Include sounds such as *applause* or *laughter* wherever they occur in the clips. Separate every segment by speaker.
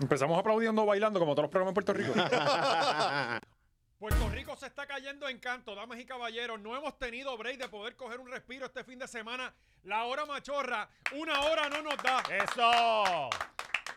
Speaker 1: Empezamos aplaudiendo bailando como todos los programas en Puerto Rico. Puerto Rico se está cayendo en canto, damas y caballeros. No hemos tenido break de poder coger un respiro este fin de semana. La hora machorra, una hora no nos da.
Speaker 2: ¡Eso!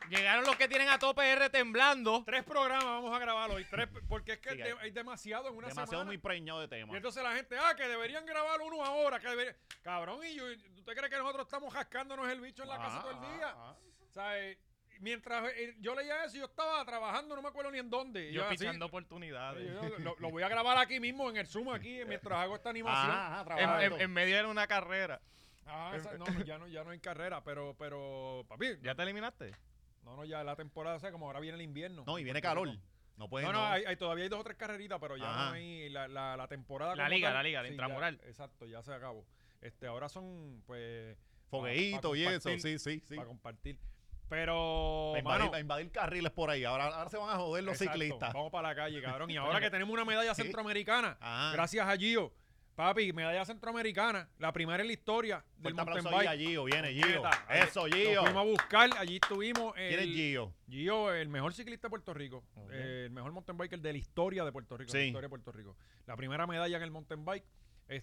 Speaker 2: Llegaron los que tienen a tope R temblando.
Speaker 1: Tres programas vamos a grabar hoy. Tres, porque es que
Speaker 2: Sigue
Speaker 1: de-
Speaker 2: ahí.
Speaker 1: hay demasiado en una
Speaker 2: Demasiado muy
Speaker 1: semana.
Speaker 2: preñado de tema.
Speaker 1: Y entonces la gente, ah, que deberían grabar uno ahora. que deberían- Cabrón, y yo, ¿usted cree que nosotros estamos jascándonos el bicho en la casa
Speaker 2: Ah,
Speaker 1: todo el
Speaker 2: ah,
Speaker 1: día?
Speaker 2: ah.
Speaker 1: O sea, eh, mientras eh, yo leía eso, yo estaba trabajando, no me acuerdo ni en dónde. Y
Speaker 2: Yo
Speaker 1: así,
Speaker 2: pichando oportunidades.
Speaker 1: yo lo, lo voy a grabar aquí mismo en el Zoom, aquí, mientras hago esta animación.
Speaker 2: Ah, ah,
Speaker 1: En-
Speaker 2: trabajando.
Speaker 1: en-
Speaker 2: en, en medio era una carrera.
Speaker 1: Ah, esa- no, no, ya no, ya no en carrera, pero, pero, papi,
Speaker 2: ¿Ya te eliminaste?
Speaker 1: no, no, ya la temporada, o sea, como ahora viene el invierno.
Speaker 3: No, y viene calor. No
Speaker 1: No,
Speaker 3: puede. Pues No,
Speaker 1: no, hay, hay- todavía hay dos o tres carreritas, pero ya
Speaker 3: Ajá.
Speaker 1: no hay la, la, la temporada.
Speaker 2: La
Speaker 1: como
Speaker 2: liga,
Speaker 1: tal.
Speaker 2: la liga, la
Speaker 1: ya,
Speaker 2: intramural.
Speaker 1: exacto, ya se acabó. Este, ahora son, pues,
Speaker 3: Fogueíto
Speaker 1: pa- pa
Speaker 3: y eso.
Speaker 1: compartir.
Speaker 3: Sí, sí, sí.
Speaker 1: para compartir. Pero,
Speaker 3: Para
Speaker 1: mano,
Speaker 3: invadir, para invadir carriles por ahí. Ahora, ahora se van a joder los
Speaker 1: exacto,
Speaker 3: ciclistas.
Speaker 1: Vamos para la calle, cabrón.
Speaker 3: *laughs*
Speaker 1: Y ahora que tenemos una medalla
Speaker 3: Sí.
Speaker 1: centroamericana,
Speaker 3: Ajá.
Speaker 1: gracias a Gio. Papi, medalla centroamericana, la primera en la historia del
Speaker 3: Fuerte aplauso
Speaker 1: mountain bike.
Speaker 3: ahí a Gio. Viene Gio.
Speaker 1: Puñeta, ayer
Speaker 3: Eso,
Speaker 1: Lo
Speaker 3: Gio.
Speaker 1: fuimos a buscar, allí estuvimos.
Speaker 3: ¿Quién es
Speaker 1: el-
Speaker 3: Gio?
Speaker 1: Gio, el mejor ciclista de Puerto Rico,
Speaker 2: Ok.
Speaker 1: eh, el mejor mountain biker de la historia de Puerto Rico, de la
Speaker 3: Sí.
Speaker 1: historia de Puerto Rico. La primera medalla en el mountain bike,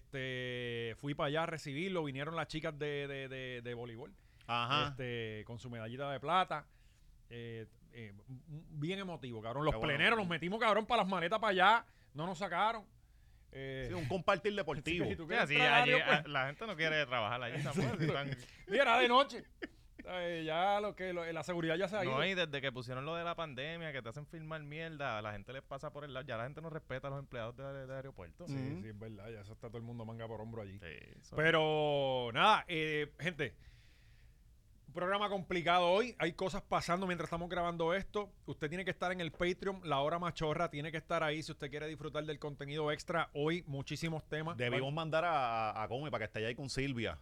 Speaker 1: este, fui para allá a recibirlo, vinieron las chicas de, de- de- de voleibol,
Speaker 3: Ajá.
Speaker 1: este, con su medallita de plata. eh, eh, m- bien emotivo, cabrón. Los
Speaker 3: Qué bueno.
Speaker 1: pleneros los metimos, cabrón, para las maletas para allá, no nos sacaron. Eh,
Speaker 3: Sí, un compartir
Speaker 1: así que
Speaker 3: deportivo.
Speaker 1: *laughs* si tú
Speaker 2: Sí,
Speaker 1: quieres
Speaker 2: así
Speaker 1: entrar al
Speaker 2: allí,
Speaker 1: área, pues,
Speaker 2: ah, la gente no quiere trabajar allí tampoco. *laughs* si están-
Speaker 1: Mira, era de noche. Eh, ya lo que lo- la seguridad ya se ha ido.
Speaker 2: no, y desde que pusieron lo de la pandemia, que te hacen firmar mierda, a la gente les pasa por el lado. Ya la gente no respeta a los empleados de, de aeropuerto.
Speaker 1: Sí,
Speaker 3: Ujú.
Speaker 1: sí, es verdad. Ya eso está todo el mundo manga por hombro allí.
Speaker 2: Sí, eso-
Speaker 1: Pero nada, eh, gente. Un programa complicado hoy. Hay cosas pasando mientras estamos grabando esto. Usted tiene que estar en el Patreon. La hora machorra tiene que estar ahí si usted quiere disfrutar del contenido extra. Hoy muchísimos temas.
Speaker 3: Debimos mandar a, a Gómez para que esté allá ahí con Silvia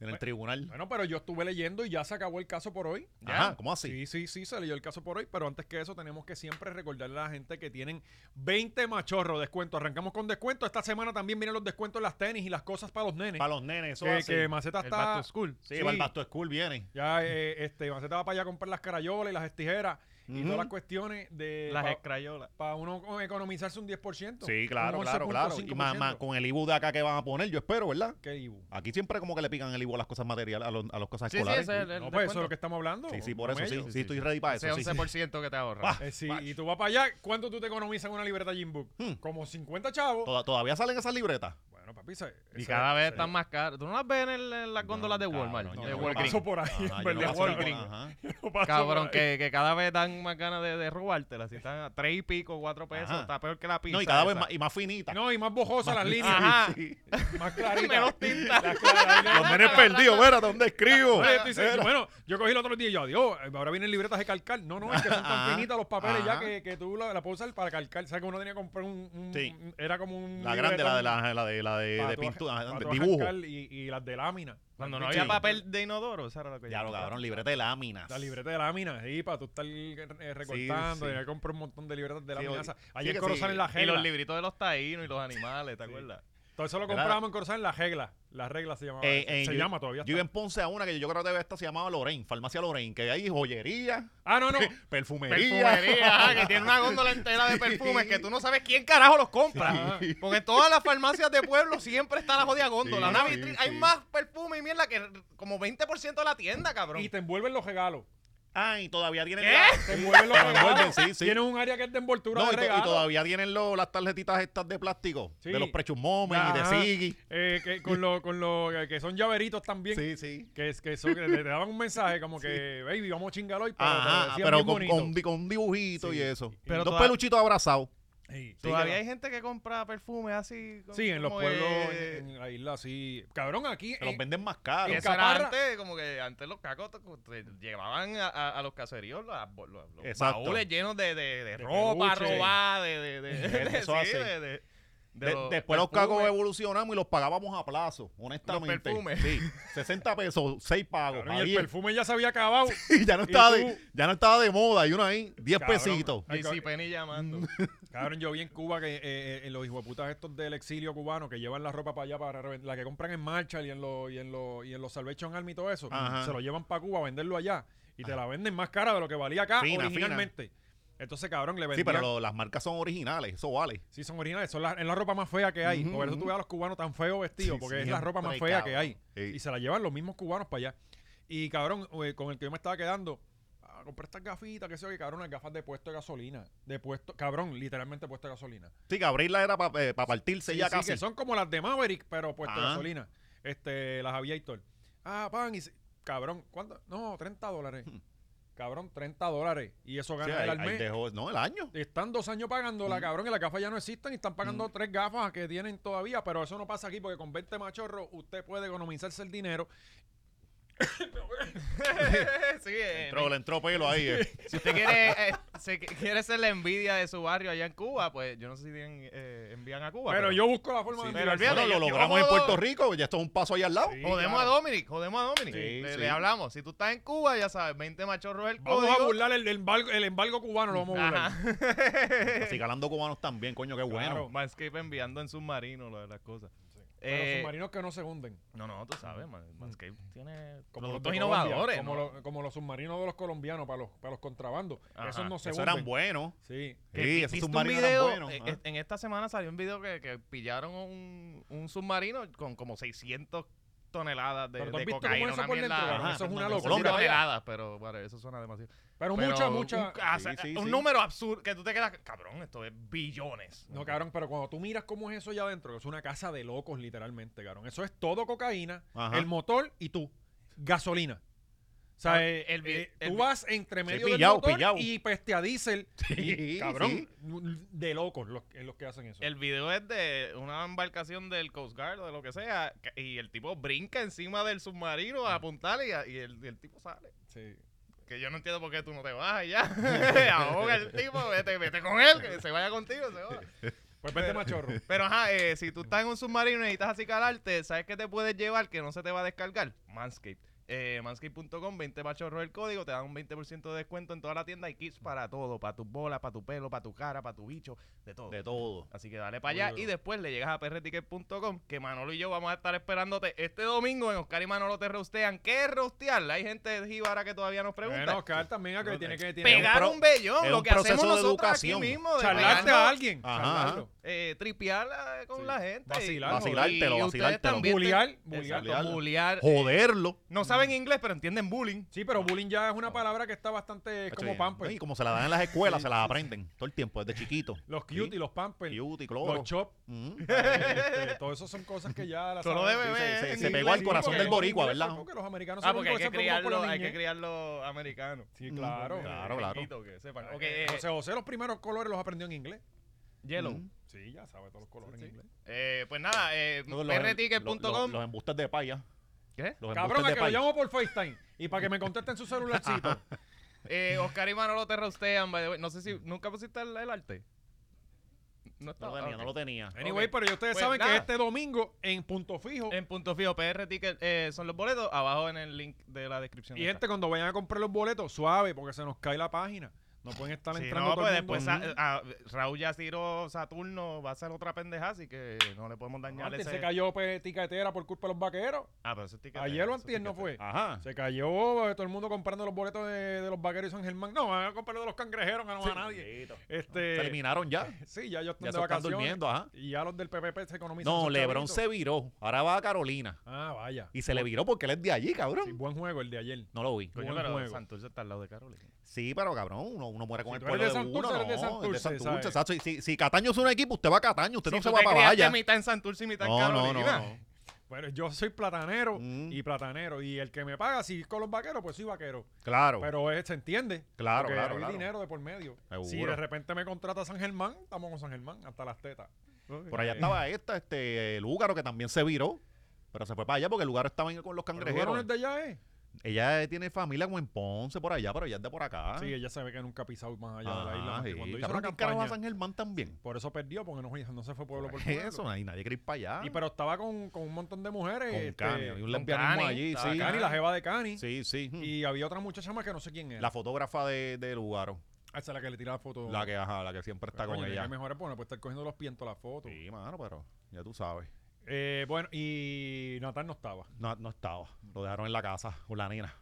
Speaker 3: en
Speaker 1: Pues,
Speaker 3: el tribunal.
Speaker 1: Bueno, pero yo estuve leyendo y ya se acabó el caso por hoy.
Speaker 3: Ajá, ¿cómo así?
Speaker 1: Sí, sí, sí, se leyó el caso por hoy, pero antes que eso tenemos que siempre recordarle a la gente que tienen 20 machorros descuento. Arrancamos con descuento. Esta semana también vienen los descuentos en las tenis y las cosas para los nenes.
Speaker 3: Para los nenes, eso
Speaker 1: que,
Speaker 3: así.
Speaker 1: que Maceta
Speaker 2: el back
Speaker 1: está...
Speaker 2: to school.
Speaker 3: Sí,
Speaker 1: sí.
Speaker 3: para el Back to School viene.
Speaker 1: Ya, eh, este, Maceta va para allá a comprar las carayolas y las tijeras y
Speaker 3: Ujú.
Speaker 1: todas las cuestiones de...
Speaker 2: Las
Speaker 1: para
Speaker 2: escrayolas.
Speaker 1: uno economizarse un 10%.
Speaker 3: Sí, claro,
Speaker 1: un
Speaker 3: claro, claro. Y
Speaker 1: 11.5%.
Speaker 3: más, más con el IBU de acá que van a poner, yo espero, ¿verdad?
Speaker 1: ¿Qué Ibu?
Speaker 3: Aquí siempre como que le pican el IBU a las cosas materiales, a, los- a las cosas escolares.
Speaker 2: ese es el- el
Speaker 1: No, pues eso
Speaker 2: descuento.
Speaker 1: es lo que estamos hablando.
Speaker 3: Sí, sí, por eso,
Speaker 1: camello.
Speaker 3: sí, sí, estoy ready para
Speaker 2: Ese
Speaker 3: eso. sí, sí.
Speaker 2: 11% que te ahorra.
Speaker 1: Eh, sí, y tú vas para allá, ¿cuánto tú te economizas en una libreta Jim Book?
Speaker 3: Hmm.
Speaker 1: Como 50 chavos.
Speaker 3: Toda- Todavía salen esas libretas.
Speaker 1: Bueno, papi, se-
Speaker 2: Y
Speaker 1: ese-
Speaker 2: cada vez
Speaker 1: ese-
Speaker 2: están más caras. ¿Tú no las ves en, el- en las
Speaker 3: No,
Speaker 2: góndolas de Walmart?
Speaker 3: cabrón,
Speaker 1: No,
Speaker 2: de
Speaker 3: yo no
Speaker 1: yo
Speaker 2: Walgreens. Ah,
Speaker 1: paso por ahí,
Speaker 3: Ajá, yo no
Speaker 1: ¿verdad?
Speaker 3: paso por-
Speaker 2: Walgreens.
Speaker 3: ajá.
Speaker 1: No
Speaker 3: *laughs*
Speaker 1: paso
Speaker 2: Cabrón,
Speaker 1: por ahí.
Speaker 2: que, que cada vez dan más ganas de, de robártela. Si están a tres y pico, cuatro pesos,
Speaker 3: Ajá.
Speaker 2: está peor que la pizza.
Speaker 3: No, y cada vez
Speaker 2: esa.
Speaker 3: más, y más finita.
Speaker 1: No, y más bojosas las líneas.
Speaker 2: Ajá.
Speaker 3: Sí.
Speaker 1: Más
Speaker 2: *laughs*
Speaker 1: claritas.
Speaker 2: Menos tinta.
Speaker 1: Las claras,
Speaker 2: *laughs*
Speaker 3: Los nenes perdidos, mira, ¿dónde escribo?
Speaker 1: Oye, tú dices,
Speaker 3: Mira.
Speaker 1: bueno, yo cogí el otro día y yo, adiós, ahora vienen libretas de calcar. No, no, es que son tan
Speaker 3: Ajá,
Speaker 1: finitas los papeles ya
Speaker 3: ajá.
Speaker 1: que, que tú la, la puedes usar para calcar. ¿Sabes que uno tenía que comprar un... un-
Speaker 3: Sí.
Speaker 1: Era como un...
Speaker 3: La grande, la de
Speaker 1: libretón
Speaker 3: la, la de, la de,
Speaker 1: para
Speaker 3: de
Speaker 1: tú
Speaker 3: pintura,
Speaker 1: aj- para
Speaker 3: de
Speaker 1: tú
Speaker 3: dibujo.
Speaker 1: ajarcar Y, y las de lámina.
Speaker 2: Cuando no
Speaker 1: Sí.
Speaker 2: había papel de inodoro, eso era lo que
Speaker 3: Ya
Speaker 2: yo-
Speaker 3: lo cabrón, libreta de láminas.
Speaker 1: La libreta de lámina, sí, para tú estar eh, recortando.
Speaker 3: sí.
Speaker 1: Y compré un montón de libretas de
Speaker 3: Sí,
Speaker 1: lámina.
Speaker 3: oye.
Speaker 1: esas.
Speaker 3: Sí
Speaker 1: Ayer
Speaker 3: que
Speaker 1: Corozal
Speaker 3: sí.
Speaker 1: en la
Speaker 2: Y los
Speaker 1: regla.
Speaker 2: libritos de los taínos y los animales, ¿te acuerdas?
Speaker 1: Todo eso lo
Speaker 3: Era-
Speaker 1: comprábamos en Corozal en la regla. La regla se llamaba.
Speaker 3: Eh,
Speaker 1: eso.
Speaker 3: eh,
Speaker 1: se
Speaker 3: yo-
Speaker 1: llama todavía.
Speaker 3: Yo iba
Speaker 1: está.
Speaker 3: en Ponce a una que yo creo que debe estar, se llamaba Lorraine, Farmacia Lorraine, que hay joyería,
Speaker 1: Ah,
Speaker 3: *laughs*
Speaker 1: no, no.
Speaker 3: perfumería. *laughs*
Speaker 2: Perfumería, ajá, que tiene una góndola entera de perfumes que tú no sabes quién carajo los compra.
Speaker 1: Sí.
Speaker 2: Porque en todas las farmacias de pueblo siempre está la jodida góndola.
Speaker 3: Sí,
Speaker 2: Una
Speaker 3: sí,
Speaker 2: vitri-
Speaker 3: sí.
Speaker 2: Hay más perfume y mierda que como 20% de la tienda, cabrón.
Speaker 1: Y te envuelven los regalos.
Speaker 3: Ah, y todavía tienen...
Speaker 2: ¿Qué?
Speaker 3: la-
Speaker 1: Te envuelven los
Speaker 3: Te envuelven,
Speaker 1: regalos.
Speaker 3: sí, sí.
Speaker 1: Tienes un área que es de envoltura de
Speaker 3: No, y, to- y
Speaker 1: regalos.
Speaker 3: todavía tienen lo- las tarjetitas estas de plástico,
Speaker 1: Sí.
Speaker 3: de los Precious Moments
Speaker 1: Ajá.
Speaker 3: y de Siggy.
Speaker 1: Eh, que con lo, con lo eh, que son llaveritos también.
Speaker 3: Sí, sí.
Speaker 1: Que, es- que son- que te, te daban un mensaje como que, baby, vamos a chingar hoy. Pero te lo
Speaker 3: Ajá,
Speaker 1: decían
Speaker 3: pero
Speaker 1: bien
Speaker 3: con,
Speaker 1: bonito.
Speaker 3: con, di- con un dibujito
Speaker 1: Sí.
Speaker 3: y eso.
Speaker 2: Pero
Speaker 3: Dos
Speaker 2: toda-
Speaker 3: peluchitos abrazados.
Speaker 1: Eh, Sí.
Speaker 3: Sí,
Speaker 2: Todavía
Speaker 3: que-
Speaker 2: hay gente que compra perfumes así. con-
Speaker 1: Sí, en los
Speaker 2: como
Speaker 1: pueblos,
Speaker 2: de-
Speaker 1: en, en la isla, sí. Cabrón, aquí.
Speaker 3: Se los
Speaker 1: eh,
Speaker 3: venden más
Speaker 2: Y
Speaker 3: caros.
Speaker 1: en
Speaker 2: eso era
Speaker 1: Caparra.
Speaker 2: antes, como que antes los cacos te- te llevaban a, a- a los caseríos los, los- los
Speaker 3: Exacto.
Speaker 2: baúles llenos de, de- de ropa
Speaker 1: peluche.
Speaker 2: robada, de, de, de- de-
Speaker 3: *laughs* Eso
Speaker 2: sí,
Speaker 3: hace.
Speaker 2: de- de- de
Speaker 3: De-
Speaker 2: los
Speaker 3: después los
Speaker 2: perfumes.
Speaker 3: cacos evolucionamos y los pagábamos a plazo, honestamente.
Speaker 2: perfumes.
Speaker 3: Sí, 60 pesos, 6 pagos.
Speaker 1: cabrón, y el
Speaker 3: Javier.
Speaker 1: perfume ya se había acabado.
Speaker 3: Y *laughs* ya no
Speaker 1: ¿Y
Speaker 3: estaba
Speaker 1: tú?
Speaker 3: de, ya no estaba de moda, y uno ahí, 10
Speaker 1: Cabrón.
Speaker 3: pesitos.
Speaker 1: Ay,
Speaker 2: JC Penny
Speaker 3: Mm.
Speaker 2: llamando.
Speaker 1: Cabrón, yo vi en Cuba que eh, eh, eh, los hijueputas estos del exilio cubano que llevan la ropa para allá, para revend- la que compran en Marshall y en los y en los y en los Salvation Army y todo eso,
Speaker 3: Ajá.
Speaker 1: se lo llevan para Cuba a venderlo allá. Y te la venden más cara de lo que valía acá
Speaker 3: Fina,
Speaker 1: originalmente. Entonces, cabrón, le vendían.
Speaker 3: Sí, pero lo- las marcas son originales, eso vale.
Speaker 1: Sí, son originales. Son la, es la ropa más fea que hay.
Speaker 3: Ujú,
Speaker 1: Por eso tú
Speaker 3: ujú.
Speaker 1: ves a los cubanos tan feos vestidos,
Speaker 3: Sí,
Speaker 1: porque es la ropa más
Speaker 3: siempre,
Speaker 1: fea que hay.
Speaker 3: Sí.
Speaker 1: Y se la llevan los mismos cubanos para allá. Y cabrón, eh, con el que yo me estaba quedando, ah, compré estas gafitas, que sé yo, que cabrón, las gafas de puesto de gasolina. De puesto, cabrón, literalmente puesto de gasolina.
Speaker 3: Sí, que abrirla era para partirse
Speaker 1: Sí,
Speaker 3: ya
Speaker 1: sí,
Speaker 3: casi.
Speaker 1: que son como las de Maverick, pero puesto de
Speaker 3: Ah.
Speaker 1: gasolina. Este, las Aviator. Ah, pan, y se- cabrón, ¿cuánto? No, 30 dólares.
Speaker 3: Hmm.
Speaker 1: Cabrón, 30 dólares. Y eso
Speaker 3: Sí,
Speaker 1: gana
Speaker 3: ahí-
Speaker 1: el al
Speaker 3: ahí
Speaker 1: mes.
Speaker 3: dejó- no, el año.
Speaker 1: Están dos años pagándola,
Speaker 3: Mm.
Speaker 1: cabrón, y las gafas ya no existen y están pagando
Speaker 3: Mm.
Speaker 1: tres gafas que tienen todavía, pero eso no pasa aquí porque con 20 machorros usted puede economizarse el dinero.
Speaker 2: *laughs* sí, eh,
Speaker 3: Entró, le entró pelo
Speaker 1: *laughs*
Speaker 3: ahí. eh.
Speaker 2: Si usted quiere, eh, se- quiere ser la envidia de su barrio allá en Cuba, pues yo no sé si tienen, eh, envían a Cuba.
Speaker 1: pero yo busco la forma
Speaker 2: Sí,
Speaker 1: de
Speaker 2: pero
Speaker 1: enviarse.
Speaker 2: olvídate,
Speaker 3: Bueno,
Speaker 2: yo-
Speaker 3: lo
Speaker 2: yo
Speaker 3: logramos en
Speaker 2: como-
Speaker 3: Puerto Rico, pues ya esto es un paso ahí al lado.
Speaker 1: Sí,
Speaker 2: Jodemos
Speaker 1: claro.
Speaker 2: a Dominic, jodemos a Dominic.
Speaker 3: Sí,
Speaker 2: le,
Speaker 3: sí.
Speaker 2: le hablamos. Si tú estás en Cuba, ya sabes, 20 machorros el
Speaker 1: Vamos a
Speaker 2: código.
Speaker 1: burlar el, el embargo, el embargo cubano, lo vamos a burlar.
Speaker 3: Así calando cubanos también, coño, qué
Speaker 1: Claro.
Speaker 3: bueno.
Speaker 2: Manscape enviando en submarino lo de las cosas.
Speaker 1: Pero
Speaker 2: Eh,
Speaker 1: submarinos que no se hunden.
Speaker 2: no, no, tú sabes, man, Manscape tiene
Speaker 1: Como los,
Speaker 2: productos
Speaker 1: de Colombia,
Speaker 2: innovadores.
Speaker 1: como,
Speaker 2: ¿no?
Speaker 1: los, como los submarinos de los colombianos para los, para los contrabandos.
Speaker 2: Ajá,
Speaker 1: Esos no se
Speaker 3: Eso
Speaker 1: hunden.
Speaker 3: eran buenos.
Speaker 1: Sí.
Speaker 2: Que
Speaker 3: Sí,
Speaker 2: vi-
Speaker 3: esos
Speaker 2: viste un
Speaker 3: submarinos eran
Speaker 2: video,
Speaker 3: buenos,
Speaker 2: eh,
Speaker 3: ah.
Speaker 2: eh, En esta semana salió un video que, que pillaron un, un submarino con como 600 toneladas de,
Speaker 1: Pero tú has
Speaker 2: de
Speaker 1: visto
Speaker 2: cocaína.
Speaker 1: cómo eso
Speaker 2: una
Speaker 1: por dentro,
Speaker 2: mierda-
Speaker 1: cabrón.
Speaker 2: Ajá,
Speaker 1: Eso es
Speaker 3: no,
Speaker 1: una
Speaker 3: no,
Speaker 2: no sé si
Speaker 1: locura.
Speaker 3: Colombia.
Speaker 2: toneladas, pero bueno, eso suena demasiado.
Speaker 1: Pero,
Speaker 2: Pero
Speaker 1: mucha,
Speaker 2: un-
Speaker 1: mucha.
Speaker 2: Un, ah, o sea,
Speaker 3: Sí, sí,
Speaker 2: un
Speaker 3: sí.
Speaker 2: número absurdo que tú te quedas. Cabrón, esto es billones.
Speaker 1: No, cabrón, pero cuando tú miras cómo es eso allá adentro, que es una casa de locos, literalmente, cabrón. Eso es todo cocaína,
Speaker 3: Ajá.
Speaker 1: el motor y tú. Gasolina. O sea,
Speaker 2: Ah,
Speaker 1: eh,
Speaker 2: el vi-
Speaker 1: eh,
Speaker 2: el
Speaker 1: tú
Speaker 2: vi-
Speaker 1: vas entre medio
Speaker 3: pillao,
Speaker 1: del motor
Speaker 3: pillao.
Speaker 1: y peste a diésel. Y,
Speaker 3: Sí,
Speaker 1: cabrón,
Speaker 3: sí.
Speaker 1: de locos los, eh, los que hacen eso.
Speaker 2: El video es de una embarcación del Coast Guard o de lo que sea. que- Y el tipo brinca encima del submarino a apuntarle y, a- y el, y el tipo sale.
Speaker 1: Sí.
Speaker 2: Que yo no entiendo por qué tú no te vas y ya. *laughs* Ahoga el tipo, vete, vete con él, que se vaya contigo, se va.
Speaker 1: Pues vete
Speaker 3: *laughs*
Speaker 1: machorro.
Speaker 2: Pero ajá, eh, si tú estás en un submarino y necesitas acicalarte, ¿sabes qué te puedes llevar que no se te va a descargar? Manscaped. Eh, manscaped.com, 20 machorros el código, te dan un 20% de descuento en toda la tienda y kits para todo, para tus bolas, para tu pelo, para tu cara, para tu bicho, de todo.
Speaker 3: De todo.
Speaker 2: Así que dale para allá
Speaker 1: Muy duro.
Speaker 2: y después le llegas a prticket.com que Manolo y yo vamos a estar esperándote este domingo en Oscar y Manolo te rostean. ¿Qué es rostearla? Hay gente de Jíbara que todavía nos pregunta.
Speaker 1: Bueno, Oscar también a que tiene que... Tiene
Speaker 2: Pegar
Speaker 3: pro-
Speaker 2: un vellón,
Speaker 3: es
Speaker 2: lo
Speaker 3: un
Speaker 2: que hacemos
Speaker 3: proceso de
Speaker 2: nosotros
Speaker 3: educación.
Speaker 2: aquí mismo. de
Speaker 1: Charlarte
Speaker 2: pegarnos,
Speaker 1: a alguien.
Speaker 3: Ajá.
Speaker 1: Charlarlo.
Speaker 2: eh, tripear eh, con
Speaker 1: Sí.
Speaker 2: la gente.
Speaker 1: Vacilar.
Speaker 2: Y-
Speaker 3: Vacilártelo,
Speaker 2: y ustedes
Speaker 3: vacilártelo.
Speaker 2: también te-
Speaker 1: Bullear.
Speaker 2: Exacto,
Speaker 1: Bullear.
Speaker 3: Bullearlo.
Speaker 2: bullear, eh,
Speaker 3: Joderlo.
Speaker 2: no saben inglés, pero entienden bullying.
Speaker 1: Sí, pero bullying ya es una palabra que está bastante... Es como pues.
Speaker 3: Oye,
Speaker 1: pampers.
Speaker 3: Y como se la dan en las
Speaker 1: *laughs*
Speaker 3: escuelas, se las aprenden todo el tiempo, desde chiquito.
Speaker 1: Los cutie, los pampers.
Speaker 3: Cutie, cloro.
Speaker 1: Los chop. *laughs*
Speaker 3: Ujú.
Speaker 1: Este, todo eso son cosas que ya las
Speaker 2: Solo
Speaker 1: saben.
Speaker 2: de bebé.
Speaker 3: Sí, se- se-
Speaker 2: en
Speaker 3: se pegó
Speaker 2: inglés,
Speaker 3: al corazón
Speaker 2: porque-
Speaker 3: del boricua, ¿verdad?
Speaker 1: pues, Porque los americanos
Speaker 2: *laughs* Ah,
Speaker 1: son
Speaker 2: porque
Speaker 1: los
Speaker 2: hay
Speaker 1: que
Speaker 2: que
Speaker 1: se preocupan por la
Speaker 2: criarlo, hay que
Speaker 1: niñez.
Speaker 2: criarlo americano.
Speaker 1: Sí, claro.
Speaker 3: Claro, claro.
Speaker 2: Que sepan. Ok,
Speaker 1: Eh,
Speaker 2: eh,
Speaker 1: José José los primeros colores los aprendió en inglés.
Speaker 2: Yellow.
Speaker 3: Ujú.
Speaker 1: Sí, ya sabe todos los colores
Speaker 2: sí.
Speaker 1: en inglés.
Speaker 2: Eh, pues nada, eh,
Speaker 3: Los- los- los-
Speaker 2: prticket.com.
Speaker 3: Los embustes de paya.
Speaker 2: ¿Qué?
Speaker 3: Los
Speaker 1: Cabrón, a
Speaker 3: embustes
Speaker 1: que lo
Speaker 3: de paya.
Speaker 1: llamo por FaceTime y para que me contesten su celularcito.
Speaker 2: Eh, Oscar y Manolo te rostean, by the way. No sé si nunca pusiste el, el arte. No
Speaker 3: No
Speaker 2: estaba.
Speaker 3: lo tenía,
Speaker 2: ah,
Speaker 3: no
Speaker 2: ok.
Speaker 3: lo tenía.
Speaker 1: Anyway,
Speaker 2: Ok.
Speaker 1: pero ya ustedes
Speaker 2: Pues
Speaker 1: saben que
Speaker 2: nada. Em,
Speaker 1: este domingo en Punto Fijo
Speaker 2: En punto fijo, PR Ticket eh, son los boletos. Abajo en el link de la descripción.
Speaker 1: y
Speaker 2: está.
Speaker 1: gente cuando vayan a comprar los boletos, suave porque se nos cae la página. No pueden estar
Speaker 2: Sí,
Speaker 1: entrando
Speaker 2: no,
Speaker 1: todo
Speaker 2: pues
Speaker 1: el mundo.
Speaker 2: después sa- ah, Raúl ya tiró Saturno, va a ser otra pendeja, así que no le podemos dañar
Speaker 1: Ah, Antes
Speaker 2: ese.
Speaker 1: se cayó pues, tiquetera por culpa de los vaqueros.
Speaker 2: Ah, pero ese ticket.
Speaker 1: Ayer pues. o antier no fue.
Speaker 3: Ajá.
Speaker 1: Se cayó eh, todo el mundo comprando los boletos de, de los vaqueros y San Germán. No, van a comprar de los cangrejeros, que no va a nadie.
Speaker 3: Bendito. Se
Speaker 1: Este,
Speaker 3: eliminaron
Speaker 1: *laughs*
Speaker 3: ya.
Speaker 1: sí, ya ellos están de
Speaker 3: Ya se están
Speaker 1: vacaciones.
Speaker 3: durmiendo, ajá.
Speaker 1: Y ya los del PPP se economizan.
Speaker 3: No,
Speaker 1: sus
Speaker 3: Lebron
Speaker 1: chavitos.
Speaker 3: se viró. Ahora va a Carolina.
Speaker 1: Ah, vaya.
Speaker 3: Y se le viró porque él es de allí,
Speaker 1: Sí,
Speaker 3: cabrón.
Speaker 1: buen juego el de ayer.
Speaker 3: No lo vi.
Speaker 2: Coño,
Speaker 1: Buen
Speaker 2: pero
Speaker 1: juego.
Speaker 2: Santurce está al lado de Carolina.
Speaker 3: Sí, pero cabrón, uno, uno muere con
Speaker 1: Si
Speaker 3: el
Speaker 1: tú eres de
Speaker 3: pueblo de,
Speaker 1: Santurce,
Speaker 3: uno,
Speaker 1: eres de
Speaker 3: no,
Speaker 1: Santurce,
Speaker 3: es de Santurce,
Speaker 1: ¿sabes?
Speaker 3: exacto. Si, si- si Cataño es un equipo, usted va a Cataño, usted
Speaker 2: Si
Speaker 3: no
Speaker 2: tú
Speaker 3: se va
Speaker 2: te
Speaker 3: para
Speaker 2: criaste
Speaker 3: Vaya.
Speaker 2: mitad en Santurce y mitad en
Speaker 3: No, no,
Speaker 2: Carolina.
Speaker 3: no, no.
Speaker 1: Pero yo soy platanero
Speaker 3: Mm.
Speaker 1: y platanero. Y el que me paga, si es con los vaqueros, pues soy vaquero.
Speaker 3: Claro,
Speaker 1: Pero eh, se entiende.
Speaker 3: claro,
Speaker 1: porque
Speaker 3: claro,
Speaker 1: hay
Speaker 3: claro.
Speaker 1: dinero de por medio.
Speaker 3: Seguro.
Speaker 1: Si de repente me contrata San Germán, estamos con San Germán hasta las tetas.
Speaker 3: Por allá
Speaker 1: Eh,
Speaker 3: estaba esta, este, Lúgaro, que también se viró. Pero se fue para allá porque el lugar estaba en- con los
Speaker 1: pero jugaron
Speaker 3: cangrejeros.
Speaker 1: el de allá, ¿eh?
Speaker 3: Ella tiene familia como en Ponce, por allá, pero ella es de por acá.
Speaker 1: Sí, ella se ve que nunca ha pisado más allá de la isla.
Speaker 3: Ah,
Speaker 1: más que
Speaker 3: sí.
Speaker 1: Cuando hizo la
Speaker 3: Cabrón, ¿quién carajo va a
Speaker 1: campaña,
Speaker 3: San Germán también?
Speaker 1: por eso perdió, porque no, no se fue pueblo por
Speaker 3: ¿Por
Speaker 1: pueblo.
Speaker 3: *laughs* Pues eso? Nadie, nadie quiere ir para allá.
Speaker 1: Y pero estaba con, con un montón de mujeres.
Speaker 3: con
Speaker 1: este,
Speaker 3: Cani, había un
Speaker 2: con
Speaker 3: lesbianismo
Speaker 2: Cani,
Speaker 3: allí,
Speaker 2: estaba
Speaker 3: sí.
Speaker 1: Cani, la jeva de Cani.
Speaker 3: Sí, sí. mm.
Speaker 1: Y había otra muchacha más que no sé quién era.
Speaker 3: La fotógrafa de, de Lugaro,
Speaker 1: Esa es la que le tiraba fotos.
Speaker 3: la que, ajá, la que siempre está con ella.
Speaker 1: mejor es bueno, pues estar cogiendo los pientos la foto.
Speaker 3: Sí, mano, pero ya tú sabes.
Speaker 1: Eh, bueno, y Natal no estaba.
Speaker 3: No, no estaba. Lo dejaron en la casa con la nena.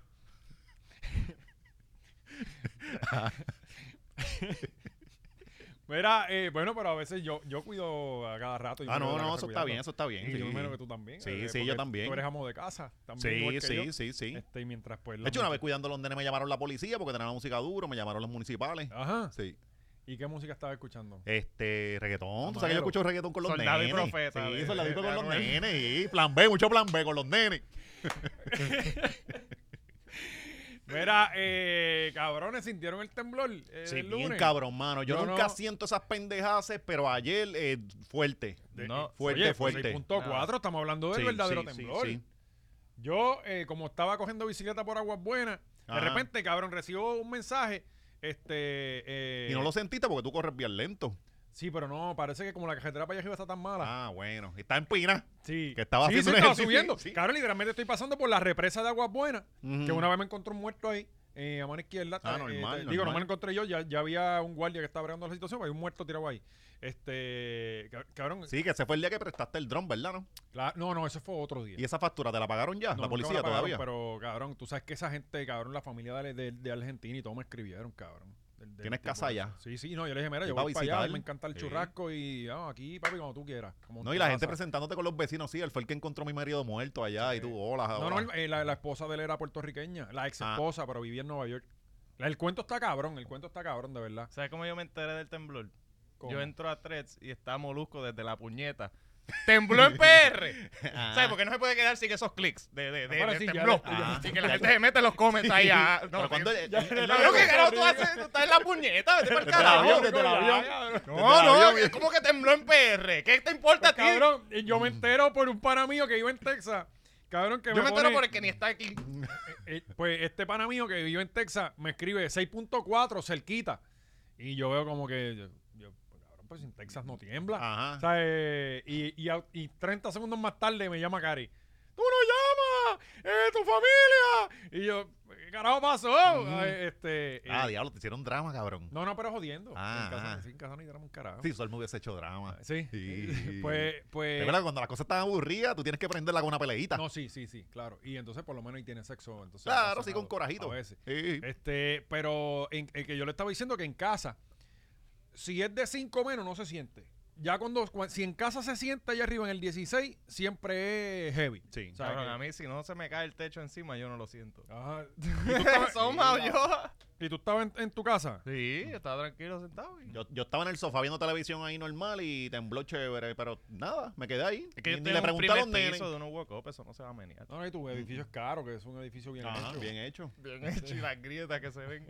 Speaker 1: Mira, eh, bueno, pero a veces yo, yo cuido a cada rato. yo
Speaker 3: Ah,
Speaker 1: me quedo
Speaker 3: no,
Speaker 1: en la
Speaker 3: no,
Speaker 1: casa
Speaker 3: eso está
Speaker 1: cuidando.
Speaker 3: bien, eso está bien.
Speaker 1: Y yo me
Speaker 3: sí.
Speaker 1: imagino que tú también.
Speaker 3: Sí,
Speaker 1: eh,
Speaker 3: sí,
Speaker 1: porque
Speaker 3: yo también.
Speaker 1: Tú eres amo de casa. También
Speaker 3: Sí,
Speaker 1: igual que yo.
Speaker 3: sí, sí, sí.
Speaker 1: Este, y mientras pues... los
Speaker 3: De hecho, una vez
Speaker 1: muchachos-
Speaker 3: cuidando los nenes me llamaron la policía porque tenían la música duro, me llamaron los municipales.
Speaker 1: Ajá.
Speaker 3: Sí.
Speaker 1: ¿Y qué música estaba escuchando?
Speaker 3: Este, reggaetón. Tú sabes que
Speaker 1: Habanero.
Speaker 3: yo escucho reggaetón con los
Speaker 2: Soldado y
Speaker 3: nenes.
Speaker 2: Profeta,
Speaker 3: Sí,
Speaker 2: de-
Speaker 3: soldadito
Speaker 2: de
Speaker 3: con los
Speaker 2: Anuel.
Speaker 3: nenes. Y plan B, mucho plan B con los nenes.
Speaker 1: Mira, eh, cabrones, ¿sintieron el temblor eh,
Speaker 3: Sí,
Speaker 1: del
Speaker 3: bien
Speaker 1: lunes?
Speaker 3: cabrón, mano. Yo
Speaker 1: Yo
Speaker 3: nunca
Speaker 1: no-
Speaker 3: siento esas pendejaces, pero ayer eh, fuerte.
Speaker 1: De-
Speaker 2: No,
Speaker 3: fuerte,
Speaker 1: oye, pues,
Speaker 3: fuerte.
Speaker 1: 6.4, estamos hablando del
Speaker 3: Sí,
Speaker 1: verdadero
Speaker 3: sí, sí,
Speaker 1: temblor.
Speaker 3: sí.
Speaker 1: Yo, eh, como estaba cogiendo bicicleta por Aguas Buenas, de
Speaker 3: Ajá.
Speaker 1: repente, cabrón, recibo un mensaje. Este, eh,
Speaker 3: Y no lo sentiste porque tú corres bien lento.
Speaker 1: Sí, pero no, parece que como la carretera para allá arriba está tan mala.
Speaker 3: Ah, bueno. Está en pina.
Speaker 1: sí.
Speaker 3: que estaba
Speaker 1: Sí,
Speaker 3: haciendo
Speaker 1: sí,
Speaker 3: un
Speaker 1: estaba
Speaker 3: ejercicio,
Speaker 1: subiendo.
Speaker 3: *laughs* sí.
Speaker 1: Cabrón, literalmente estoy pasando por la represa de Aguas Buenas,
Speaker 3: Ujú.
Speaker 1: que una vez me encontró un muerto ahí. eh, a mano izquierda.
Speaker 3: Ah,
Speaker 1: Eh,
Speaker 3: normal,
Speaker 1: eh,
Speaker 3: normal.
Speaker 1: Digo, no me lo encontré yo, ya, ya había un guardia que estaba bregando la situación, pero hay un muerto tirado ahí. Este, cab- cabrón,
Speaker 3: Sí, que ese fue el día que prestaste el dron, ¿verdad? No?
Speaker 1: la- no, no, eso fue otro día.
Speaker 3: Y esa factura te la pagaron
Speaker 1: No,
Speaker 3: ya, la
Speaker 1: nunca me
Speaker 3: policía
Speaker 1: pagaron,
Speaker 3: todavía.
Speaker 1: Pero, cabrón, tú sabes que esa gente, cabrón, la familia de, de- de Argentina y todo me escribieron, cabrón. del- del
Speaker 3: ¿Tienes
Speaker 1: tiempo
Speaker 3: casa
Speaker 1: ese.
Speaker 3: allá?
Speaker 1: Sí, sí, no, yo le dije, mira, yo
Speaker 3: para
Speaker 1: voy para allá,
Speaker 3: visitar?
Speaker 1: me encanta el
Speaker 3: Sí.
Speaker 1: churrasco y vamos aquí, papi, cuando tú quieras. como
Speaker 3: No,
Speaker 1: en tu
Speaker 3: y la gente
Speaker 1: casa.
Speaker 3: presentándote con los vecinos, sí, él fue el que encontró a mi marido muerto allá y tú, hola,
Speaker 1: No, no,
Speaker 3: hola. *laughs*
Speaker 1: el- eh, la, la esposa de él era puertorriqueña, la ex
Speaker 3: Ah.
Speaker 1: esposa, pero vivía en Nueva York. La- el cuento está cabrón, el cuento está cabrón, de verdad.
Speaker 2: ¿Sabes cómo yo me enteré del temblor?
Speaker 1: Como-
Speaker 2: Yo entro a Threads y está Molusco desde la puñeta. *laughs* ¡Tembló en PR!
Speaker 3: Ah.
Speaker 2: ¿Sabes? Porque no se puede quedar sin esos clics de, de, de,
Speaker 1: Ahora
Speaker 2: del
Speaker 1: sí, ya
Speaker 2: temblor.
Speaker 1: le- ya-
Speaker 2: Así que la gente se mete en los comments ahí. ah, no,
Speaker 3: Pero cuando-
Speaker 2: tío.
Speaker 3: él-
Speaker 1: ya-
Speaker 3: él- él-
Speaker 2: Cabrón, ¿qué
Speaker 1: Desde
Speaker 2: carajo tú
Speaker 1: arriba.
Speaker 2: haces? Tú estás en la puñeta, vete para el
Speaker 3: Desde el
Speaker 2: carajo.
Speaker 3: avión, desde el
Speaker 1: Ya,
Speaker 3: avión.
Speaker 1: cabrón.
Speaker 2: No,
Speaker 3: Desde el
Speaker 2: no,
Speaker 3: avión.
Speaker 2: ¿cómo que tembló en PR? ¿Qué te importa a ti?
Speaker 1: Pues, Cabrón, y yo me entero por un pana mío que vive en Texas. Cabrón, que
Speaker 2: Yo me entero
Speaker 1: pone-
Speaker 2: por el que ni está aquí.
Speaker 1: Eh, pues este pana mío que vivió en Texas me escribe 6.4 cerquita. Y yo veo como que. Yo, yo, pues, cabrón, pues en Texas no tiembla. O
Speaker 3: Ajá.
Speaker 1: sea, eh, y, y, au- y 30 segundos más tarde me llama Cari. ¡Tú no llamas! ¡Eh, tu familia! Y yo, ¿qué carajo pasó?
Speaker 3: Mm.
Speaker 1: Eh, este, eh,
Speaker 3: Ah, diablo, te hicieron drama, cabrón.
Speaker 1: no, no, pero jodiendo.
Speaker 3: Ah,
Speaker 1: en casa,
Speaker 3: ah.
Speaker 1: sí, en casa ni tenemos un carajo.
Speaker 3: Sí, Sol me hubiese hecho drama.
Speaker 1: Sí.
Speaker 3: Sí.
Speaker 1: *laughs* pues,
Speaker 2: Eh,
Speaker 1: pues.
Speaker 3: Es verdad que cuando las cosas están aburridas, tú tienes que prenderla con una peleita.
Speaker 1: No, sí, sí, sí, claro. Y entonces por lo menos ahí tiene sexo. Entonces,
Speaker 3: claro, sí,
Speaker 1: apasionado
Speaker 3: con corajito.
Speaker 1: A veces.
Speaker 3: Sí.
Speaker 2: Eh,
Speaker 1: Este, pero en, en que yo le estaba diciendo que en casa, si es de 5 menos, no se siente. Ya cuando, cua- si en casa se siente allá arriba en el 16, siempre es heavy.
Speaker 3: Sí.
Speaker 1: O sea,
Speaker 2: Cabrón,
Speaker 1: que-
Speaker 2: a mí si no se me cae el techo encima, yo no
Speaker 1: *laughs*
Speaker 2: lo siento.
Speaker 1: Ajá.
Speaker 2: *laughs* Soma o yo.
Speaker 1: ¿Y tú estabas en, en tu casa?
Speaker 2: Sí, yo estaba tranquilo sentado. y-
Speaker 3: Yo, yo estaba en el sofá viendo televisión ahí normal y tembló chévere, pero nada, me quedé ahí.
Speaker 2: Es que yo
Speaker 3: Ni-
Speaker 2: estoy en
Speaker 3: ni le
Speaker 2: un
Speaker 3: pregunté a los
Speaker 2: primer
Speaker 3: nenes.
Speaker 2: piso de unos walk-up, eso no se va a menear.
Speaker 1: No, no, y tu edificio es caro, que es un edificio bien
Speaker 2: *laughs*
Speaker 3: Ajá,
Speaker 1: hecho.
Speaker 3: bien hecho.
Speaker 2: Bien hecho y las grietas que se
Speaker 1: *laughs*
Speaker 2: ven.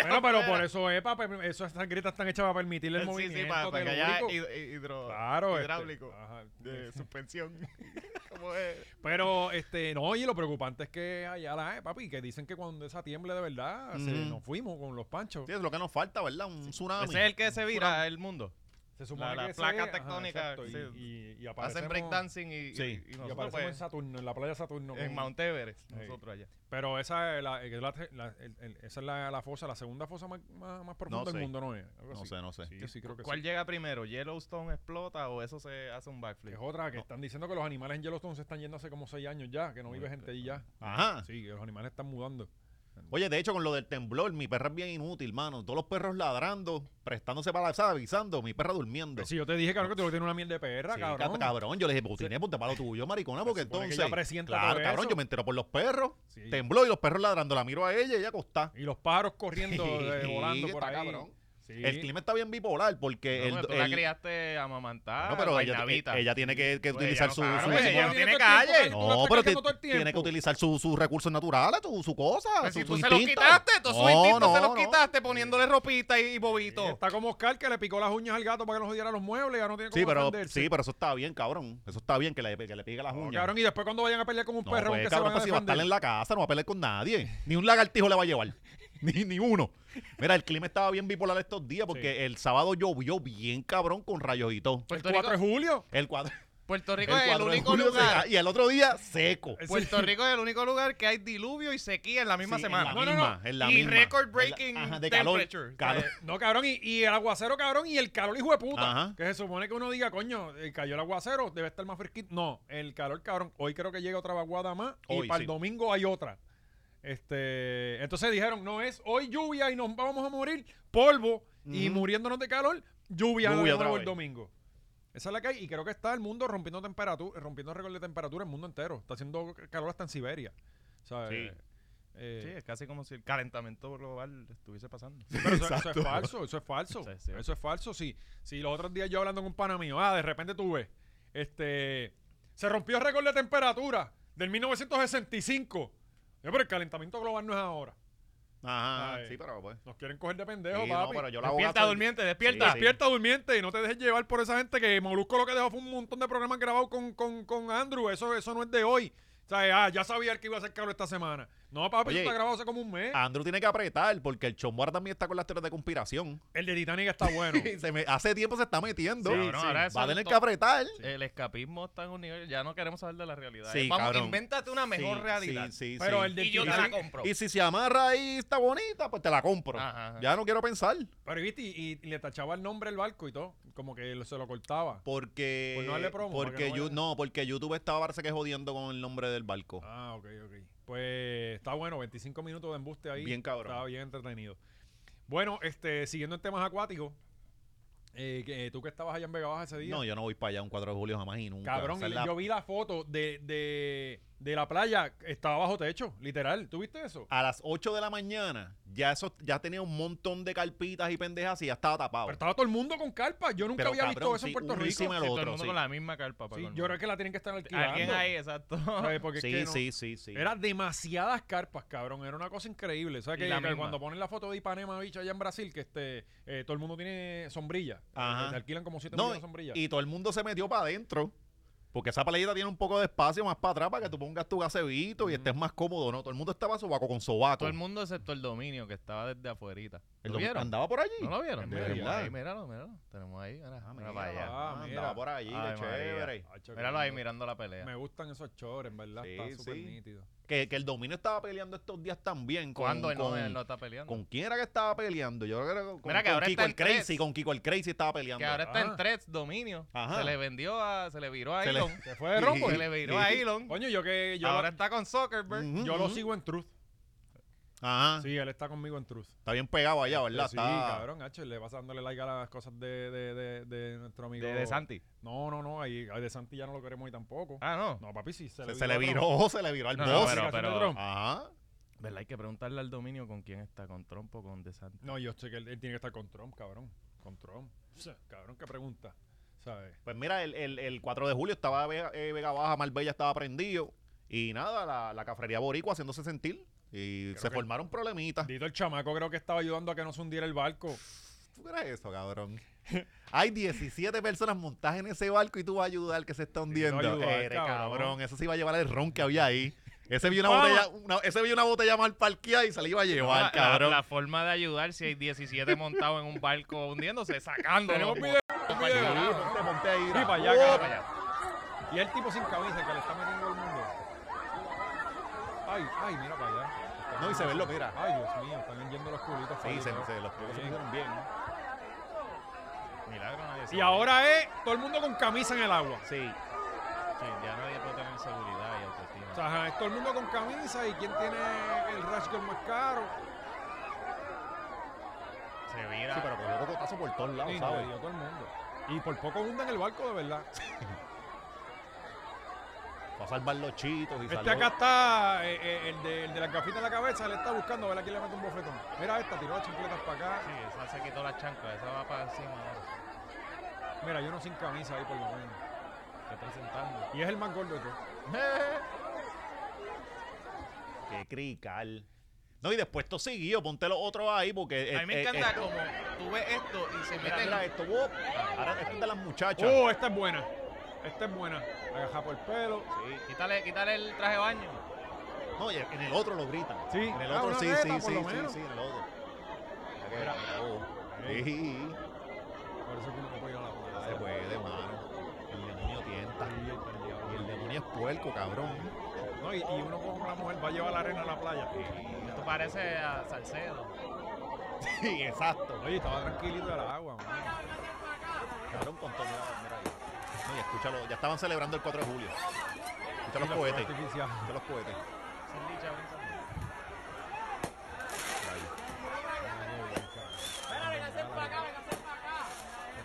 Speaker 1: Bueno, pero por eso es, pa- eso esas grietas están hechas para permitir el
Speaker 2: Sí, sí,
Speaker 1: movimiento
Speaker 2: para, para que haya
Speaker 1: telúrico.
Speaker 2: hid- hid- hidro-
Speaker 1: Claro, este,
Speaker 2: hidráulico
Speaker 1: ajá.
Speaker 2: de *laughs* suspensión. ¿Cómo es?
Speaker 1: Pero, este, no, y lo preocupante es que allá la eh, papi, que dicen que cuando esa tiembla de verdad, se-
Speaker 3: Ujú.
Speaker 1: nos fuimos con los panchos.
Speaker 3: Sí, es lo que nos falta, ¿verdad? Un tsunami.
Speaker 2: Ese es el que se vira el mundo.
Speaker 1: Se supone
Speaker 2: La- la
Speaker 1: que se-
Speaker 2: placa
Speaker 1: ajá,
Speaker 2: tectónica,
Speaker 1: exacto, y-
Speaker 2: sí.
Speaker 1: y, y,
Speaker 2: Hacen
Speaker 1: aparecemos-
Speaker 2: breakdancing y, y-
Speaker 3: Sí.
Speaker 2: y
Speaker 3: Y
Speaker 1: Y
Speaker 2: nosotros
Speaker 1: aparecemos
Speaker 2: pues,
Speaker 1: en Saturno, en la playa de Saturno.
Speaker 2: en
Speaker 1: con-
Speaker 2: Mount Everest,
Speaker 1: Sí.
Speaker 2: nosotros allá.
Speaker 1: Pero esa es, la, es la- la- el- el- esa es la, la fosa, la segunda fosa más, más, más profunda
Speaker 3: sé.
Speaker 1: del mundo, ¿no es? Algo
Speaker 3: No
Speaker 1: así.
Speaker 3: sé, no sé.
Speaker 1: Pues Sí, sí, creo que
Speaker 2: ¿Cuál
Speaker 1: sí.
Speaker 2: llega primero? ¿Yellowstone explota o eso se hace un
Speaker 1: Que
Speaker 2: backflip?
Speaker 1: Es otra que
Speaker 3: No.
Speaker 1: están diciendo que los animales en Yellowstone se están yendo hace como seis años ya, que no vive gente ahí ya.
Speaker 3: Ajá.
Speaker 1: Sí, que los animales están mudando.
Speaker 3: Oye, de hecho, con lo del temblor, mi perra es bien inútil, mano. Todos los perros ladrando, prestándose para la ¿sabes? avisando, mi perra durmiendo.
Speaker 1: Si yo te dije, cabrón, que tú tienes una miel de perra,
Speaker 3: Sí,
Speaker 1: cabrón.
Speaker 3: ca- Yo le dije, pues tienes ponte para lo tuyo, maricona, porque
Speaker 1: supone que
Speaker 3: entonces.
Speaker 1: ella presienta
Speaker 3: claro,
Speaker 1: todo
Speaker 3: cabrón,
Speaker 1: eso.
Speaker 3: yo me entero por los perros.
Speaker 1: Sí.
Speaker 3: Tembló y los perros ladrando. La miro a ella y ella acostada.
Speaker 1: Y los pájaros corriendo, eh,
Speaker 3: Sí,
Speaker 1: volando
Speaker 3: está
Speaker 1: por ahí.
Speaker 3: cabrón.
Speaker 1: Sí.
Speaker 3: El clima está bien bipolar porque.
Speaker 2: No,
Speaker 3: el,
Speaker 2: porque pues, tú la
Speaker 3: el-
Speaker 2: criaste amamantada,
Speaker 3: no, pero ella,
Speaker 2: guaynabita.
Speaker 3: ella tiene que, que
Speaker 2: Pues
Speaker 3: utilizar
Speaker 2: ella
Speaker 3: su.
Speaker 2: no-
Speaker 3: su-
Speaker 2: claro, pues
Speaker 3: su-
Speaker 2: ella no
Speaker 1: Tú todo
Speaker 2: tiene
Speaker 1: el tiempo
Speaker 2: calle.
Speaker 1: que tú la
Speaker 3: No,
Speaker 1: estás
Speaker 3: pero
Speaker 1: cargando
Speaker 3: ti-
Speaker 1: todo el
Speaker 3: tiene que
Speaker 1: tiempo.
Speaker 3: utilizar su- sus recursos naturales, tu- su cosa.
Speaker 2: Pues
Speaker 3: su-
Speaker 2: si
Speaker 3: su
Speaker 2: tú se los
Speaker 3: instinto.
Speaker 2: quitaste, tú
Speaker 3: No,
Speaker 2: sus instintos se
Speaker 3: no,
Speaker 2: los
Speaker 3: no.
Speaker 2: quitaste poniéndole ropita y, y bobito.
Speaker 1: Está como Oscar que le picó las uñas al gato para que no jodiera los muebles, ya no tiene
Speaker 3: Sí
Speaker 1: cómo
Speaker 3: pero,
Speaker 1: defenderse.
Speaker 3: sí, pero eso está bien, cabrón. Eso está bien que le, que le pique las
Speaker 1: No,
Speaker 3: uñas.
Speaker 1: cabrón, y después cuando vayan a pelear con un
Speaker 3: No,
Speaker 1: perro,
Speaker 3: pues,
Speaker 1: que
Speaker 3: cabrón,
Speaker 1: se van a
Speaker 3: si va a estar
Speaker 1: defender?
Speaker 3: en la casa, no va a pelear con nadie. Ni un lagartijo le va a llevar. *laughs* Ni, ni uno. Mira, el clima estaba bien bipolar estos días porque el sábado llovió bien cabrón con rayos y todo.
Speaker 1: El
Speaker 2: Puerto
Speaker 1: 4 de
Speaker 2: Rico,
Speaker 1: julio.
Speaker 3: El
Speaker 2: *laughs*
Speaker 3: cuadro,
Speaker 2: Puerto
Speaker 3: el
Speaker 2: Rico es el
Speaker 3: cuadro de
Speaker 2: único
Speaker 3: julio se
Speaker 2: lugar.
Speaker 3: ca- y el otro día seco.
Speaker 1: Sí.
Speaker 2: Puerto Rico es el único lugar que hay diluvio y sequía en la misma
Speaker 3: Sí, en
Speaker 2: semana.
Speaker 3: la misma, en la
Speaker 2: y
Speaker 3: misma.
Speaker 2: record breaking
Speaker 3: En la- ajá, de calor,
Speaker 2: temperature.
Speaker 3: calor.
Speaker 1: No, cabrón, y, y el aguacero, cabrón, y el calor, hijo de puta.
Speaker 3: Ajá.
Speaker 1: Que se supone que uno diga, coño, eh, cayó el aguacero, debe estar más fresquito. No, el calor, cabrón. Hoy creo que llega otra vaguada más y
Speaker 3: Hoy,
Speaker 1: para el
Speaker 3: sí.
Speaker 1: domingo hay otra. Este, entonces dijeron, no es hoy lluvia y nos vamos a morir, polvo y
Speaker 3: Ujú.
Speaker 1: muriéndonos de calor, lluvia, de
Speaker 3: Lluvia otra
Speaker 1: nuevo el
Speaker 3: vez.
Speaker 1: domingo. Esa es la que hay y creo que está el mundo rompiendo temperatura, rompiendo récord de temperatura el mundo entero. Está haciendo calor hasta en Siberia. ¿sabes?
Speaker 3: Sí.
Speaker 1: Eh,
Speaker 2: Sí, es casi como si el calentamiento global estuviese pasando.
Speaker 1: Pero eso, eso
Speaker 3: Exacto.
Speaker 1: es falso, eso es falso.
Speaker 2: Sí, sí.
Speaker 1: Eso es falso. Si, si los otros días yo hablando con un pana mío, ah, de repente tú ves, este, se rompió el récord de temperatura del 1965. Yo, pero el calentamiento global no es ahora.
Speaker 3: Ajá,
Speaker 1: Ay.
Speaker 3: sí, pero pues.
Speaker 1: Nos quieren coger de pendejo,
Speaker 3: Sí, no,
Speaker 1: papi.
Speaker 3: pero yo la abogazo-
Speaker 2: Despierta, durmiente, despierta.
Speaker 3: Sí, sí.
Speaker 1: Despierta durmiente y no te dejes llevar por esa gente que Molusco lo que dejó fue un montón de programas grabados con, con, con Andrew. Eso, eso no es de hoy. O sea, ah, ya sabía que iba a ser calor esta semana. No, papi,
Speaker 3: Oye, ah.
Speaker 1: eso está grabado hace como un mes.
Speaker 3: Andrew tiene que apretar porque el Chombar también está con las teorías de conspiración.
Speaker 1: El de Titanic está
Speaker 3: *laughs*
Speaker 1: bueno.
Speaker 3: Se me- hace tiempo se está metiendo.
Speaker 2: Sí, cabrón, ahora eso
Speaker 3: Va a
Speaker 2: es
Speaker 3: tener
Speaker 2: to-
Speaker 3: que apretar.
Speaker 2: El escapismo está en un nivel, ya no queremos saber de la realidad.
Speaker 3: Sí,
Speaker 2: Vamos,
Speaker 3: cabrón.
Speaker 2: invéntate una mejor
Speaker 3: Sí,
Speaker 2: realidad.
Speaker 3: sí, sí,
Speaker 1: pero
Speaker 3: sí.
Speaker 1: el de
Speaker 2: Y yo te la compro.
Speaker 3: Y si se amarra ahí está bonita, pues te la compro.
Speaker 2: Ajá, ajá.
Speaker 3: Ya no quiero pensar.
Speaker 1: Pero viste, y, y le tachaba el nombre al barco y todo. Como que lo- se lo cortaba.
Speaker 3: Porque.
Speaker 1: Por Pues no darle promo, para que
Speaker 3: porque
Speaker 1: no
Speaker 3: Yu-
Speaker 1: vayan.
Speaker 3: no, porque YouTube estaba parece que jodiendo con el nombre del barco.
Speaker 1: Ah, ok, ok. Pues está bueno, 25 minutos de embuste ahí.
Speaker 3: Bien cabrón.
Speaker 1: Estaba bien entretenido. Bueno, este, siguiendo en temas acuáticos, eh, que, tú que estabas allá en Vega Baja ese día.
Speaker 3: No, yo no voy para allá un 4 de julio jamás y nunca.
Speaker 1: cabrón,
Speaker 3: Esa es la-
Speaker 1: yo vi la foto de, de, de la playa, estaba bajo techo, literal. ¿Tú viste eso?
Speaker 3: A las 8 de la mañana ya eso ya tenía un montón de carpitas y pendejas y ya estaba tapado.
Speaker 1: Pero estaba todo el mundo con carpa. Yo nunca
Speaker 3: Ah, Pero,
Speaker 1: había
Speaker 3: cabrón,
Speaker 1: visto eso en
Speaker 3: sí,
Speaker 1: Puerto
Speaker 3: uno
Speaker 1: Rico.
Speaker 3: encima del
Speaker 2: Sí,
Speaker 1: Sí,
Speaker 2: todo
Speaker 3: otro.
Speaker 2: el mundo
Speaker 3: sí.
Speaker 2: con la misma carpa. para colmo.
Speaker 1: yo creo que la tienen que estar alquilando.
Speaker 2: Alguien ahí,
Speaker 3: *laughs*
Speaker 2: exacto.
Speaker 1: ¿sabes? Porque es
Speaker 3: Sí,
Speaker 1: que no-
Speaker 3: sí, sí, sí.
Speaker 1: Era demasiadas carpas, cabrón. Era una cosa increíble. ¿Sabes
Speaker 2: Y
Speaker 1: que,
Speaker 2: la
Speaker 1: que
Speaker 2: misma.
Speaker 1: cuando ponen la foto de Ipanema, bicho, allá en Brasil, que este, eh, todo el mundo tiene sombrilla.
Speaker 3: Ajá.
Speaker 1: Eh, te alquilan como 7
Speaker 3: No,
Speaker 1: millones de sombrillas.
Speaker 3: y todo el mundo se metió para adentro. Porque esa playita tiene un poco de espacio más para atrás para que tú pongas tu gasebito y estés más cómodo, ¿no? Todo el mundo estaba sobaco con sobaco.
Speaker 2: Todo el mundo excepto el dominio que estaba desde afuerita.
Speaker 3: El
Speaker 2: ¿Lo
Speaker 3: domingo
Speaker 2: vieron?
Speaker 3: Andaba por allí.
Speaker 2: ¿No lo vieron?
Speaker 1: En
Speaker 2: Tenemos
Speaker 1: verdad.
Speaker 2: ahí, míralo, míralo. Tenemos ahí, mira, mira
Speaker 3: Ah, mira,
Speaker 2: para allá.
Speaker 1: ah,
Speaker 3: andaba
Speaker 1: mira.
Speaker 3: por allí,
Speaker 2: Ay,
Speaker 3: qué
Speaker 2: María.
Speaker 3: chévere.
Speaker 1: Hacho,
Speaker 2: Míralo
Speaker 1: que
Speaker 2: ahí
Speaker 1: no-
Speaker 2: mirando la pelea.
Speaker 1: Me gustan esos chores, en verdad.
Speaker 3: Sí,
Speaker 1: Está súper
Speaker 3: sí.
Speaker 1: nítido.
Speaker 3: Que, que el dominio estaba peleando estos días también. Con,
Speaker 2: Cuando él no,
Speaker 3: con-
Speaker 2: él no está peleando.
Speaker 3: ¿Con quién era que estaba peleando? Yo creo que con,
Speaker 2: Mira que
Speaker 3: con
Speaker 2: ahora
Speaker 3: Kiko
Speaker 2: está
Speaker 3: el
Speaker 2: en tres.
Speaker 3: Crazy, con Kiko el Crazy estaba peleando.
Speaker 2: que ahora está
Speaker 1: Ah.
Speaker 2: en tres dominio.
Speaker 3: Ajá.
Speaker 2: Se le vendió a, se le viró a
Speaker 3: *laughs* Se le-
Speaker 2: Elon.
Speaker 1: Se fue de rombo.
Speaker 2: Se le viró a Elon.
Speaker 1: Coño, yo que. Yo,
Speaker 2: ahora
Speaker 1: lo,
Speaker 2: está con Zuckerberg.
Speaker 3: Ujú,
Speaker 1: yo lo
Speaker 3: ujú.
Speaker 1: sigo en Truth.
Speaker 3: Ajá.
Speaker 1: Sí, él está conmigo en Truth.
Speaker 3: Está bien pegado allá,
Speaker 2: Este
Speaker 3: ¿verdad?
Speaker 1: Pero Sí,
Speaker 3: Está-
Speaker 1: cabrón, hacho, le vas dándole like a las cosas de, de, de, de nuestro amigo.
Speaker 2: De, de Santi.
Speaker 1: No, no, no. Ahí, de Santi ya no lo queremos y tampoco.
Speaker 2: Ah, no.
Speaker 1: No, papi, sí. Se,
Speaker 3: Se, se le
Speaker 1: otro.
Speaker 3: viró, se le viró al
Speaker 2: No,
Speaker 3: boss.
Speaker 2: pero-
Speaker 1: Aplicación de Trump.
Speaker 3: Ajá.
Speaker 2: ¿Verdad? Hay que preguntarle al dominio con quién está, con Trump o con DeSantis.
Speaker 1: No, yo sé que él, él tiene que estar con Trump, cabrón. Con Trump. O sea, Cabrón, qué pregunta. ¿Sabes?
Speaker 3: Pues mira, el, el, el 4 de julio estaba Vega, eh, Vega Baja, Marbella estaba prendido. Y nada, la, la cafrería boricua haciéndose sentir. Y se
Speaker 1: que-
Speaker 3: formaron problemitas.
Speaker 1: Dito el chamaco creo que estaba ayudando a que no se hundiera el barco.
Speaker 3: ¿Tú crees eso, cabrón? Hay 17 personas montadas en ese barco y tú vas a ayudar que se está hundiendo.
Speaker 1: ayudar,
Speaker 3: Ere,
Speaker 1: cabrón.
Speaker 3: cabrón. Eso se iba a llevar el ron que había ahí. Ese vio una
Speaker 1: Vamos.
Speaker 3: botella, una- ese vio una botella mal parqueada y se la iba a llevar,
Speaker 2: la,
Speaker 3: cabrón.
Speaker 2: la- la forma de ayudar si hay 17 montados en un barco hundiéndose, sacando.
Speaker 1: Tenemos video, video.
Speaker 3: Sí, ponte, ponte ahí.
Speaker 1: Sí, para allá,
Speaker 3: Oh,
Speaker 1: cabrón, para allá. Y el tipo sin cabeza que le está metiendo el mundo. Ay, ay, mira para allá.
Speaker 3: No, y se ven los- mira.
Speaker 1: Ay, Dios mío, están yendo los culitos.
Speaker 3: Sí,
Speaker 1: para
Speaker 3: se,
Speaker 1: allá.
Speaker 3: se- los pies se
Speaker 1: Bien.
Speaker 3: pusieron bien.
Speaker 2: Milagro, nadie se
Speaker 1: Y
Speaker 2: murió.
Speaker 1: ahora es todo el mundo con camisa en el agua.
Speaker 3: Sí.
Speaker 2: Sí, ya nadie puede tener seguridad y autoestima.
Speaker 1: O sea, ajá, es todo el mundo con camisa y quién tiene el rasgo más caro.
Speaker 2: se vira.
Speaker 3: Sí, pero cogió cocotazo por todos lados,
Speaker 1: Sí,
Speaker 3: ¿sabes?
Speaker 1: jodió todo el mundo. Y por poco hunden el barco de verdad.
Speaker 3: Va a salvar los chitos y
Speaker 1: Este
Speaker 3: salvó-
Speaker 1: acá está, eh, eh, el, de, el de las gafitas en la cabeza, le está buscando a ver a quién le mete un bofetón. Mira esta, tiró las chancletas para
Speaker 2: Sí,
Speaker 1: acá.
Speaker 2: esa se quitó la chancla, esa va para encima ahora.
Speaker 1: Mira, yo uno sin camisa ahí por lo menos.
Speaker 2: Representando.
Speaker 1: Y es el más gordo de todos.
Speaker 3: *laughs* Qué crical. No, y después esto siguió, ponte los otros ahí porque...
Speaker 2: A
Speaker 3: eh,
Speaker 2: mí
Speaker 3: eh,
Speaker 2: me encanta
Speaker 3: eh,
Speaker 2: como tú ves esto y se
Speaker 3: mira,
Speaker 2: mete
Speaker 3: mira esto, wow. Ahora esto es de las muchachas.
Speaker 1: Oh, esta es buena. Esta es buena. Agaja por el pelo.
Speaker 2: Quítale, quítale el traje de baño.
Speaker 3: No, y en el otro lo gritan.
Speaker 1: Sí.
Speaker 3: En el
Speaker 1: Ah,
Speaker 3: otro
Speaker 1: una
Speaker 3: sí,
Speaker 1: reta,
Speaker 3: sí,
Speaker 1: por
Speaker 3: sí,
Speaker 1: lo
Speaker 3: sí,
Speaker 1: menos.
Speaker 3: sí, en el otro.
Speaker 1: Mira.
Speaker 3: Oh.
Speaker 1: Ey.
Speaker 3: Sí,
Speaker 1: Por eso es que uno no puede ir a la boda.
Speaker 3: se puede, mano. El demonio tienta.
Speaker 1: Ahí está el diablo.
Speaker 3: Y el demonio es puerco, cabrón. *laughs*
Speaker 1: No, y, y uno como la mujer va a llevar la arena a la playa.
Speaker 2: Esto parece a Salcedo.
Speaker 3: Sí, exacto.
Speaker 1: Oye, estaba tranquilito de la agua, mano.
Speaker 3: Cabrón con todo. Mira, mira ahí. No, y escúchalo, ya estaban celebrando el 4 de julio. Escucha
Speaker 1: Y
Speaker 3: los
Speaker 1: la
Speaker 3: cohetes.
Speaker 1: artificial.
Speaker 3: Escucha los cohetes.
Speaker 2: Sin dicha, brincando.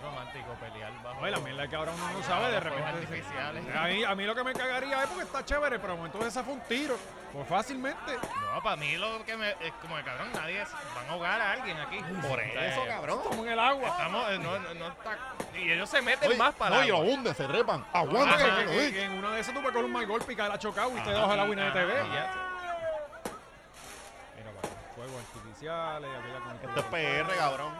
Speaker 2: romántico pelear bajo.
Speaker 1: Oye, la mierda es que ahora uno no sabe de
Speaker 2: fuegos
Speaker 1: repente.
Speaker 2: artificiales.
Speaker 1: A mí, a mí lo que me cagaría es porque está chévere, pero entonces esa fue un tiro. Pues fácilmente.
Speaker 2: No, para mí lo que me. Es como de cabrón, nadie. es- van a ahogar a alguien aquí.
Speaker 3: Por
Speaker 2: O sea,
Speaker 3: eso, cabrón.
Speaker 1: Como en el
Speaker 3: Ah,
Speaker 1: agua.
Speaker 2: Estamos. eh, No, no, no está. Y ellos se meten
Speaker 3: Oye,
Speaker 2: más para.
Speaker 3: No, y
Speaker 2: el
Speaker 3: lo
Speaker 2: agua.
Speaker 3: hunde, se repan. Aguanta.
Speaker 1: Bueno,
Speaker 3: ¿eh?
Speaker 2: Ah,
Speaker 1: que-
Speaker 3: que-
Speaker 1: que-
Speaker 3: que-
Speaker 1: que en una de esas tú me con un mal golpe y cae la chocado
Speaker 3: Ah,
Speaker 1: y te
Speaker 2: Ajá,
Speaker 1: dos a la wina de
Speaker 2: ajá,
Speaker 1: TV.
Speaker 2: y Ah, ya.
Speaker 1: Mira, para, fuegos artificiales, aquella con el
Speaker 3: Esto es PR, cabrón.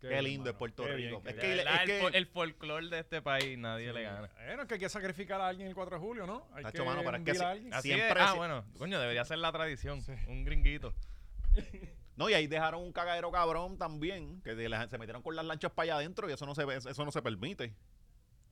Speaker 3: Qué lindo es
Speaker 1: hermano,
Speaker 3: Puerto
Speaker 1: qué
Speaker 3: Rico.
Speaker 1: qué
Speaker 3: Es
Speaker 2: De
Speaker 3: que-
Speaker 2: verdad,
Speaker 3: es
Speaker 2: el, fol-
Speaker 3: que-
Speaker 2: el folclore de este país nadie le gana.
Speaker 1: Bueno, es que hay que sacrificar a alguien el 4 de julio, ¿no? Hay
Speaker 3: Nacho, mano, pero es que
Speaker 1: hundir a
Speaker 3: sí-
Speaker 1: alguien.
Speaker 2: Así
Speaker 3: Siempre
Speaker 2: es. Ah,
Speaker 3: si-
Speaker 2: bueno, coño, debería ser la tradición. Un gringuito.
Speaker 3: No, y ahí dejaron un cagadero cabrón también, que de la- se metieron con las lanchas para allá adentro y eso no se ve- eso no se permite.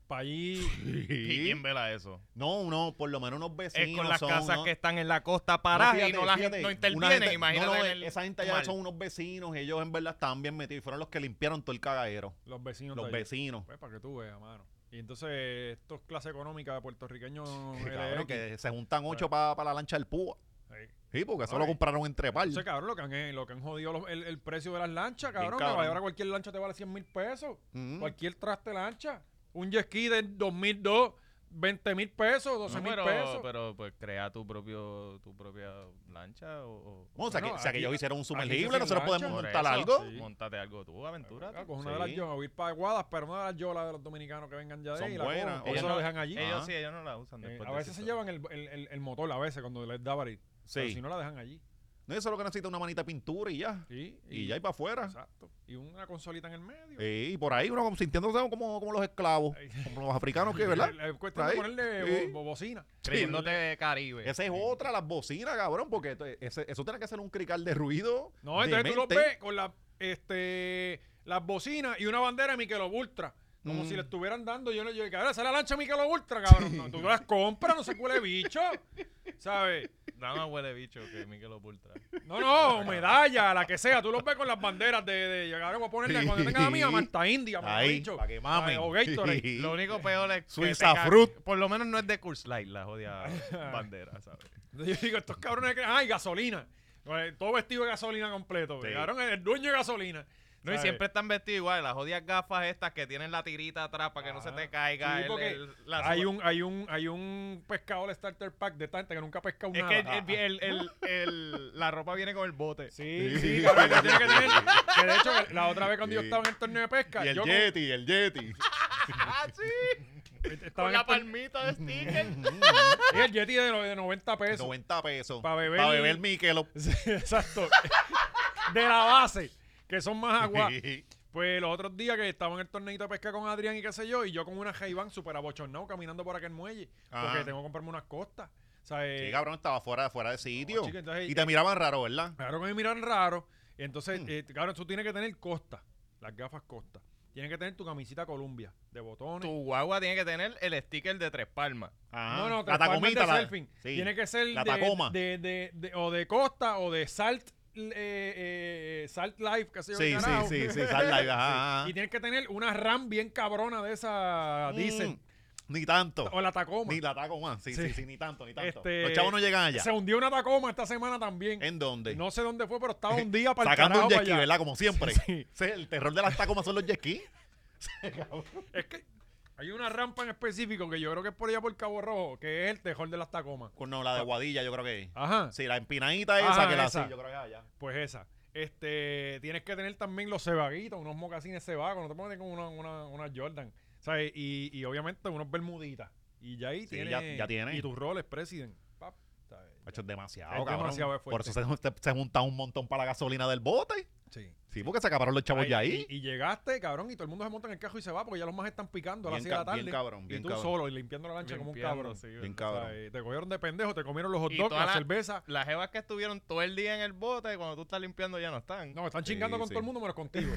Speaker 1: Para allí.
Speaker 2: ¿Y quién vela eso?
Speaker 3: No, no, por lo menos unos vecinos
Speaker 2: es con las
Speaker 3: son,
Speaker 2: casas
Speaker 3: ¿no?
Speaker 2: que están en la costa paradas
Speaker 3: fíjate,
Speaker 2: y no, la
Speaker 3: fíjate,
Speaker 2: gente, no
Speaker 3: una
Speaker 2: intervienen.
Speaker 3: gente-
Speaker 2: imagínate.
Speaker 3: no, no,
Speaker 2: en el
Speaker 3: esa gente allá
Speaker 2: mar.
Speaker 3: son unos vecinos, ellos en verdad estaban bien metidos y fueron los que limpiaron todo el cagadero.
Speaker 1: Los vecinos.
Speaker 3: Los
Speaker 1: de allí.
Speaker 3: vecinos.
Speaker 1: Pues para que tú veas, mano. Y entonces, estos clases económicas puertorriqueños.
Speaker 3: Cabrón,
Speaker 1: LX,
Speaker 3: que se juntan
Speaker 2: Pues.
Speaker 3: ocho para la lancha del púa.
Speaker 1: sí.
Speaker 3: Sí, porque eso
Speaker 1: Ay.
Speaker 3: lo compraron entre par.
Speaker 1: Entonces, cabrón, lo que han, eh, lo que han jodido los- el, el precio de las lanchas,
Speaker 3: Bien,
Speaker 1: cabrón.
Speaker 3: cabrón.
Speaker 1: Que ahora cualquier lancha te vale 100 mil pesos.
Speaker 3: Mm.
Speaker 1: Cualquier traste lancha. Un jet ski del 2002, 20 mil pesos, 12
Speaker 2: No,
Speaker 1: mil
Speaker 2: pero,
Speaker 1: pesos.
Speaker 2: pero pues crea tu propio tu propia lancha o, o
Speaker 3: Bueno, o sea, que,
Speaker 1: Bueno,
Speaker 3: o sea, que
Speaker 1: aquí-
Speaker 3: ellos hicieron un
Speaker 1: aquí
Speaker 3: sumergible,
Speaker 1: se
Speaker 3: nosotros
Speaker 1: lancha.
Speaker 3: podemos
Speaker 2: por
Speaker 3: montar
Speaker 2: eso,
Speaker 3: algo.
Speaker 2: sí. Montate algo tú, aventura.
Speaker 1: Ah, con una de las
Speaker 3: Sí.
Speaker 1: yolas, voy a ir para Guadas, pero una de las yolas de los dominicanos que vengan ya de
Speaker 3: Son
Speaker 1: ahí. la
Speaker 3: buenas,
Speaker 1: cogen, O
Speaker 3: ellas
Speaker 1: eso
Speaker 2: no-
Speaker 1: lo dejan allí.
Speaker 3: ellas
Speaker 2: Ellos
Speaker 3: Ah.
Speaker 2: sí, ellos no la usan.
Speaker 1: Eh,
Speaker 2: después
Speaker 1: a
Speaker 2: de
Speaker 1: veces se
Speaker 2: cierto-
Speaker 1: llevan el, el- el- el motor, a veces, cuando les da barit. Pero
Speaker 3: Sí.
Speaker 1: si no la dejan allí.
Speaker 3: No, eso es lo que necesita una manita de pintura y ya.
Speaker 1: Sí,
Speaker 3: Y, ya y para afuera.
Speaker 1: Exacto. Y una consolita en el medio.
Speaker 3: Sí, y por ahí uno como- sintiéndose como, como los esclavos,
Speaker 1: Ay.
Speaker 3: como los africanos que,
Speaker 1: *laughs*
Speaker 3: ¿verdad?
Speaker 1: Eh, eh, cuestión
Speaker 3: Ahí.
Speaker 1: de ponerle
Speaker 3: Sí.
Speaker 1: bo- bo- bocina.
Speaker 2: Creyéndote Caribe.
Speaker 3: Esa es otra, las bocinas, cabrón, porque esto- ese- eso tiene que ser un crical de ruido.
Speaker 1: No, entonces tú los
Speaker 3: demente.
Speaker 1: ves con la, este, las bocinas y una bandera de Michelob Ultra. Como
Speaker 3: Mm.
Speaker 1: si le estuvieran dando. Yo, no- yo cabrón, esa es la lancha Michelob Ultra, cabrón. No, tú las compras, no se cuele bicho. ¿Sabes?
Speaker 2: Nada más huele bicho que Mikel *laughs* Opultra.
Speaker 1: No,
Speaker 3: *laughs*
Speaker 1: no, medalla, la que sea. Tú los ves con las banderas de. de yo, cabrón, voy a ponerle cuando yo tenga la mía, Marta India, me
Speaker 3: Ahí,
Speaker 1: bicho.
Speaker 3: para que mamen.
Speaker 1: O Gatorade.
Speaker 3: Sí.
Speaker 2: Lo único peor es que
Speaker 3: Suiza
Speaker 2: te ca-
Speaker 3: Fruit.
Speaker 2: Por lo menos no es de Curse Light la jodida
Speaker 3: *laughs*
Speaker 2: bandera, ¿sabes?
Speaker 1: *laughs* Yo digo, estos cabrones que. ¡Ay, gasolina! Eh, Todo vestido de gasolina completo.
Speaker 3: Sí.
Speaker 1: Cabrón, el dueño de gasolina.
Speaker 2: No, y
Speaker 1: ¿Sabes?
Speaker 2: siempre están vestidos igual, las jodidas gafas estas que tienen la tirita atrás para que no se te
Speaker 1: Ajá.
Speaker 2: caiga
Speaker 1: Ah. Sí,
Speaker 2: el-
Speaker 1: porque
Speaker 2: el- la
Speaker 1: hay
Speaker 2: sola-
Speaker 1: un, hay un, hay un pescador starter pack de tanta que nunca ha pescado
Speaker 2: Es
Speaker 1: nada.
Speaker 2: que el- el- el- el- la ropa viene con el bote.
Speaker 1: Sí,
Speaker 3: Sí.
Speaker 1: sí, cabrón, que tiene que tener. Que de hecho, que la otra vez cuando yo
Speaker 3: Sí.
Speaker 1: estaba en el torneo de pesca,
Speaker 3: Y el
Speaker 1: yo con-
Speaker 3: Yeti,
Speaker 1: *laughs*
Speaker 3: el Yeti. *laughs*
Speaker 2: ¡Ah, sí!
Speaker 1: estaba
Speaker 2: Con
Speaker 1: en el
Speaker 2: la
Speaker 1: torneo-
Speaker 2: palmita de
Speaker 1: *laughs*
Speaker 2: sticker.
Speaker 1: y el Yeti de, no- de 90 pesos.
Speaker 3: 90 pesos.
Speaker 1: Pa' beber-
Speaker 3: Para beber Michelob.
Speaker 1: *laughs* Sí, Exacto. De la base, que son más aguas.
Speaker 3: *laughs* Sí.
Speaker 1: Pues los otros días que estaba en el torneito de pesca con Adrián y qué sé yo, y yo con una Jaivan super abochornado caminando por aquel muelle, porque
Speaker 3: Ajá.
Speaker 1: tengo que comprarme unas costas. O sea, eh,
Speaker 3: Sí, cabrón, estaba fuera, fuera de sitio.
Speaker 1: chico, entonces- eh,
Speaker 3: y te miraban raro, ¿verdad?
Speaker 1: Claro que me miran raro. Y entonces,
Speaker 3: Hmm.
Speaker 1: eh, claro, tú tienes que tener costa, las gafas costa. Tienes que tener tu camisita Columbia de botones.
Speaker 2: Tu guagua tiene que tener el sticker de tres palmas.
Speaker 3: Ajá.
Speaker 1: No, no,
Speaker 3: la tacomita.
Speaker 1: la,
Speaker 3: Ah. la-
Speaker 1: surfing.
Speaker 3: sí.
Speaker 1: Tiene que ser
Speaker 3: La
Speaker 1: de,
Speaker 3: Tacoma.
Speaker 1: de- de- de- o de costa o de Salt eh, eh, Salt Life, qué sé yo,
Speaker 3: Sí,
Speaker 1: qué
Speaker 3: sí,
Speaker 1: carajo.
Speaker 3: sí,
Speaker 1: *laughs*
Speaker 3: sí, sal la- ajá, ajá.
Speaker 1: Y tienes que tener una RAM bien cabrona de esa
Speaker 3: Mm,
Speaker 1: dicen
Speaker 3: Ni tanto.
Speaker 1: o la Tacoma.
Speaker 3: Ni la Tacoma. Sí, sí,
Speaker 1: Sí.
Speaker 3: sí, ni tanto, ni tanto.
Speaker 1: Este,
Speaker 3: Los chavos no llegan allá.
Speaker 1: Se hundió una Tacoma esta semana también.
Speaker 3: ¿En dónde?
Speaker 1: No sé dónde fue, pero estaba un día para el
Speaker 3: Sacando
Speaker 1: carajo
Speaker 3: un jet
Speaker 1: para
Speaker 3: ski,
Speaker 1: allá.
Speaker 3: ¿verdad? Como siempre.
Speaker 1: Sí.
Speaker 3: Ese es El terror de las tacomas son los jet ski.
Speaker 1: Es que hay una rampa en específico que yo creo que es por allá por Cabo Rojo, que es el tejón de las Tacomas.
Speaker 3: Con- No, la de Guadilla, yo creo que es.
Speaker 1: Ajá,
Speaker 3: Sí, la empinadita esa
Speaker 1: Ajá,
Speaker 3: que la
Speaker 1: Ah. esa.
Speaker 3: sí, yo creo que es allá.
Speaker 1: pues esa. Este, tienes que tener también los cebaguitos, unos mocasines cebagos, no te pones con una, una, una Jordan. ¿Sabes? Y, y obviamente unos bermuditas. Y ya ahí tienes.
Speaker 3: ya- ya tienes.
Speaker 1: Y tus roles, president. Pap, ¿sabes?
Speaker 3: Macho, es demasiado,
Speaker 1: Es
Speaker 3: cabrón.
Speaker 1: demasiado, es
Speaker 3: Por
Speaker 1: fuerte.
Speaker 3: eso se, se, se junta un montón para la gasolina del bote.
Speaker 1: Sí.
Speaker 3: Sí, porque se acabaron los chavos
Speaker 1: Ay,
Speaker 3: ya ahí.
Speaker 1: Y, y llegaste, cabrón, y todo el mundo se monta en el carro y se va porque ya los más están picando a las 6
Speaker 3: Bien
Speaker 1: de la
Speaker 3: ca-
Speaker 1: tarde.
Speaker 3: bien cabrón, bien
Speaker 1: y tú
Speaker 3: cabrón.
Speaker 1: solo y limpiando la lancha como un
Speaker 2: Limpiando,
Speaker 1: cabrón.
Speaker 2: sí,
Speaker 3: Bien
Speaker 2: ¿verdad?
Speaker 3: cabrón.
Speaker 1: ¿Sabes? Te cogieron de pendejo, te comieron los hot
Speaker 2: Y
Speaker 1: dogs,
Speaker 2: toda
Speaker 1: la
Speaker 2: la-
Speaker 1: cerveza.
Speaker 2: Las jevas que estuvieron todo el día en el bote, cuando tú estás limpiando ya no están.
Speaker 1: No, están
Speaker 3: Sí,
Speaker 1: chingando con
Speaker 3: sí.
Speaker 1: todo el mundo menos
Speaker 3: *laughs*
Speaker 1: contigo.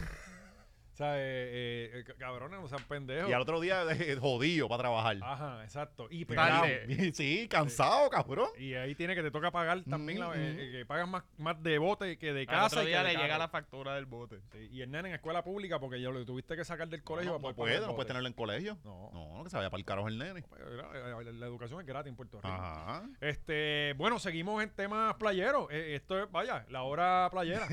Speaker 1: o sea, eh, eh, eh, cabrones, no sean
Speaker 3: Y,
Speaker 1: pendejos.
Speaker 3: al otro día eh, *laughs* jodido para trabajar.
Speaker 1: Ajá, exacto. Y
Speaker 2: Tarde.
Speaker 1: pegado.
Speaker 3: *laughs* Sí, cansado, cabrón.
Speaker 1: Y ahí tiene que te toca pagar también, la-
Speaker 3: Mm,
Speaker 1: eh,
Speaker 3: mm.
Speaker 1: eh, que pagas más, más de bote que de
Speaker 2: Al
Speaker 1: casa.
Speaker 2: otro
Speaker 1: y que
Speaker 2: día
Speaker 1: de
Speaker 2: le llega
Speaker 1: carro.
Speaker 2: la factura del bote.
Speaker 1: Sí, Y el nene en escuela pública porque ya lo tuviste que sacar del colegio
Speaker 3: no,
Speaker 1: para poder
Speaker 3: no puede,
Speaker 1: pagar
Speaker 3: no
Speaker 1: el
Speaker 3: puede
Speaker 1: bote.
Speaker 3: tenerlo en colegio.
Speaker 1: No.
Speaker 3: No, que se vaya para el carajo el nene.
Speaker 1: Pues, la, la- la educación es gratis en Puerto Rico.
Speaker 3: Ajá.
Speaker 1: Este, bueno, seguimos en temas playeros.
Speaker 3: *laughs*
Speaker 1: Eh, esto es, vaya, la hora playera.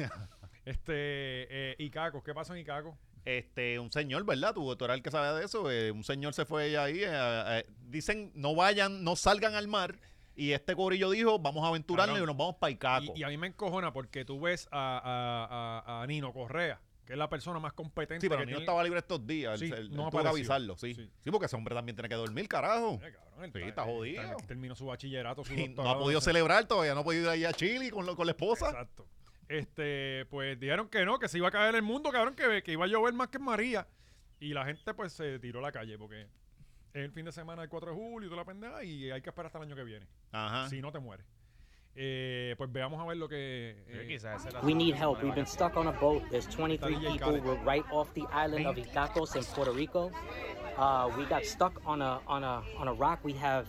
Speaker 1: este, eh, Icacos, ¿qué pasó en Icacos?
Speaker 3: Este, un señor, ¿verdad? Tu tú eras el que sabía de eso. eh, un señor se fue ahí. eh, eh, dicen, no vayan, no salgan al mar. Y este corillo dijo, vamos a aventurarnos
Speaker 1: Cabrón.
Speaker 3: y nos vamos para Icaco.
Speaker 1: Y, y a mí me encojona porque tú ves a, a- a- a Nino Correa, que es la persona más competente.
Speaker 3: Sí, pero
Speaker 1: que
Speaker 3: el niño
Speaker 1: tiene-
Speaker 3: estaba libre estos días. él-
Speaker 1: Sí,
Speaker 3: él- él
Speaker 1: no
Speaker 3: tuvo que
Speaker 1: apareció.
Speaker 3: avisarlo, sí.
Speaker 1: Sí.
Speaker 3: sí. porque ese hombre también tiene que dormir, carajo.
Speaker 1: Mira, Eh, cabrón, él
Speaker 3: Sí, está jodido.
Speaker 1: él Terminó su bachillerato, su
Speaker 3: Y no
Speaker 1: doctorado,
Speaker 3: ha podido
Speaker 1: sé.
Speaker 3: celebrar todavía, no ha podido ir ahí a Chile con, lo- con la esposa.
Speaker 1: Exacto. Este, pues dijeron que no, que se iba a caer el mundo, cabrón, que, que iba a llover más que en María. Y la gente, pues, se tiró a la calle porque es el fin de semana del 4 de julio y toda la pendeja y hay que esperar hasta el año que viene.
Speaker 3: Ajá.
Speaker 1: Si no te mueres. Eh, pues veamos a ver lo que. eh,
Speaker 4: We need help. We've been stuck on a boat. There's 23
Speaker 1: Daddy,
Speaker 4: people.
Speaker 1: got it.
Speaker 4: We're right off the island of Icacos in Puerto Rico. Uh, we got stuck on a on a on a rock. We have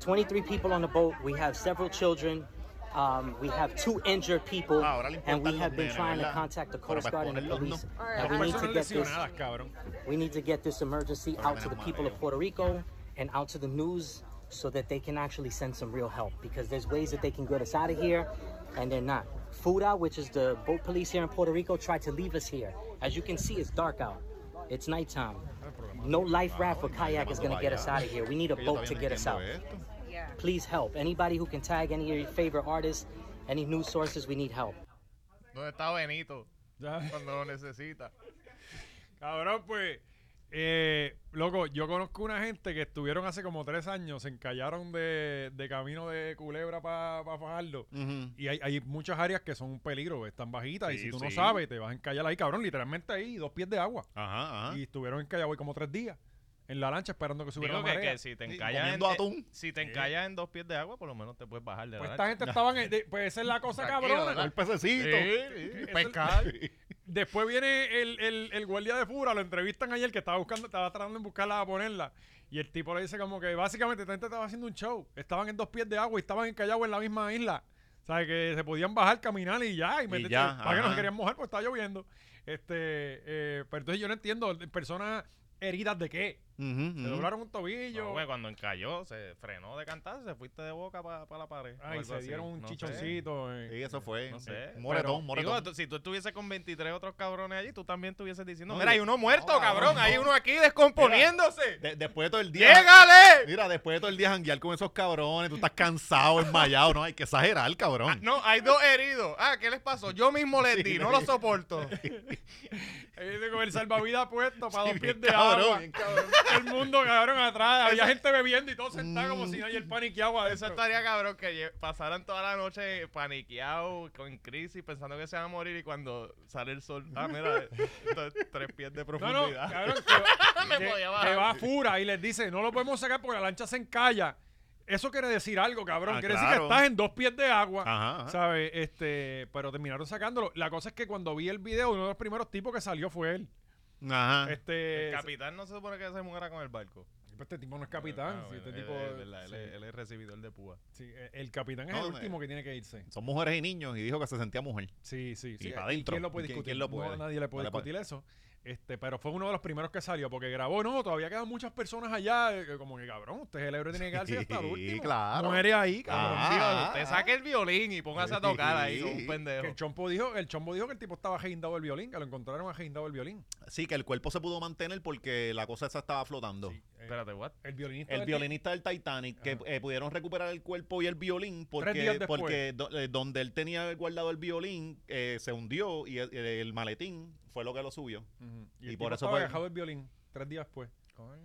Speaker 4: 23 people on the boat. We have several children. Um, we have two injured people,
Speaker 3: Ahora le importan
Speaker 4: and we
Speaker 3: los
Speaker 4: have been
Speaker 3: nenes,
Speaker 4: trying to
Speaker 3: ¿verdad?
Speaker 4: contact the
Speaker 3: Pero
Speaker 4: Coast
Speaker 3: para
Speaker 4: Guard and the
Speaker 3: exponerlos,
Speaker 4: police.
Speaker 3: no.
Speaker 4: And
Speaker 1: Las
Speaker 4: we need to
Speaker 1: personas
Speaker 4: get this.
Speaker 1: lesionadas, cabrón.
Speaker 4: We need to get this emergency out to the people of Puerto Rico and out to the news so that they can actually send some real help because there's ways that they can get us out of here and they're not. FUDA, which is the boat police here in Puerto Rico, tried to leave us here. As you can see, it's dark out. It's nighttime. No life raft or kayak is going to get us out of here. We need a
Speaker 3: Que yo
Speaker 4: boat
Speaker 3: todavía
Speaker 4: to
Speaker 3: no
Speaker 4: get us out.
Speaker 3: entiendo esto.
Speaker 4: Please help. Anybody who can tag any of your favorite artists, any news sources, we need help.
Speaker 2: ¿Dónde está Benito?
Speaker 1: Ya.
Speaker 2: Cuando lo necesita.
Speaker 1: Cabrón, pues. eh, loco, yo conozco una gente que estuvieron hace como tres años, se encallaron de, de camino de Culebra para Fajardo.
Speaker 3: Ujú.
Speaker 1: Y hay, hay muchas áreas que son un peligro, están bajitas. y
Speaker 3: Sí,
Speaker 1: si tú no
Speaker 3: sí.
Speaker 1: sabes, te vas a encallar ahí, cabrón, literalmente ahí, dos pies de agua.
Speaker 3: Ajá,
Speaker 2: Ah.
Speaker 3: ajá.
Speaker 1: Y estuvieron encallados ahí como tres días en la lancha esperando que subiera
Speaker 2: Digo
Speaker 1: la
Speaker 2: que,
Speaker 1: marea.
Speaker 2: que si te
Speaker 3: Sí,
Speaker 2: encallas en,
Speaker 3: comiendo atún.
Speaker 2: si te encallas en dos pies de agua, por lo menos te puedes bajar de
Speaker 1: Pues
Speaker 2: la
Speaker 1: esta gente estaban. en- de- pues esa es la cosa,
Speaker 2: Tranquilo,
Speaker 1: cabrón.
Speaker 2: ¿verdad?
Speaker 3: El pececito.
Speaker 2: Sí, sí, pescar. *laughs*
Speaker 1: Después viene el, el- el guardia de fura, lo entrevistan ayer que estaba buscando, estaba tratando de buscarla a ponerla. Y el tipo le dice como que básicamente esta gente estaba haciendo un show. Estaban en dos pies de agua y estaban encallados en la misma isla. O sea, que se podían bajar, caminar y ya. Y, meterse-
Speaker 3: ya,
Speaker 1: para que no se
Speaker 3: ajá.
Speaker 1: querían mojar porque estaba lloviendo. Este, eh, pero entonces yo no entiendo, personas heridas de qué.
Speaker 3: Ujú,
Speaker 1: Se
Speaker 3: ujú.
Speaker 1: doblaron un
Speaker 2: No,
Speaker 1: tobillo.
Speaker 2: güey, cuando encalló, se frenó de cantar, se fuiste de boca para la pared. o
Speaker 1: ay,
Speaker 2: algo
Speaker 1: se
Speaker 2: así.
Speaker 1: dieron un
Speaker 2: No sé.
Speaker 1: chichoncito. eh.
Speaker 3: Sí, eso fue.
Speaker 2: No sé.
Speaker 3: Un Moretón, un
Speaker 2: Digo,
Speaker 3: moretón.
Speaker 2: tú- si tú estuvieses con 23 otros cabrones allí, tú también estuvieses diciendo,
Speaker 3: No,
Speaker 2: mira, hay
Speaker 3: yo-
Speaker 2: uno muerto,
Speaker 3: no,
Speaker 2: cabrón,
Speaker 3: no.
Speaker 2: hay uno aquí descomponiéndose.
Speaker 3: De- después de todo el día.
Speaker 2: ¡Llégale!
Speaker 3: Mira, después de todo el día janguear con esos cabrones, tú estás cansado, enmayado, no, hay que exagerar, cabrón.
Speaker 2: Ah, No, hay dos heridos. Ah, ¿qué les pasó? Yo mismo les di, no lo *laughs* soporto.
Speaker 1: Ahí con el salvavidas puesto para dos
Speaker 3: Sí,
Speaker 1: pies
Speaker 3: bien
Speaker 1: de
Speaker 3: cabrón,
Speaker 1: agua.
Speaker 3: bien cabrón.
Speaker 1: Todo el mundo cabrón atrás. Había gente bebiendo y todo sentado
Speaker 3: Mm.
Speaker 1: como si no hay el pánico y agua de
Speaker 2: Eso estaría cabrón que lle- pasaran toda la noche paniqueados, con crisis, pensando que se van a morir y cuando sale el sol, ah, *laughs* mira, t- tres pies de
Speaker 1: No, no,
Speaker 2: profundidad.
Speaker 1: cabrón.
Speaker 3: *laughs*
Speaker 1: Que va,
Speaker 2: Me
Speaker 1: que-
Speaker 2: podía bajar.
Speaker 1: que va a fura y les dice, no lo podemos sacar porque la lancha se encalla. Eso quiere decir algo, cabrón.
Speaker 3: Ah,
Speaker 1: quiere decir
Speaker 3: claro.
Speaker 1: que estás en dos pies de agua.
Speaker 3: Ajá, ajá.
Speaker 1: ¿Sabes? Este, pero terminaron sacándolo. La cosa es que cuando vi el video, uno de los primeros tipos que salió fue él.
Speaker 3: Ajá.
Speaker 1: Este,
Speaker 2: El capitán no se supone que se muera con el barco.
Speaker 1: este tipo no es capitán.
Speaker 2: Ah,
Speaker 1: sí,
Speaker 2: bueno,
Speaker 1: este
Speaker 2: él-
Speaker 1: tipo,
Speaker 2: él- él- él-
Speaker 1: sí,
Speaker 2: él es recibidor de púa.
Speaker 1: sí, el- el capitán es
Speaker 3: No,
Speaker 1: el
Speaker 3: me-
Speaker 1: último que tiene que irse.
Speaker 3: Son mujeres y niños y dijo que se sentía mujer.
Speaker 1: Sí, sí. sí.
Speaker 3: Y para adentro.
Speaker 1: ¿Quién lo puede
Speaker 3: ¿Quién-
Speaker 1: discutir?
Speaker 3: quién lo puede?
Speaker 1: No, nadie le puede
Speaker 3: Dale, pa'
Speaker 1: discutir eso. Este, pero fue uno de los primeros que salió porque grabó, no, todavía quedan muchas personas allá, eh, como que cabrón, usted es el héroe tiene que quedarse hasta el
Speaker 3: *laughs* Sí,
Speaker 1: último.
Speaker 3: claro.
Speaker 1: No eres ahí, cabrón.
Speaker 3: Ah,
Speaker 2: Digo,
Speaker 3: ah,
Speaker 2: usted
Speaker 3: ah.
Speaker 2: saque el violín y póngase a tocar ahí
Speaker 3: Sí.
Speaker 2: con un
Speaker 1: Que
Speaker 2: pendejo.
Speaker 1: el chompo dijo, el chombo dijo que el tipo estaba agendado el violín, que lo encontraron agendado el violín.
Speaker 3: Sí, que el cuerpo se pudo mantener porque la cosa esa estaba flotando.
Speaker 1: Sí, eh,
Speaker 2: Espérate, what?
Speaker 1: el violinista.
Speaker 3: El
Speaker 1: del-
Speaker 3: violinista del Titanic, que eh, pudieron recuperar el cuerpo y el
Speaker 1: días
Speaker 3: violín porque,
Speaker 1: después.
Speaker 3: porque do- eh, donde él tenía guardado el violín eh, se hundió y el, el maletín fue lo que lo subió.
Speaker 1: Ujú. Y,
Speaker 3: y
Speaker 1: el tipo
Speaker 3: por eso
Speaker 1: estaba
Speaker 3: fue-
Speaker 1: agarrado el violín tres días después.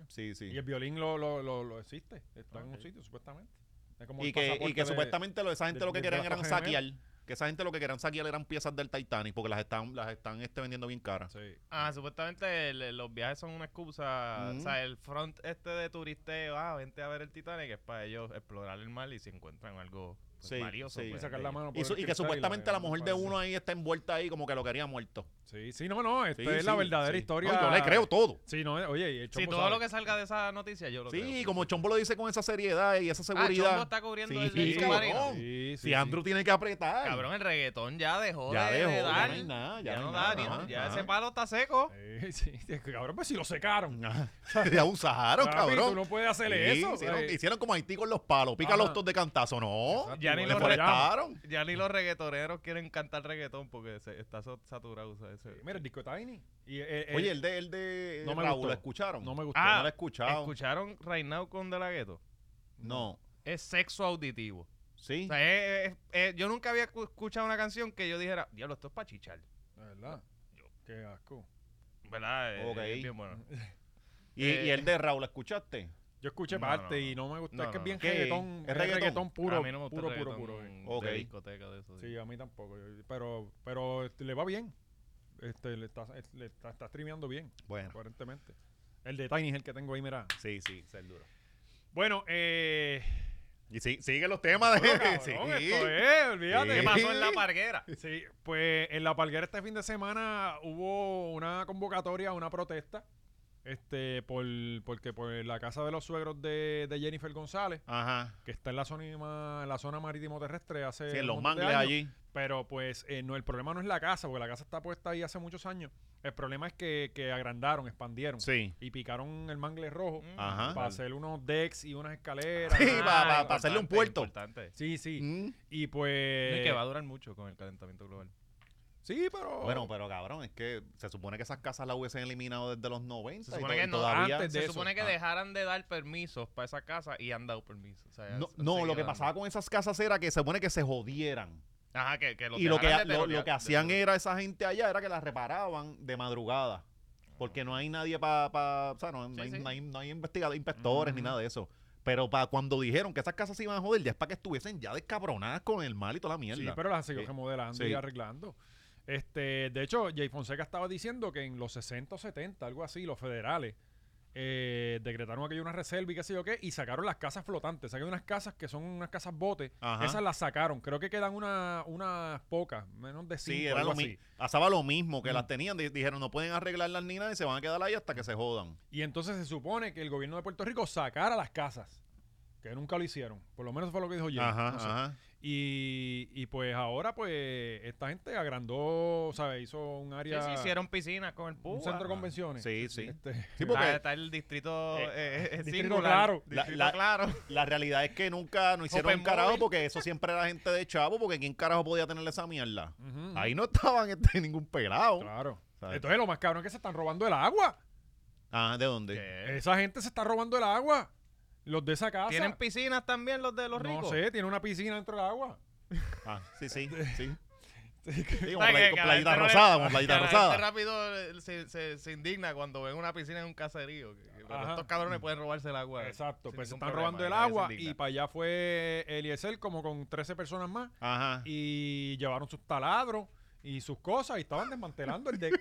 Speaker 3: Sí, sí.
Speaker 1: Y el violín lo, lo, lo, lo existe, está en un
Speaker 2: Ok.
Speaker 1: sitio supuestamente. Es como
Speaker 3: y
Speaker 1: el
Speaker 3: que, y
Speaker 1: pasaporte
Speaker 3: que
Speaker 1: de-
Speaker 3: supuestamente lo- esa gente
Speaker 1: del-
Speaker 3: lo que
Speaker 1: del
Speaker 3: querían
Speaker 1: brazo
Speaker 3: eran saquear.
Speaker 1: gemelo.
Speaker 3: Que esa gente lo que querían saquear eran piezas del Titanic porque las están, las están este, vendiendo bien caras.
Speaker 1: Sí.
Speaker 2: Ah, supuestamente el- el- los viajes son una excusa. O
Speaker 3: Ujú.
Speaker 2: sea, el front este de turisteo, ah, vente a ver el Titanic, es para ellos explorar el mar y si encuentran algo pues,
Speaker 3: Sí,
Speaker 2: valioso.
Speaker 3: sí.
Speaker 1: Y
Speaker 2: pues,
Speaker 1: sacar la
Speaker 2: ellos-
Speaker 1: mano por
Speaker 3: Y, su-
Speaker 1: el
Speaker 3: y que
Speaker 1: cristal
Speaker 3: supuestamente la
Speaker 1: dejan
Speaker 3: mujer de
Speaker 1: pasar.
Speaker 3: uno ahí está envuelta ahí como que lo quería muerto.
Speaker 1: Sí, sí, no, no, esta
Speaker 3: Sí,
Speaker 1: es la
Speaker 3: sí,
Speaker 1: verdadera
Speaker 3: sí.
Speaker 1: historia.
Speaker 3: No, yo le creo todo.
Speaker 1: Sí, no, eh, oye, y el
Speaker 2: Sí,
Speaker 1: chombo
Speaker 2: todo
Speaker 1: sabe.
Speaker 2: lo que salga de esa noticia yo lo
Speaker 3: Sí,
Speaker 2: creo.
Speaker 3: como Chombo lo dice con esa seriedad y esa
Speaker 2: Ah,
Speaker 3: seguridad.
Speaker 2: Chombo está cubriendo
Speaker 3: Sí,
Speaker 2: el, el
Speaker 1: sí,
Speaker 2: submarino.
Speaker 3: cabrón.
Speaker 1: Sí, sí,
Speaker 3: si
Speaker 1: sí.
Speaker 3: Andrew tiene que apretar.
Speaker 2: Cabrón, el reggaetón ya dejó
Speaker 3: Ya
Speaker 2: de, de
Speaker 3: dejó, ya
Speaker 2: dar.
Speaker 3: no hay nada, Ah, ya
Speaker 2: Ya
Speaker 3: no
Speaker 2: no
Speaker 3: hay nada,
Speaker 2: da, ni-
Speaker 3: ajá,
Speaker 2: ya
Speaker 3: ajá.
Speaker 2: ese palo está seco.
Speaker 1: *laughs* Eh, sí, sí, cabrón, pues si lo secaron.
Speaker 3: *laughs* Ya usaron,
Speaker 1: Papi,
Speaker 3: cabrón.
Speaker 1: Tú no puedes hacerle
Speaker 3: Sí,
Speaker 1: eso.
Speaker 3: Hicieron,
Speaker 1: eh.
Speaker 3: hicieron como Haití con los palos. Pica
Speaker 1: Ajá.
Speaker 3: los dos de cantazo. No.
Speaker 1: Exacto,
Speaker 2: Ya ni
Speaker 1: le
Speaker 3: Le
Speaker 2: lo
Speaker 1: forramos.
Speaker 3: molestaron.
Speaker 2: Ya ni los reggaetoneros quieren cantar reggaetón porque se, está so- saturado. o sea, ese-
Speaker 1: Mira, el disco Tiny. Y, eh, eh,
Speaker 3: Oye, el de, el de
Speaker 1: no me
Speaker 3: Raúl,
Speaker 1: gustó.
Speaker 3: ¿lo escucharon?
Speaker 1: no me gustó.
Speaker 2: Ah,
Speaker 3: No lo he escuchado.
Speaker 2: ¿Escucharon Right Now con De La Ghetto?
Speaker 3: No.
Speaker 2: Es sexo auditivo.
Speaker 3: Sí.
Speaker 2: O sea, es- es- es- yo nunca había escu- escuchado una canción que yo dijera, diablo, esto es para chichar.
Speaker 1: De verdad. Qué asco.
Speaker 2: ¿Verdad? Eh,
Speaker 3: Ok.
Speaker 2: es bien bueno.
Speaker 3: y,
Speaker 2: eh,
Speaker 3: y el de Raúl, ¿lo ¿escuchaste?
Speaker 1: Yo escuché
Speaker 2: No,
Speaker 1: parte
Speaker 2: no, no.
Speaker 1: y no me gustó.
Speaker 2: No,
Speaker 1: es que
Speaker 2: no,
Speaker 1: es bien
Speaker 3: no. ¿Qué?
Speaker 1: reggaetón.
Speaker 3: ¿Es
Speaker 1: Es
Speaker 3: reggaetón?
Speaker 1: reggaón puro,
Speaker 2: a mí no me gusta
Speaker 1: puro,
Speaker 2: el
Speaker 1: puro,
Speaker 2: reggaetón
Speaker 1: puro, eh.
Speaker 2: de
Speaker 3: Ok.
Speaker 2: discoteca de eso.
Speaker 1: Sí, a mí tampoco. yo- Pero, pero este, le va bien. Este, le está, es- le está, está streameando bien,
Speaker 3: Bueno.
Speaker 1: aparentemente. El de Tiny es el que tengo ahí,
Speaker 3: *laughs*
Speaker 1: mira.
Speaker 3: Sí, sí, ser duro.
Speaker 1: Bueno, eh.
Speaker 3: Y sí, sigue los temas de.
Speaker 1: bueno, cabrón,
Speaker 3: *laughs* sí.
Speaker 1: Esto es, olvídate.
Speaker 3: Sí.
Speaker 2: ¿Qué pasó en la parguera?
Speaker 1: Sí, pues en la Palguera este fin de semana hubo una convocatoria, una protesta, este, por, porque por la casa de los suegros de, de Jennifer González,
Speaker 3: Ajá.
Speaker 1: que está en la zona, ima- en la zona marítimo terrestre hace
Speaker 3: Sí, en
Speaker 1: un
Speaker 3: los
Speaker 1: montón Eh, de
Speaker 3: mangles
Speaker 1: años.
Speaker 3: allí.
Speaker 1: Pero pues eh, no, el problema no es la casa, porque la casa está puesta ahí hace muchos años. El problema es que, que agrandaron, expandieron
Speaker 3: Sí.
Speaker 1: y picaron el mangle rojo
Speaker 3: *laughs*
Speaker 2: Mm.
Speaker 3: Ajá.
Speaker 1: para hacer unos decks y unas escaleras.
Speaker 3: Ah. Sí,
Speaker 1: Ah,
Speaker 3: pa- pa-
Speaker 2: importante,
Speaker 3: pa hacerle un puerto.
Speaker 2: importante.
Speaker 1: Sí, sí.
Speaker 3: Mm.
Speaker 1: Y
Speaker 2: No,
Speaker 1: pues...
Speaker 2: y que va a durar mucho con el calentamiento global.
Speaker 1: Sí, pero...
Speaker 3: Bueno, pues, pero cabrón, es que se supone que esas casas las hubiesen eliminado desde los 90.
Speaker 2: Se
Speaker 3: y
Speaker 2: supone
Speaker 3: to-
Speaker 2: que no,
Speaker 3: todavía-
Speaker 1: antes de
Speaker 2: Se
Speaker 1: eso.
Speaker 2: supone que
Speaker 3: Ah.
Speaker 2: dejaran de dar permisos para esa casa y han dado permisos. o sea,
Speaker 3: No,
Speaker 2: se-
Speaker 3: no,
Speaker 2: seguían
Speaker 3: lo que
Speaker 2: dando.
Speaker 3: pasaba con esas casas era que se supone que se jodieran.
Speaker 2: Ajá, que, que
Speaker 3: y lo que,
Speaker 2: dejaran de
Speaker 3: lo,
Speaker 2: terorear,
Speaker 3: lo que
Speaker 2: de
Speaker 3: hacían
Speaker 2: terorear.
Speaker 3: era esa gente allá era que las reparaban de madrugada. Porque no hay nadie para. o sea, no, no
Speaker 2: Sí,
Speaker 3: hay,
Speaker 2: sí.
Speaker 3: no hay- no hay investigadores, inspectores ni
Speaker 2: Ujú.
Speaker 3: nada de eso. Pero para cuando dijeron que esas casas se iban a joder, ya es para que estuviesen ya descabronadas con el mal y toda la mierda.
Speaker 1: Sí, pero las han seguido
Speaker 3: Sí.
Speaker 1: remodelando y
Speaker 3: Sí.
Speaker 1: arreglando. Este, de hecho, Jay Fonseca estaba diciendo que en los 60 o 70, algo así, los federales eh, decretaron aquello una reserva y qué sé yo qué, y sacaron las casas flotantes. Sacaron unas casas que son unas casas bote.
Speaker 3: Ajá.
Speaker 1: Esas las sacaron. Creo que quedan una- unas pocas, menos de
Speaker 3: Sí,
Speaker 1: cinco,
Speaker 3: era
Speaker 1: algo
Speaker 3: lo
Speaker 1: así.
Speaker 3: mismo. Pasaba lo mismo que
Speaker 1: Mm.
Speaker 3: las tenían. di- Dijeron, no pueden arreglarlas ni nada y se van a quedar ahí hasta que se jodan.
Speaker 1: Y entonces se supone que el gobierno de Puerto Rico sacara las casas, que nunca lo hicieron. Por lo menos eso fue lo que dijo Jay.
Speaker 3: ajá,
Speaker 1: no sé.
Speaker 3: ajá.
Speaker 1: Y, y pues ahora, pues, esta gente agrandó, ¿sabes? Hizo un
Speaker 2: Sí,
Speaker 1: área...
Speaker 2: sí, hicieron piscinas con el
Speaker 1: Un
Speaker 2: púa.
Speaker 1: centro de convenciones.
Speaker 3: Sí, sí.
Speaker 1: Este,
Speaker 3: Sí,
Speaker 2: Está-
Speaker 3: porque
Speaker 2: Está el distrito,
Speaker 3: Eh,
Speaker 2: eh, eh,
Speaker 1: distrito
Speaker 2: singular.
Speaker 1: claro.
Speaker 3: La-
Speaker 2: Distrito
Speaker 3: la-
Speaker 2: claro.
Speaker 3: la realidad es que nunca no hicieron
Speaker 2: Open
Speaker 3: un carajo
Speaker 2: móvil.
Speaker 3: porque eso siempre era gente de chavo, porque ¿quién carajo podía tener esa mierda?
Speaker 1: ujú,
Speaker 3: Ahí no estaban *laughs* este, ningún pelado.
Speaker 1: Claro.
Speaker 3: ¿Sabes?
Speaker 1: Entonces lo más cabrón es que se están robando el agua.
Speaker 3: Ah, ¿de dónde?
Speaker 2: ¿Qué?
Speaker 1: Esa gente se está robando el agua. Los de esa casa.
Speaker 2: ¿Tienen piscinas también los de los
Speaker 1: No
Speaker 2: ricos?
Speaker 1: sé, tiene una piscina dentro del agua.
Speaker 3: Ah, sí,
Speaker 1: *laughs*
Speaker 3: sí, sí.
Speaker 1: Sí,
Speaker 3: Sí,
Speaker 2: O
Speaker 3: con,
Speaker 2: sea,
Speaker 3: play-
Speaker 2: que-
Speaker 3: con
Speaker 2: que la
Speaker 3: playita
Speaker 2: gente no le-
Speaker 3: rosada, con
Speaker 2: que *laughs* la
Speaker 3: playita
Speaker 2: gente
Speaker 3: rosada.
Speaker 2: rápido eh, se, se- se indigna cuando ven una piscina en un caserío. que- que- pero
Speaker 1: Ajá.
Speaker 2: estos cabrones pueden robarse el agua.
Speaker 1: Exacto.
Speaker 2: sin
Speaker 1: Pues se
Speaker 2: ningún
Speaker 1: están
Speaker 2: problema,
Speaker 1: robando el
Speaker 2: nadie se
Speaker 1: agua
Speaker 2: indigna.
Speaker 1: y para allá fue Eliezer como con 13 personas más
Speaker 3: Ajá.
Speaker 1: y llevaron sus taladros y sus cosas y estaban desmantelando el deck.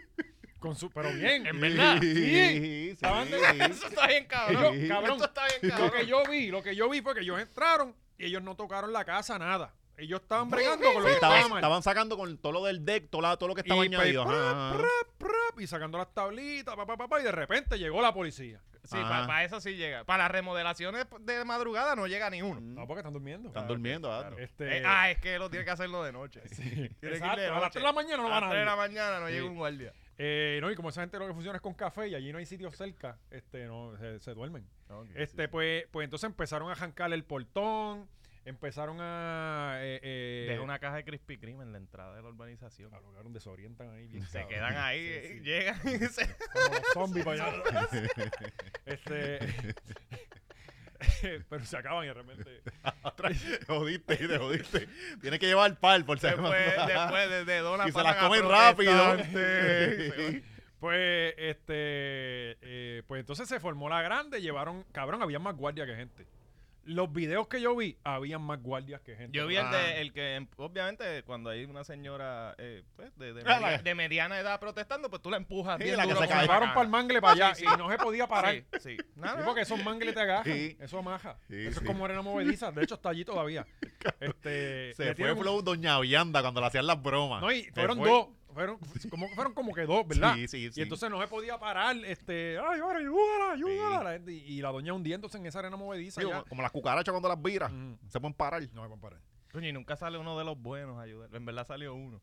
Speaker 1: Con su, pero bien, en verdad. Sí.
Speaker 3: *laughs* Sí,
Speaker 1: Estaban
Speaker 3: sí.
Speaker 2: *laughs* Eso está bien cabrón.
Speaker 1: Ellos, cabrón,
Speaker 2: Esto está bien
Speaker 1: Lo
Speaker 2: cabrón.
Speaker 1: que yo vi, lo que yo vi fue que ellos entraron y ellos no tocaron la casa nada. Ellos estaban bregando con lo
Speaker 3: Sí,
Speaker 1: que
Speaker 3: estaban,
Speaker 1: estaba mal.
Speaker 3: estaban sacando con todo lo del deck, todo, la- todo lo que estaba
Speaker 1: Y
Speaker 3: añadido.
Speaker 1: pe-
Speaker 3: Ajá, ajá.
Speaker 1: prap, y sacando las tablitas, papá, papá, y de repente llegó la policía.
Speaker 2: Sí,
Speaker 3: Ajá.
Speaker 2: para eso sí llega. Para las remodelaciones de madrugada no llega ni uno.
Speaker 1: No, pues, porque están durmiendo.
Speaker 3: Mm. Están durmiendo,
Speaker 1: *laughs*
Speaker 3: ah, no.
Speaker 1: Este,
Speaker 2: Eh, ah, es que lo tiene que hacerlo de noche. Tiene que ir
Speaker 1: exacto,
Speaker 2: de
Speaker 1: a las
Speaker 2: noche.
Speaker 1: 3 de la mañana no
Speaker 2: *laughs* a
Speaker 1: van
Speaker 2: las
Speaker 1: a
Speaker 2: tres de la
Speaker 1: nadie.
Speaker 2: mañana no
Speaker 1: Sí.
Speaker 2: llega un guardia.
Speaker 1: Eh, no, y como esa gente lo que funciona es con café y allí no hay sitios cerca, este, no, se, se duermen. Este, pues, pues entonces empezaron a jancar el portón, empezaron a... Eh, eh,
Speaker 2: Deja una caja de Krispy Kreme en la entrada de la urbanización.
Speaker 1: cabrón, cabrón, desorientan ahí bien
Speaker 2: Se
Speaker 1: cabrón.
Speaker 2: quedan ahí,
Speaker 1: Sí,
Speaker 2: eh,
Speaker 1: sí.
Speaker 2: llegan y *laughs* se...
Speaker 1: Como los zombies para allá.
Speaker 2: *laughs*
Speaker 1: este. *laughs* pero se acaban y de repente.
Speaker 3: Otra- *laughs* te jodiste, te jodiste. Tienes que llevar par por si
Speaker 2: Después,
Speaker 3: acaso. *laughs*
Speaker 2: después de, de *laughs* Dona
Speaker 3: Y se las
Speaker 2: pasan a
Speaker 1: *laughs*
Speaker 3: comen rápido. *laughs*
Speaker 2: protestantes.
Speaker 1: Pues, este. eh, pues entonces se formó la grande, llevaron. Cabrón, había más guardias que gente. Los videos que yo vi, habían más guardias que gente.
Speaker 2: Yo vi el,
Speaker 3: Ah.
Speaker 2: de, el que, em, obviamente, cuando hay una señora eh, pues, de, *laughs* de,
Speaker 3: Ah, la-
Speaker 2: media- de mediana edad protestando, pues tú la empujas
Speaker 3: Sí,
Speaker 2: bien
Speaker 3: la que
Speaker 2: duro
Speaker 3: se
Speaker 2: con la
Speaker 1: Se
Speaker 3: cayó.
Speaker 1: llevaron
Speaker 2: bacana.
Speaker 1: para el mangle para allá
Speaker 2: Ah, Sí, sí.
Speaker 1: y no se podía parar.
Speaker 2: *laughs* Sí, Ah, sí. Nada,
Speaker 1: Sí, porque esos mangles te agarran,
Speaker 3: Sí.
Speaker 1: eso amaja.
Speaker 3: Sí,
Speaker 1: eso
Speaker 3: sí.
Speaker 1: es como arena movediza. De hecho, está allí
Speaker 3: *laughs*
Speaker 1: todavía. Este,
Speaker 3: Se
Speaker 1: le
Speaker 3: fue
Speaker 1: tiran un-
Speaker 3: Flow Doña Vianda cuando le hacían las bromas.
Speaker 1: No, y
Speaker 3: Se
Speaker 1: fueron
Speaker 3: fue.
Speaker 1: dos. Fueron como, fueron como que dos, ¿verdad?
Speaker 3: Sí, sí, sí.
Speaker 1: Y entonces no se podía parar. Este, ay, ahora ayúdala, ayúdala. La gente- y la doña hundiéndose en esa arena movediza.
Speaker 3: Sí,
Speaker 1: ya.
Speaker 3: como, como las cucarachas cuando las viras.
Speaker 1: Ujú.
Speaker 3: Se pueden parar.
Speaker 1: Mm. No se pueden parar.
Speaker 2: Coño, y nunca sale uno de los buenos a ayudar. En verdad salió uno.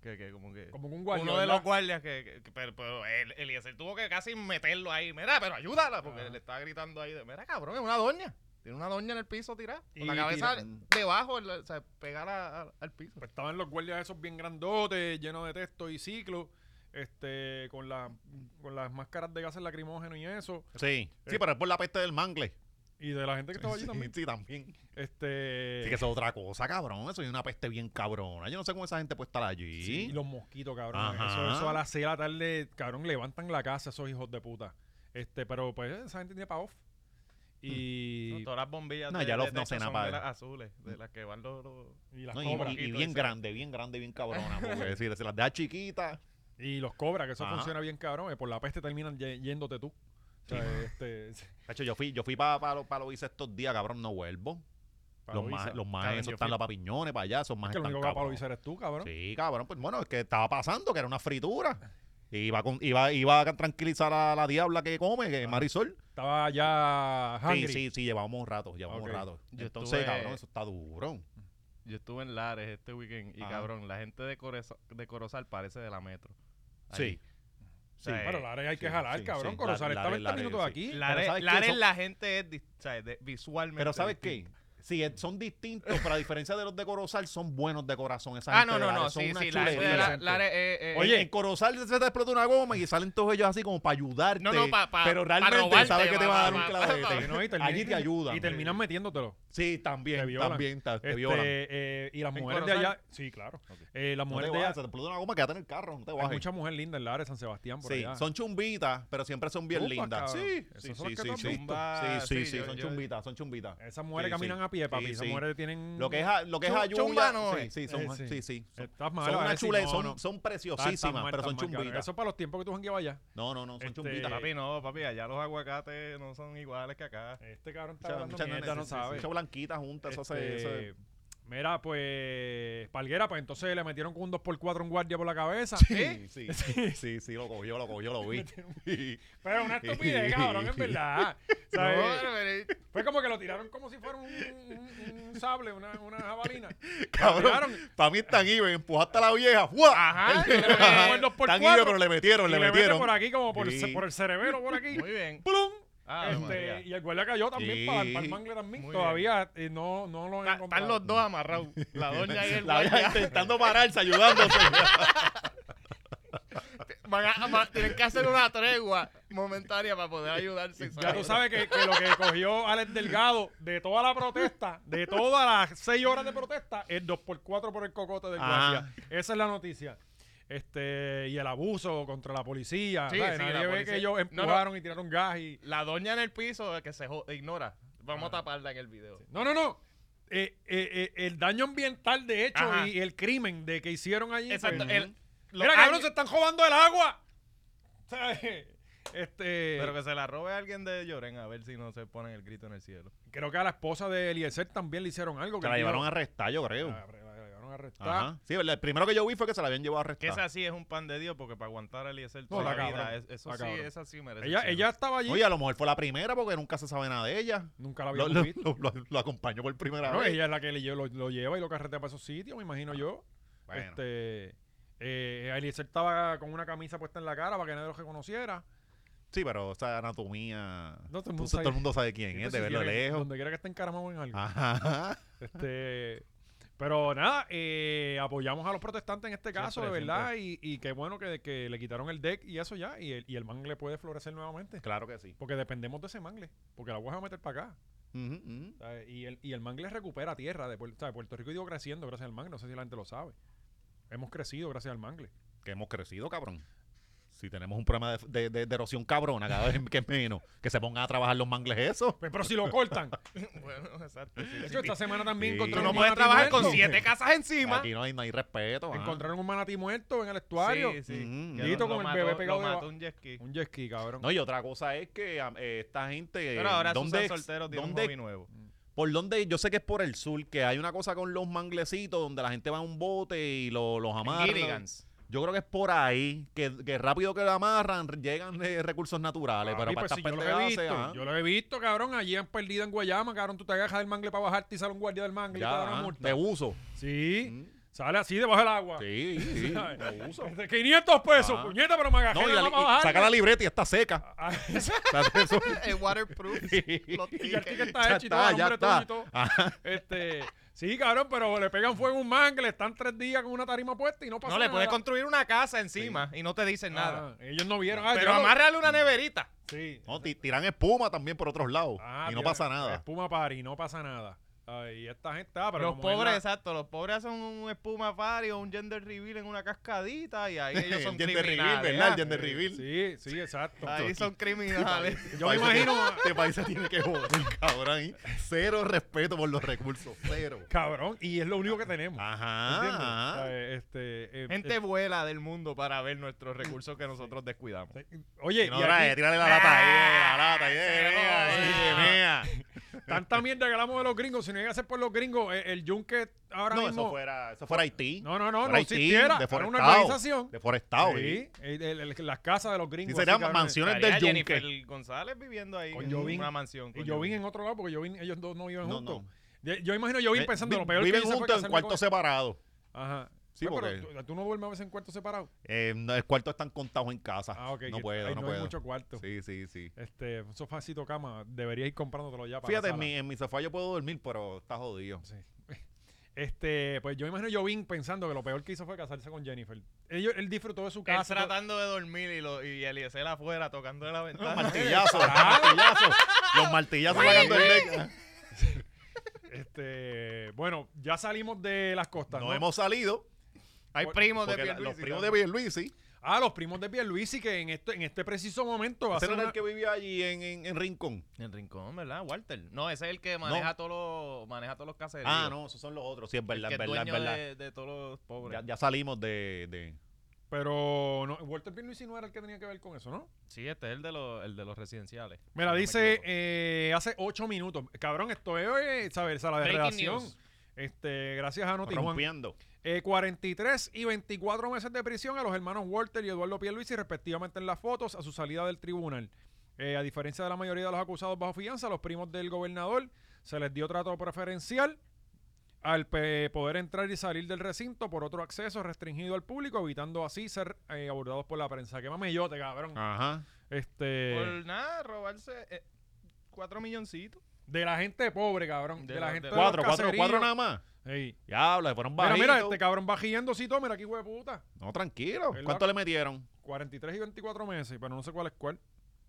Speaker 2: Que, que como que.
Speaker 1: Como un guardia.
Speaker 2: uno de
Speaker 1: ¿verdad?
Speaker 2: los guardias que. que- que- pero pero el, Eliezer tuvo que casi meterlo ahí. Mira, pero ayúdala. Porque
Speaker 1: Ajá.
Speaker 2: le estaba gritando ahí. De, Mira, cabrón, es una doña. Tiene una doña en el piso tirada. Con la
Speaker 5: Y
Speaker 2: cabeza
Speaker 5: tiran.
Speaker 2: debajo, el- o sea, pegada a- al piso.
Speaker 1: Pues estaban los guardias esos bien grandotes, llenos de texto y ciclo, este, con, la, con las máscaras de gases lacrimógenos y eso,
Speaker 3: Sí,
Speaker 1: Eh.
Speaker 3: sí, pero es por la peste del mangle.
Speaker 1: y de la gente que estaba allí
Speaker 3: *laughs* Sí,
Speaker 1: también.
Speaker 3: sí, también.
Speaker 1: Este,
Speaker 3: Sí, que eso es otra cosa, cabrón. Eso es una peste bien cabrona. Yo no sé cómo esa gente puede estar allí.
Speaker 1: sí, y los mosquitos, cabrón.
Speaker 3: Ajá.
Speaker 1: Eso, eso a las 6 de la tarde, cabrón, levantan la casa esos hijos de puta. Este, pero pues esa gente tiene pa' off.
Speaker 2: No,
Speaker 3: Hmm.
Speaker 1: Y,
Speaker 2: todas las bombillas
Speaker 3: No,
Speaker 2: de,
Speaker 3: ya los-
Speaker 2: de
Speaker 3: no
Speaker 2: techo
Speaker 3: sé nada
Speaker 2: son
Speaker 3: para
Speaker 2: de
Speaker 3: eso.
Speaker 2: las azules, de las que van los... los-
Speaker 1: y las
Speaker 3: No, y,
Speaker 1: cobras.
Speaker 3: y-
Speaker 1: Y,
Speaker 3: y bien grande, bien grande, bien cabrona.
Speaker 1: *laughs*
Speaker 3: Porque decir, se las deja chiquitas.
Speaker 1: los cobras, que eso
Speaker 3: Ajá.
Speaker 1: funciona bien, cabrón. eh, Por la peste terminan ye- yéndote tú. O sea,
Speaker 3: *laughs*
Speaker 1: este,
Speaker 3: De hecho, yo fui, yo fui para pa, lo- pa lo hice estos días, cabrón, no vuelvo.
Speaker 1: pa'
Speaker 3: los
Speaker 1: lo
Speaker 3: más,
Speaker 1: Isa.
Speaker 3: los más
Speaker 2: Cabrón,
Speaker 3: esos
Speaker 2: yo
Speaker 3: están
Speaker 2: fui-
Speaker 3: los papiñones para allá, esos más
Speaker 1: Es que lo
Speaker 3: están
Speaker 1: único que va para lo
Speaker 3: cabrón.
Speaker 1: Isa eres tú, cabrón.
Speaker 3: Sí, cabrón, pues bueno, es que estaba pasando, que era una fritura. Iba, con, iba, iba a tranquilizar a la diabla que come, que es Marisol.
Speaker 1: Estaba ya
Speaker 3: Sí,
Speaker 1: Ah. hungry.
Speaker 3: sí, sí, llevábamos un rato, llevábamos
Speaker 1: Ok.
Speaker 3: un rato.
Speaker 2: Yo
Speaker 3: Entonces,
Speaker 2: estuve-
Speaker 3: cabrón, eso está duro.
Speaker 2: Yo estuve en Lares este weekend y,
Speaker 3: Ajá.
Speaker 2: cabrón, la gente de, Coreza- de Corozal parece de la metro.
Speaker 3: Sí.
Speaker 2: Allí. O sea,
Speaker 1: Bueno, Lares hay que jalar,
Speaker 3: eh, sí,
Speaker 1: cabrón.
Speaker 3: sí,
Speaker 1: Corozal
Speaker 3: la-
Speaker 1: está
Speaker 3: Lares,
Speaker 1: 20
Speaker 3: Lares,
Speaker 1: minutos de
Speaker 3: sí.
Speaker 1: aquí. Este,
Speaker 2: Lares,
Speaker 3: ¿sabes qué?
Speaker 2: Lares
Speaker 3: Son-
Speaker 2: la gente es dis- o sea, de- visualmente...
Speaker 3: Pero ¿sabes qué?
Speaker 2: distinta.
Speaker 3: Sí, es- son distintos, pero a diferencia de los de Corozal, son buenos de corazón. Esa
Speaker 2: Ah,
Speaker 3: gente
Speaker 2: no,
Speaker 3: de
Speaker 2: no, no,
Speaker 3: Lares, son
Speaker 2: sí,
Speaker 3: una
Speaker 2: sí, Lares,
Speaker 3: chulería.
Speaker 2: la- Lares, eh, eh,
Speaker 3: Oye, en Corozal se te explota una goma y salen todos ellos así como para ayudarte.
Speaker 2: No, no, pa- pa-
Speaker 3: Pero
Speaker 2: pa
Speaker 3: realmente
Speaker 2: robarte,
Speaker 3: sabes que te van a dar
Speaker 2: pa-
Speaker 3: un
Speaker 2: pa-
Speaker 1: Sí,
Speaker 3: clavete.
Speaker 1: no, y termina-
Speaker 3: Allí te ayudan.
Speaker 1: Y terminan metiéndotelo.
Speaker 3: Sí,
Speaker 1: Te
Speaker 3: también,
Speaker 1: violan.
Speaker 3: también ta- te
Speaker 1: Este,
Speaker 3: violan.
Speaker 1: eh, y las
Speaker 2: ¿En
Speaker 1: mujeres de
Speaker 2: Corozal?
Speaker 1: allá. Sí, claro. Eh, las
Speaker 3: No te
Speaker 1: mujeres de
Speaker 3: bajes, se
Speaker 1: allá.
Speaker 3: te explota una goma, quédate en el carro, no te
Speaker 1: Hay
Speaker 3: bajes.
Speaker 1: mucha mujer linda en Lares, San Sebastián, por
Speaker 3: Sí,
Speaker 1: allá.
Speaker 3: son chumbitas, pero siempre son bien
Speaker 1: Zumba,
Speaker 3: lindas.
Speaker 1: cabrón.
Speaker 3: Sí,
Speaker 1: Esos
Speaker 3: sí,
Speaker 1: son los
Speaker 3: sí,
Speaker 1: que
Speaker 3: sí,
Speaker 1: tú has
Speaker 3: sí.
Speaker 2: visto.
Speaker 3: Sí, sí,
Speaker 2: Sí,
Speaker 3: sí,
Speaker 2: yo-
Speaker 3: son
Speaker 2: yo-
Speaker 3: chumbitas, son chumbitas.
Speaker 1: Esas mujeres
Speaker 3: Sí,
Speaker 1: caminan
Speaker 3: sí.
Speaker 1: a pie, papi.
Speaker 3: Sí,
Speaker 1: Esas
Speaker 3: sí.
Speaker 1: mujeres tienen.
Speaker 3: Lo que es a, lo que es
Speaker 2: Chum-
Speaker 3: a Yuya-
Speaker 2: chumba no
Speaker 3: sí,
Speaker 2: es.
Speaker 3: sí, son,
Speaker 1: Eh, sí.
Speaker 3: sí, sí, son-
Speaker 1: Estás mal,
Speaker 3: son
Speaker 1: ahora
Speaker 3: una
Speaker 1: sí,
Speaker 3: chule-
Speaker 1: no,
Speaker 3: son,
Speaker 1: no. Ah,
Speaker 3: son
Speaker 1: Estás-
Speaker 3: preciosísimas,
Speaker 1: estás mal,
Speaker 3: pero
Speaker 1: estás
Speaker 3: son
Speaker 1: mal, cabrón.
Speaker 3: chumbitas.
Speaker 1: Eso es para los tiempos que tú jangueabas allá.
Speaker 3: No, no, no, son
Speaker 1: Este,
Speaker 3: chumbitas.
Speaker 2: Papi, no, papi, allá los aguacates no son iguales que acá.
Speaker 1: Este cabrón está
Speaker 3: Muchas-
Speaker 1: hablando
Speaker 3: muchas
Speaker 1: mierda, no
Speaker 3: nenas, sí, sí,
Speaker 1: sabe.
Speaker 3: muchas blanquitas juntas, eso se- eso
Speaker 1: Este,
Speaker 3: se-
Speaker 1: Mira, pues. Palguera, pues entonces le metieron con un 2x4 un guardia por la cabeza. ¿Eh?
Speaker 3: Sí, sí, sí, sí, lo cogió, lo cogió, lo vi. *laughs* Sí.
Speaker 1: *laughs* Pero una estupidez,
Speaker 3: *laughs*
Speaker 1: cabrón, en verdad. ¿Sabes?
Speaker 2: No,
Speaker 1: Fue como que lo tiraron como si fuera un, un- un sable, una, una jabalina.
Speaker 3: *laughs* Cabrón,
Speaker 1: tiraron. Ah,
Speaker 3: para mí están even, empujaste a la vieja. ¡fua!
Speaker 2: Ajá, yo creo que-
Speaker 3: Ajá,
Speaker 1: Fue el dos por
Speaker 3: Están
Speaker 1: cuatro,
Speaker 3: even, pero le metieron,
Speaker 1: y
Speaker 3: le
Speaker 1: le mete
Speaker 3: metieron.
Speaker 1: por aquí, como por, el,
Speaker 3: Sí.
Speaker 1: ce- por el cerebelo, por aquí.
Speaker 2: Muy bien.
Speaker 1: ¡Plum!
Speaker 2: Ah,
Speaker 1: Este,
Speaker 2: María.
Speaker 1: y el guardia cayó también
Speaker 3: Sí.
Speaker 1: para, el- para el mangle también.
Speaker 2: Muy
Speaker 1: Todavía eh, no, no lo han
Speaker 2: Ta- Están
Speaker 1: encontrado.
Speaker 2: los dos amarrados. *laughs* La doña y el
Speaker 3: La vieja
Speaker 2: guardia.
Speaker 3: intentando pararse, ayudándose.
Speaker 2: Van a- va- tienen que hacer una tregua momentánea para poder ayudarse.
Speaker 1: Ya tú sabes que, que lo que cogió Alex Delgado de toda la protesta, de todas las seis horas de protesta, es 2x4 por el cocote del
Speaker 3: Ah.
Speaker 1: guardia. Esa es la noticia. Este, y el abuso contra la policía.
Speaker 2: Sí,
Speaker 1: ¿sabes?
Speaker 2: sí,
Speaker 1: Nadie
Speaker 2: la
Speaker 1: ve
Speaker 2: policía-
Speaker 1: que ellos
Speaker 2: No, no.
Speaker 1: empujaron y tiraron gas y.
Speaker 2: La doña en el piso eh, que se jo- ignora. Vamos a taparla en el video.
Speaker 1: No, no, no. Eh, eh, eh, el daño ambiental de hecho
Speaker 2: Ajá.
Speaker 1: y el crimen de que hicieron allí.
Speaker 2: Exacto.
Speaker 1: pues,
Speaker 2: el- los
Speaker 1: Mira, cabrón,
Speaker 2: años-
Speaker 1: se están robando el agua. *laughs* ¿Sabes? Este,
Speaker 2: Pero que se la robe alguien de Lloren a ver si no se ponen el grito en el cielo.
Speaker 1: creo que a la esposa de Eliezer también le hicieron algo.
Speaker 3: Se la llevaron a
Speaker 1: a
Speaker 3: arrestar, yo creo.
Speaker 1: la, la llevaron a arrestar.
Speaker 3: Ajá. Sí, el primero que yo vi fue que se la habían llevado a
Speaker 2: Que esa
Speaker 3: arrestar.
Speaker 2: sí es un pan de Dios porque para aguantar a Eliezer
Speaker 1: No,
Speaker 2: toda
Speaker 1: la
Speaker 2: la
Speaker 1: cabrón,
Speaker 2: vida, es- eso
Speaker 1: la
Speaker 2: sí,
Speaker 1: cabrón.
Speaker 2: esa sí merece.
Speaker 1: Ella,
Speaker 2: el cielo.
Speaker 1: ella estaba allí.
Speaker 3: Oye, a lo mejor fue la primera porque nunca se sabe nada de ella.
Speaker 1: Nunca la
Speaker 3: Lo,
Speaker 1: habíamos
Speaker 3: lo- *laughs*
Speaker 1: visto.
Speaker 3: lo- lo- lo acompañó por primera
Speaker 1: No,
Speaker 3: vez.
Speaker 1: ella es la que le lle- lo, lo lleva y lo carretea para esos sitios, me imagino yo.
Speaker 3: Bueno.
Speaker 1: Este, eh, Eliezer estaba con una camisa puesta en la cara para que nadie lo reconociera.
Speaker 3: Sí, pero esa anatomía.
Speaker 1: No, todo el
Speaker 3: tú-
Speaker 1: mundo
Speaker 3: todo,
Speaker 1: sabe- pues
Speaker 3: el mundo sabe quién es,
Speaker 1: Entonces,
Speaker 3: de verlo
Speaker 1: quiere-
Speaker 3: lejos. Ah.
Speaker 1: Donde quiera que esté encaramado en algo. *laughs*
Speaker 3: Ajá.
Speaker 1: Este, pero nada, eh, apoyamos a los protestantes en este caso,
Speaker 2: Siempre,
Speaker 1: de verdad. Y, y qué bueno que, que le quitaron el deck y eso ya. Y el, y el mangle puede florecer nuevamente.
Speaker 3: Claro que sí.
Speaker 1: Porque dependemos de ese mangle. Porque la agua se va a meter para acá.
Speaker 3: Ujú, ujú.
Speaker 1: ¿sabes? Y el, y el mangle recupera tierra. De, Puer- ¿sabes? Puerto Rico ha ido creciendo gracias al mangle. No sé si la gente lo sabe. Hemos crecido gracias al mangle.
Speaker 3: Que hemos crecido, cabrón. Si tenemos un problema de, de- de- de erosión cabrona, cada vez que es menos, que se pongan a trabajar los mangles esos.
Speaker 1: Pero, pero si lo cortan.
Speaker 2: *laughs* bueno, exacto. sí,
Speaker 1: De
Speaker 2: sí,
Speaker 1: hecho, esta
Speaker 2: sí.
Speaker 1: semana también
Speaker 3: Sí.
Speaker 2: Tú
Speaker 1: encontraron
Speaker 2: no
Speaker 1: un
Speaker 2: puedes
Speaker 1: manatí
Speaker 2: trabajar con
Speaker 1: muerto.
Speaker 2: siete casas encima.
Speaker 3: Aquí no hay, no hay respeto. ajá.
Speaker 1: Encontraron un manatí muerto en el estuario.
Speaker 2: Sí, sí.
Speaker 3: Ujú.
Speaker 2: Que
Speaker 1: Dito
Speaker 2: lo-
Speaker 1: con
Speaker 2: lo
Speaker 1: el bebé
Speaker 2: mató-
Speaker 1: pegado
Speaker 2: lo
Speaker 1: debajo.
Speaker 2: mató un jet ski.
Speaker 1: Un jet ski, cabrón.
Speaker 3: No, y otra cosa es que am, eh, esta gente. eh,
Speaker 2: Pero ahora
Speaker 3: ¿dónde
Speaker 2: Susan
Speaker 3: ex-
Speaker 2: Soltero tiene un
Speaker 3: dónde-
Speaker 2: hobby nuevo.
Speaker 3: ¿Por dónde? Yo sé que es por el sur, que hay una cosa con los manglecitos donde la gente va a un bote y lo- los amarra.
Speaker 2: Gilligan's.
Speaker 3: Yo creo que es por ahí, que, que rápido que lo amarran, llegan eh, recursos naturales.
Speaker 1: Papi,
Speaker 3: pero para
Speaker 1: pues
Speaker 3: estas
Speaker 1: si yo lo he
Speaker 3: pendejadas ah.
Speaker 1: visto,
Speaker 3: se- ajá.
Speaker 1: yo lo he visto, cabrón. Allí han perdido en Guayama, cabrón. Tú te agarras del mangle para bajarte y sale un guardia del mangle y te da
Speaker 3: ya, ah,
Speaker 1: una
Speaker 3: ajá,
Speaker 1: multa.
Speaker 3: de uso. Mm,
Speaker 1: Sí, sale así debajo del agua.
Speaker 3: Sí,
Speaker 1: *laughs*
Speaker 3: sí.
Speaker 1: ¿Sabes?
Speaker 3: de uso.
Speaker 1: De 500 pesos,
Speaker 3: Ajá.
Speaker 1: puñeta, pero me agarré
Speaker 3: No, y
Speaker 1: nada
Speaker 3: la
Speaker 1: más
Speaker 3: li-
Speaker 1: para
Speaker 3: y
Speaker 1: bajarme.
Speaker 3: saca la libreta y está seca.
Speaker 1: *laughs* Ah,
Speaker 3: *laughs* O
Speaker 1: *laughs*
Speaker 3: sea, eso-
Speaker 2: Es waterproof. los
Speaker 1: y ya el ticket
Speaker 2: tickets.
Speaker 1: está hecho y todo, el
Speaker 3: ya
Speaker 1: nombre
Speaker 3: está. Ah.
Speaker 1: tuyo y todo.
Speaker 3: Ajá.
Speaker 1: Este, sí, cabrón, pero le pegan fuego a un mangle, están tres días con una tarima puesta y no pasa
Speaker 2: No, le
Speaker 1: nada.
Speaker 2: puedes construir una casa encima y no te dicen nada.
Speaker 1: Ah, ellos no vieron. Ah,
Speaker 2: Pero
Speaker 1: yo lo-
Speaker 2: amárrale una neverita.
Speaker 1: Sí.
Speaker 3: No, ti- tiran espuma también por otros lados.
Speaker 1: Ah,
Speaker 3: y no
Speaker 1: mira,
Speaker 3: pasa nada.
Speaker 1: Espuma party, no pasa nada. Ay, y esta gente, ah, pero
Speaker 2: los
Speaker 1: como es
Speaker 2: pobres,
Speaker 1: la-
Speaker 2: exacto, los pobres hacen un espuma party o un gender reveal en una cascadita y *laughs* ahí ellos son
Speaker 3: El Eh, gender reveal,
Speaker 2: criminales.
Speaker 3: ¿verdad? El
Speaker 2: ¿ah?
Speaker 3: gender reveal.
Speaker 1: Sí, sí, exacto.
Speaker 2: Ahí son criminales. *laughs*
Speaker 1: Yo me imagino,
Speaker 3: Este país se tiene que joder, cabrón. ahí. Cero respeto por los recursos. Cero.
Speaker 1: cabrón, y es lo único que tenemos.
Speaker 3: Ah.
Speaker 1: ¿entiendes?
Speaker 3: Ajá.
Speaker 1: O sea, este, *laughs* eh,
Speaker 2: Gente
Speaker 1: eh,
Speaker 2: vuela del mundo para ver nuestros recursos que nosotros descuidamos.
Speaker 1: eh, oye,
Speaker 3: Y no
Speaker 1: y
Speaker 3: trae,
Speaker 1: aquí
Speaker 3: tírale la lata ahí, la lata ahí, eh,
Speaker 2: Ah,
Speaker 3: eh,
Speaker 2: se
Speaker 3: eh,
Speaker 2: joda.
Speaker 3: mea.
Speaker 1: tanta mierda que hablamos de los gringos, si no llega a ser por los gringos, eh, el, yunque ahora
Speaker 3: No,
Speaker 1: mismo...
Speaker 3: eso fuera, eso fuera Haití.
Speaker 1: No, no, no,
Speaker 3: Fuera
Speaker 1: no
Speaker 3: Haití,
Speaker 1: existiera. Era una
Speaker 3: deforestado,
Speaker 1: organización.
Speaker 3: Deforestado.
Speaker 1: Sí, el- el- el- las casas de los
Speaker 3: Y
Speaker 1: gringos.
Speaker 3: serían
Speaker 1: así, cabrones.
Speaker 3: mansiones
Speaker 2: Estaría
Speaker 3: del
Speaker 2: Jennifer
Speaker 3: yunque.
Speaker 2: González viviendo ahí
Speaker 1: Con
Speaker 2: en
Speaker 1: Jovín.
Speaker 2: una mansión. con
Speaker 1: Y yo
Speaker 2: Jovín.
Speaker 1: vine en otro lado porque yo vine, ellos dos no vivían
Speaker 3: No,
Speaker 1: juntos.
Speaker 3: no.
Speaker 1: Yo, yo imagino yo vine
Speaker 3: Vi-
Speaker 1: pensando
Speaker 3: vi-
Speaker 1: lo peor
Speaker 3: viven
Speaker 1: que hice fue
Speaker 3: juntos en
Speaker 1: casarme
Speaker 3: cuartos
Speaker 1: con-
Speaker 3: separados.
Speaker 1: Ajá.
Speaker 3: Sí,
Speaker 1: Sí,
Speaker 3: porque-
Speaker 1: pero tú, tú no duermes a veces en cuartos separados.
Speaker 3: Eh, no, el cuarto están contados en casa.
Speaker 1: Ah, ok.
Speaker 3: No
Speaker 1: que-
Speaker 3: puedo,
Speaker 1: ahí
Speaker 3: no,
Speaker 1: no hay
Speaker 3: puedo.
Speaker 1: mucho cuarto.
Speaker 3: Sí, sí, sí.
Speaker 1: Este, un sofacito cama, deberías ir comprándotelo ya para la
Speaker 3: Fíjate, en
Speaker 1: sala.
Speaker 3: mi, en mi sofá yo puedo dormir, pero está jodido.
Speaker 1: Sí. Este, pues yo imagino Jovín pensando que lo peor que hizo fue casarse con Jennifer. Ellos- él disfrutó de su
Speaker 2: Él
Speaker 1: casa. y todo-
Speaker 2: tratando de dormir y, lo, y Eliezer afuera tocando
Speaker 1: *laughs*
Speaker 2: la
Speaker 3: Los
Speaker 2: ventana.
Speaker 3: martillazos, los martillazos. Los martillazos sacando el deck.
Speaker 1: Este, bueno, ya salimos de las costas.
Speaker 3: No
Speaker 1: ¿no?
Speaker 3: hemos salido.
Speaker 2: Hay primos de
Speaker 3: porque la-
Speaker 2: Pierluisi
Speaker 3: los primos de
Speaker 2: también.
Speaker 3: Pierluisi.
Speaker 1: Ah, los primos de Pierluisi que en este, en este preciso momento va a
Speaker 3: Ese
Speaker 1: ser
Speaker 3: no
Speaker 1: una-
Speaker 3: era el que vivía allí en, en, en Rincón.
Speaker 2: En Rincón, ¿verdad? Walter. No, ese es el que maneja todos los maneja todos los caseríos.
Speaker 3: Ah, no, esos son los otros. Sí, es verdad,
Speaker 2: que
Speaker 3: es
Speaker 2: es
Speaker 3: verdad, es
Speaker 2: dueño
Speaker 3: verdad.
Speaker 2: De, de todos los pobres.
Speaker 3: Ya, ya salimos de, de-
Speaker 1: Pero no, Walter Pierluisi no era el que tenía que ver con eso, ¿no?
Speaker 2: Sí, este es el de los, el de los residenciales.
Speaker 1: Me
Speaker 2: Si
Speaker 1: la
Speaker 2: no
Speaker 1: dice
Speaker 2: equivoco.
Speaker 1: eh, hace ocho minutos. Cabrón, esto es, eh, ¿sabes? Sala de
Speaker 2: Breaking
Speaker 1: redacción.
Speaker 2: news.
Speaker 1: Este, gracias a Noti Juan.
Speaker 3: rompiendo.
Speaker 1: Eh, 43 y 24 meses de prisión a los hermanos Walter y Eduardo Pierluisi, respectivamente en las fotos, a su salida del tribunal. Eh, a diferencia de la mayoría de los acusados bajo fianza, los primos del gobernador se les dio trato preferencial al pe- poder entrar y salir del recinto por otro acceso restringido al público, evitando así ser eh, abordados por la prensa. ¡Qué mamellote, cabrón!
Speaker 3: Ajá.
Speaker 1: Este...
Speaker 2: Por nada, robarse eh, cuatro milloncitos.
Speaker 1: De la gente pobre, cabrón. De,
Speaker 2: De
Speaker 1: la
Speaker 2: la-
Speaker 1: gente
Speaker 2: de-
Speaker 1: de los
Speaker 3: Cuatro, cuatro,
Speaker 1: caseríos.
Speaker 3: cuatro nada más.
Speaker 1: Ey.
Speaker 3: Diablo, se fueron
Speaker 1: Mira, este-
Speaker 3: bajitos.
Speaker 1: mira, este cabrón va y todo. Mira aquí, hijo de puta.
Speaker 3: No, tranquilo.
Speaker 1: Él
Speaker 3: ¿Cuánto
Speaker 1: va-
Speaker 3: le metieron?
Speaker 1: 43 y 24 meses, pero no sé cuál es cuál.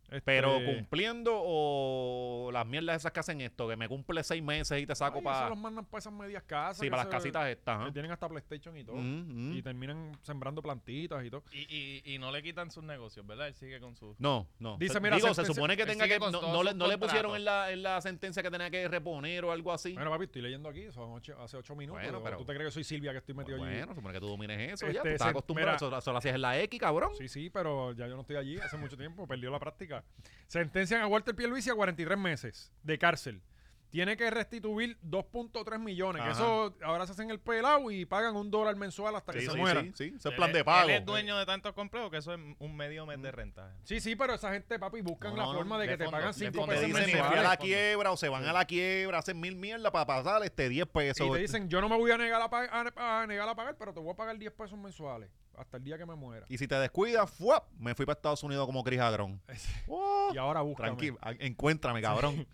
Speaker 1: Este,
Speaker 3: ¿Pero cumpliendo o las mierdas esas que hacen esto? Que me cumple seis meses y te
Speaker 1: ay,
Speaker 3: saco
Speaker 1: eso
Speaker 3: para...
Speaker 1: los mandan para esas medias casas.
Speaker 3: Sí,
Speaker 1: que
Speaker 3: para las
Speaker 1: se-
Speaker 3: casitas Ah. estas. ajá.
Speaker 1: Que tienen hasta PlayStation y todo.
Speaker 3: Mm, mm.
Speaker 1: Y terminan sembrando plantitas y todo.
Speaker 2: Y, y, y no le quitan sus negocios, ¿verdad? Él sigue con sus...
Speaker 3: No, no.
Speaker 1: Dice,
Speaker 3: Se-
Speaker 1: mira,
Speaker 3: Digo,
Speaker 1: se-
Speaker 3: se,
Speaker 1: se-
Speaker 3: supone que
Speaker 2: él
Speaker 3: tenga
Speaker 2: sigue
Speaker 3: que...
Speaker 2: con
Speaker 3: No,
Speaker 2: todos
Speaker 3: no le,
Speaker 2: sus
Speaker 3: no le pusieron
Speaker 2: contratos.
Speaker 3: en la, en la sentencia que tenía que reponer o algo así.
Speaker 1: Bueno, papi, estoy leyendo aquí. Son ocho- hace 8 minutos.
Speaker 3: Bueno,
Speaker 1: ¿o
Speaker 3: pero-
Speaker 1: ¿Tú te crees que soy Silvia que estoy metido allí?
Speaker 3: Bueno, supone que tú domines eso
Speaker 1: Este,
Speaker 3: ya. Tú
Speaker 1: se-
Speaker 3: estás acostumbrado.
Speaker 1: mira.
Speaker 3: eso, eso lo hacías en la X, cabrón.
Speaker 1: Sí, sí, pero ya yo no estoy allí hace mucho tiempo, perdió la práctica. Sentencian a Walter Pierluisi a 43 meses de cárcel. Tiene que restituir 2.3 millones. que
Speaker 3: Ajá.
Speaker 1: eso ahora se hacen el pelado y pagan un dólar mensual hasta que
Speaker 3: Sí,
Speaker 1: se
Speaker 3: sí,
Speaker 1: mueran.
Speaker 3: sí,
Speaker 1: Sí.
Speaker 3: sí. Mm. Ese
Speaker 2: Él
Speaker 3: es plan de
Speaker 2: es-
Speaker 3: pago.
Speaker 2: Él es dueño de tantos complejos que eso es un medio mes de renta.
Speaker 1: sí, pero esa gente, papi, buscan
Speaker 3: No,
Speaker 1: la
Speaker 3: no,
Speaker 1: forma de,
Speaker 2: de
Speaker 1: que te
Speaker 2: fondo,
Speaker 1: pagan
Speaker 2: de
Speaker 1: 5
Speaker 2: fondo.
Speaker 3: Te
Speaker 1: pesos
Speaker 3: dicen, me fui a
Speaker 1: mensuales.
Speaker 3: la quiebra o se van a la quiebra, hacen mil mierda para pasar este 10 pesos.
Speaker 1: Y te dicen, yo no me voy a negar a, pa- a- a negar a pagar, pero te voy a pagar 10 pesos mensuales hasta el día que me muera.
Speaker 3: *laughs* Y si te descuidas, ¡fuap! me fui para Estados Unidos como Chris Agrón. Oh,
Speaker 1: *laughs* Y ahora búscame.
Speaker 3: tranquilo, a- encuéntrame, cabrón.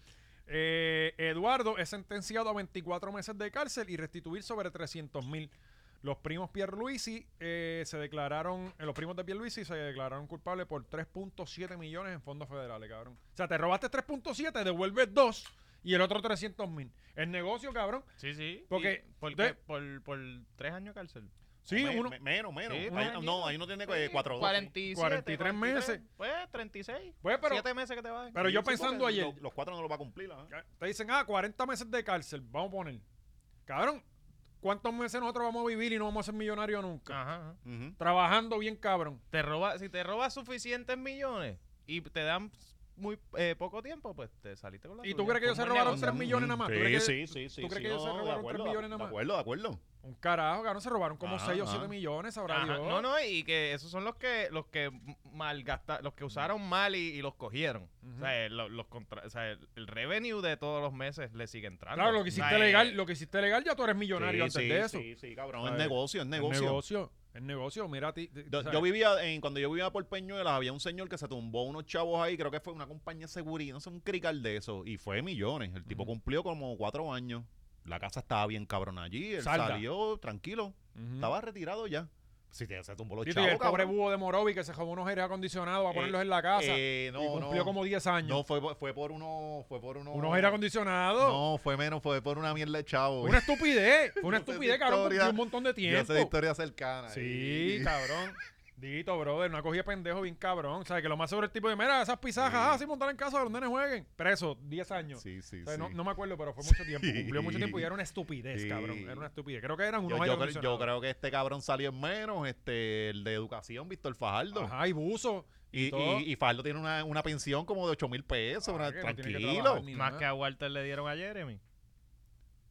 Speaker 1: Eh, Eduardo es sentenciado a 24 meses de cárcel y restituir sobre 300 mil. Los primos Pierluisi eh, se declararon, eh, los primos de Pierluisi se declararon culpables por 3.7 millones en fondos federales, cabrón. O sea, te robaste 3.7, devuelves 2 y el otro 300 mil. El negocio, cabrón.
Speaker 2: Sí, sí.
Speaker 1: Porque-
Speaker 2: Y- ¿Por,
Speaker 1: de-
Speaker 2: qué? por, por tres años de cárcel.
Speaker 1: *laughs* Sí,
Speaker 3: Me-
Speaker 1: uno,
Speaker 3: me- menos, menos.
Speaker 2: Sí,
Speaker 3: Ahí-
Speaker 2: unos
Speaker 3: no,
Speaker 2: añitos.
Speaker 3: ahí no tiene que 4
Speaker 2: 47,
Speaker 1: 43 meses.
Speaker 2: Pues 36.
Speaker 1: Pues, pero-
Speaker 2: 7 meses que te bajen.
Speaker 1: pero yo pensando ayer,
Speaker 3: Los, 4 no lo va a cumplir. ajá.
Speaker 1: te dicen, ah, 40 meses de cárcel, vamos a poner. Cabrón, ¿cuántos meses nosotros vamos a vivir y no vamos a ser millonarios
Speaker 3: Ah.
Speaker 1: nunca?
Speaker 2: Ajá, ajá.
Speaker 3: Ujú.
Speaker 1: Trabajando bien, cabrón.
Speaker 2: Te roba, si te robas suficientes millones y te dan muy eh, poco tiempo, pues te saliste con la
Speaker 1: ¿Y
Speaker 2: tuya.
Speaker 1: tú crees que
Speaker 2: Fue
Speaker 1: ellos
Speaker 2: un
Speaker 1: se
Speaker 2: buen
Speaker 1: robaron
Speaker 2: negocio.
Speaker 1: 3 millones nada más? ¿Tú
Speaker 3: Sí,
Speaker 1: crees que-
Speaker 3: sí, sí, sí.
Speaker 1: crees
Speaker 3: sí,
Speaker 1: que ellos se
Speaker 3: no, de
Speaker 1: robaron
Speaker 3: acuerdo,
Speaker 1: tres millones nada
Speaker 3: De
Speaker 1: más?
Speaker 3: acuerdo, de acuerdo.
Speaker 1: Un carajo, cabrón, se robaron como
Speaker 3: Ajá,
Speaker 1: 6 o
Speaker 3: Ah, ajá.
Speaker 1: 7 millones, sabrá
Speaker 2: Ajá,
Speaker 1: Dios.
Speaker 2: No, no, y que esos son los que los que malgastaron, los que usaron mal y, y los cogieron. O sea, lo- los contra- o sea, el, el revenue de todos los meses le sigue entrando.
Speaker 1: Claro, lo que
Speaker 2: O sea,
Speaker 1: hiciste
Speaker 2: eh,
Speaker 1: legal, lo que hiciste legal ya tú eres
Speaker 3: Sí,
Speaker 1: millonario antes
Speaker 3: sí,
Speaker 1: de eso.
Speaker 3: Sí, sí, cabrón. Es
Speaker 1: ¿Sabes?
Speaker 3: negocio, es
Speaker 1: Es
Speaker 3: negocio.
Speaker 1: negocio, es negocio, mira a ti. t-
Speaker 3: Yo,
Speaker 1: ¿sabes?
Speaker 3: yo vivía, en, cuando yo vivía por Peñuelas, había un señor que se tumbó unos chavos ahí, creo que fue una compañía de seguridad, no sé, un crical de eso, y fue millones. El tipo
Speaker 1: Ujú.
Speaker 3: cumplió como cuatro años. La casa estaba bien cabrón allí, él
Speaker 1: Salda.
Speaker 3: salió tranquilo,
Speaker 1: Ujú.
Speaker 3: estaba retirado ya. Si te, se tumbó los
Speaker 1: Tito, y
Speaker 3: chavos,
Speaker 1: el pobre
Speaker 3: cabrón.
Speaker 1: búho de Morovi que se jugó unos aires acondicionados a
Speaker 3: Eh,
Speaker 1: ponerlos en la casa.
Speaker 3: Eh, no,
Speaker 1: y cumplió
Speaker 3: no.
Speaker 1: como 10 años.
Speaker 3: No, fue, por- fue por uno, fue por uno.
Speaker 1: unos aires acondicionados.
Speaker 3: No, fue menos, fue por una mierda de chavo.
Speaker 1: Fue Una estupidez. Fue una
Speaker 3: *laughs* Yo sé de
Speaker 1: estupidez, cabrón.
Speaker 3: historia-
Speaker 1: Cumplió un montón de
Speaker 3: Yo sé de
Speaker 1: tiempo.
Speaker 3: historia cercana.
Speaker 1: Sí,
Speaker 3: *laughs*
Speaker 1: cabrón. Dito, brother, una cogida de pendejo bien cabrón. ¿Sabes? Que lo más sobre el tipo de, mira, esas pisajas,
Speaker 3: Sí.
Speaker 1: ah, sí, montar en casa de los nenes jueguen. Preso, 10 años.
Speaker 3: Sí, sí,
Speaker 1: O sea,
Speaker 3: sí.
Speaker 1: no, no me acuerdo, pero fue mucho tiempo. Cumplió mucho tiempo y era una estupidez,
Speaker 3: Sí.
Speaker 1: cabrón. Era una estupidez. Creo que eran unos
Speaker 3: Yo, yo
Speaker 1: aires
Speaker 3: creo, yo
Speaker 1: acondicionados.
Speaker 3: creo que este cabrón salió en menos, este, el de educación, Víctor Fajardo.
Speaker 1: Ajá, y buzo.
Speaker 3: Y,
Speaker 1: todo.
Speaker 3: y, y Fajardo tiene una, una pensión como de 8 mil pesos.
Speaker 1: Ah,
Speaker 3: una-
Speaker 1: que no tiene que
Speaker 3: tranquilo.
Speaker 1: trabajar
Speaker 3: que,
Speaker 1: ni
Speaker 2: eh, Más
Speaker 1: nada.
Speaker 2: que a Walter le dieron a Jeremy.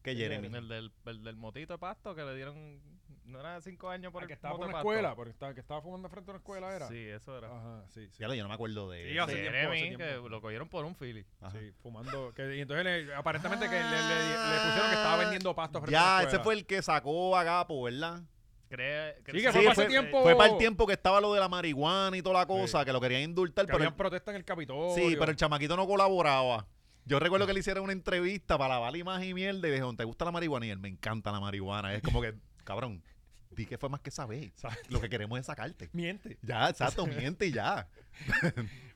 Speaker 3: Jeremy.
Speaker 2: El del, el del motito de pasto que le dieron, no era cinco años por
Speaker 1: Ah,
Speaker 2: el
Speaker 1: que estaba
Speaker 2: moto
Speaker 1: por
Speaker 2: de
Speaker 1: una
Speaker 2: pasto.
Speaker 1: escuela, porque estaba, que estaba fumando frente a una escuela, ¿era?
Speaker 2: Sí, eso era.
Speaker 1: Ajá, sí, sí.
Speaker 3: Ya lo- yo no me acuerdo de
Speaker 2: Sí, hace
Speaker 1: Sí,
Speaker 3: ese.
Speaker 1: tiempo,
Speaker 2: Jeremy,
Speaker 1: hace tiempo.
Speaker 2: que lo cogieron por un Philly.
Speaker 3: Ajá.
Speaker 1: Sí, fumando. que- y entonces le- aparentemente que le, le- le pusieron que estaba vendiendo pasto frente a
Speaker 3: Ah. Ya,
Speaker 1: la
Speaker 3: ese
Speaker 1: escuela.
Speaker 3: fue el que sacó a Gapo, ¿verdad?
Speaker 2: Cree, cree-
Speaker 1: Sí, que
Speaker 3: Sí,
Speaker 1: fue para
Speaker 3: fue-
Speaker 1: ese tiempo.
Speaker 3: Fue para el tiempo que estaba lo de la marihuana y toda la cosa, que lo querían indultar.
Speaker 1: Que
Speaker 3: Pero
Speaker 1: habían
Speaker 3: el-
Speaker 1: protestas en el Capitolio.
Speaker 3: sí, pero el chamaquito no colaboraba. Yo recuerdo que le hicieron una entrevista para lavar la imagen y mierda y le dijeron, ¿te gusta la marihuana? Y él, me encanta la marihuana. Es como que, *laughs* cabrón, di que fue más que saber. Lo que queremos es sacarte.
Speaker 1: Miente. *laughs*
Speaker 3: Ya, exacto, miente y ya.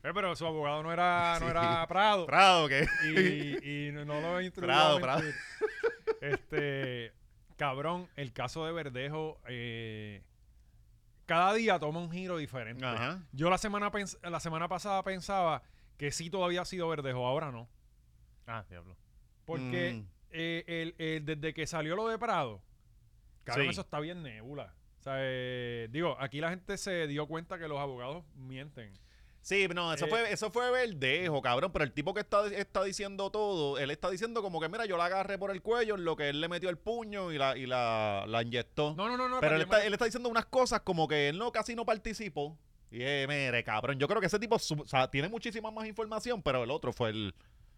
Speaker 1: Eh, pero su abogado no era, no
Speaker 3: Sí.
Speaker 1: era Prado.
Speaker 3: Prado, que... *laughs*
Speaker 1: Y, y no no lo instruyó.
Speaker 3: Prado,
Speaker 1: a mentir. Este. Cabrón, el caso de Verdejo. eh, cada día toma un giro diferente.
Speaker 3: Ajá.
Speaker 1: Yo la semana, pens- la semana pasada pensaba que sí todavía ha sido Verdejo, ahora no.
Speaker 2: Ah, diablo.
Speaker 1: Pues, Porque
Speaker 3: Mm.
Speaker 1: eh, el- el- desde que salió lo de Prado, cabrón,
Speaker 2: Sí.
Speaker 1: eso está bien nebula. O sea, eh, digo, aquí la gente se dio cuenta que los abogados mienten.
Speaker 3: Sí, no, eso
Speaker 1: Eh,
Speaker 3: fue eso fue verdejo, cabrón, pero el tipo que está, está diciendo todo, él está diciendo como que mira, yo la agarré por el cuello, en lo que él le metió el puño y la y la, la inyectó.
Speaker 1: No, no, no, no.
Speaker 3: pero él
Speaker 1: para
Speaker 3: está,
Speaker 1: que-
Speaker 3: él está diciendo unas cosas como que él no casi no participó. Y eh, mire, cabrón, yo creo que ese tipo su- o sea, tiene muchísima más información, pero el otro fue el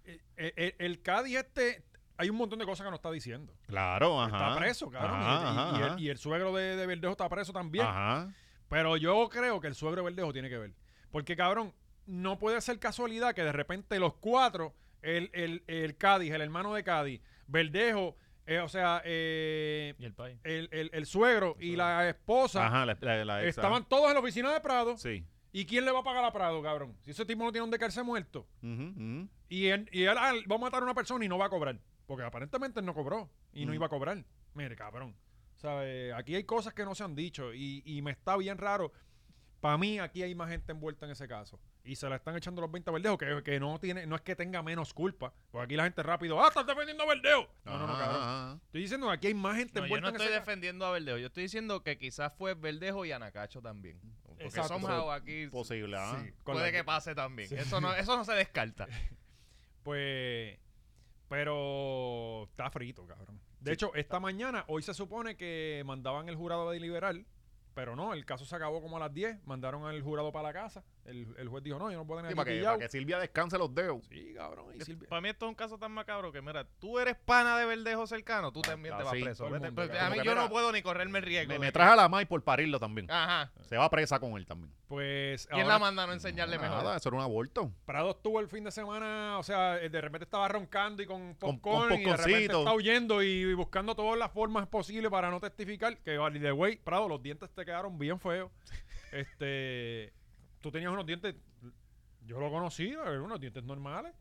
Speaker 1: eh, eh, el, el Cádiz este, hay un montón de cosas que no está diciendo.
Speaker 3: Claro, ajá.
Speaker 1: Está preso, cabrón. y-
Speaker 3: Ajá,
Speaker 1: y, y
Speaker 3: ajá,
Speaker 1: el, y el suegro de, de Verdejo está preso también.
Speaker 3: Ajá.
Speaker 1: Pero yo creo que el suegro de Verdejo tiene que ver. Porque, cabrón, no puede ser casualidad que de repente los cuatro, el, el, el Cádiz, el hermano de Cádiz, Verdejo, eh, o sea, eh,
Speaker 2: Y el país.
Speaker 1: el, el- el suegro y la esposa
Speaker 3: Ajá, la, la- la ex,
Speaker 1: estaban todos en la oficina de Prado.
Speaker 3: Sí.
Speaker 1: ¿Y quién le va a pagar a Prado, cabrón? Si ese tipo no tiene donde caerse muerto.
Speaker 3: Ujú, ujú.
Speaker 1: Y él, y él, ah, va a matar a una persona y no va a cobrar. Porque aparentemente él no cobró y no
Speaker 3: Mm.
Speaker 1: iba a cobrar. Mire, cabrón. ¿Sabe? Aquí hay cosas que no se han dicho y, y me está bien raro. Para mí, aquí hay más gente envuelta en ese caso. Y se la están echando los 20 a Verdejo, que, que no, tiene, no es que tenga menos culpa. Porque aquí la gente rápido, ¡ah, estás defendiendo a Verdejo! No, no, no,
Speaker 3: Ajá,
Speaker 1: cabrón.
Speaker 3: ajá.
Speaker 1: Estoy diciendo que aquí hay más gente
Speaker 2: Ah. No, yo
Speaker 1: envuelta
Speaker 2: no
Speaker 1: en
Speaker 2: estoy
Speaker 1: ese caso.
Speaker 2: defendiendo a Verdejo. Yo estoy diciendo que quizás fue Verdejo y Anacacho también. Porque
Speaker 1: Exacto.
Speaker 2: somehow aquí
Speaker 3: Posible, ajá.
Speaker 1: Sí, con
Speaker 2: puede
Speaker 1: la-
Speaker 2: que pase también. Eso, no, eso no se
Speaker 1: *laughs*
Speaker 2: descarta.
Speaker 1: Pues. Pero está frito, cabrón. De hecho, esta mañana, hoy se supone que mandaban el jurado a deliberar, pero no, el caso se acabó como a las 10. Mandaron al jurado para la casa. El, el juez dijo, no, yo no puedo tener
Speaker 3: Sí,
Speaker 1: aquí
Speaker 3: para, que,
Speaker 1: pillado".
Speaker 3: para que Silvia descanse los dedos.
Speaker 1: Sí, cabrón, y Silvia.
Speaker 2: Para mí esto es un caso tan macabro que, mira, tú eres pana de Verdejo cercano, tú también te vas
Speaker 3: sí,
Speaker 2: preso.
Speaker 1: todo el
Speaker 2: Vete-
Speaker 1: mundo,
Speaker 2: pues,
Speaker 1: cabrón.
Speaker 2: a mí
Speaker 3: Como que,
Speaker 2: yo
Speaker 3: mira,
Speaker 2: no puedo ni correrme el riesgo.
Speaker 3: Me,
Speaker 2: de
Speaker 3: me
Speaker 2: que-
Speaker 3: traje a la May por parirlo también.
Speaker 2: Ajá.
Speaker 3: Se va presa con él también.
Speaker 1: Pues
Speaker 2: ¿Quién
Speaker 1: ahora
Speaker 2: la manda a no enseñarle mejor?
Speaker 3: Nada, eso era un aborto.
Speaker 1: Prado estuvo el fin de semana, o sea, eh, de repente estaba roncando y con
Speaker 3: Con- con
Speaker 1: popcorn, y de repente
Speaker 3: popcorncito.
Speaker 1: está huyendo y, y buscando todas las formas posibles para no testificar. Que vale, de güey, Prado, los dientes te quedaron bien
Speaker 3: *laughs*
Speaker 1: feos. Este, tú tenías unos dientes, yo lo conocí, eran unos dientes normales.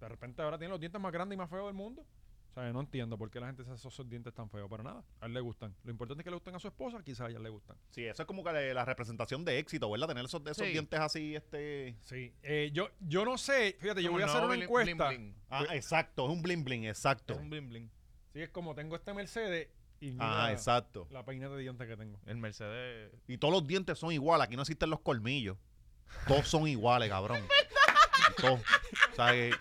Speaker 1: De repente ahora tiene los dientes más grandes y más feos del mundo. O sea, no entiendo por qué la gente se hace esos dientes tan feos para nada. A él le gustan. Lo importante es que le gusten a su esposa, quizás a ella le gustan.
Speaker 3: Sí, eso es como que la- la representación de éxito, ¿verdad? Tener esos, esos
Speaker 2: Sí.
Speaker 3: dientes así, este.
Speaker 1: Sí, eh, yo, yo no sé, fíjate, yo
Speaker 2: Como
Speaker 1: voy a
Speaker 2: no,
Speaker 1: hacer una
Speaker 2: bling,
Speaker 1: encuesta.
Speaker 2: bling, bling.
Speaker 1: Pues,
Speaker 3: Ah, exacto, es un bling bling,
Speaker 2: Es
Speaker 3: exacto.
Speaker 2: un bling bling.
Speaker 1: Sí, es como tengo este Mercedes y mira
Speaker 3: Ah, exacto.
Speaker 1: la peineta de dientes que tengo.
Speaker 2: El Mercedes.
Speaker 3: Y todos los dientes son iguales, aquí no existen los colmillos.
Speaker 1: *laughs*
Speaker 3: Todos son iguales, cabrón. Todos. O sea, que-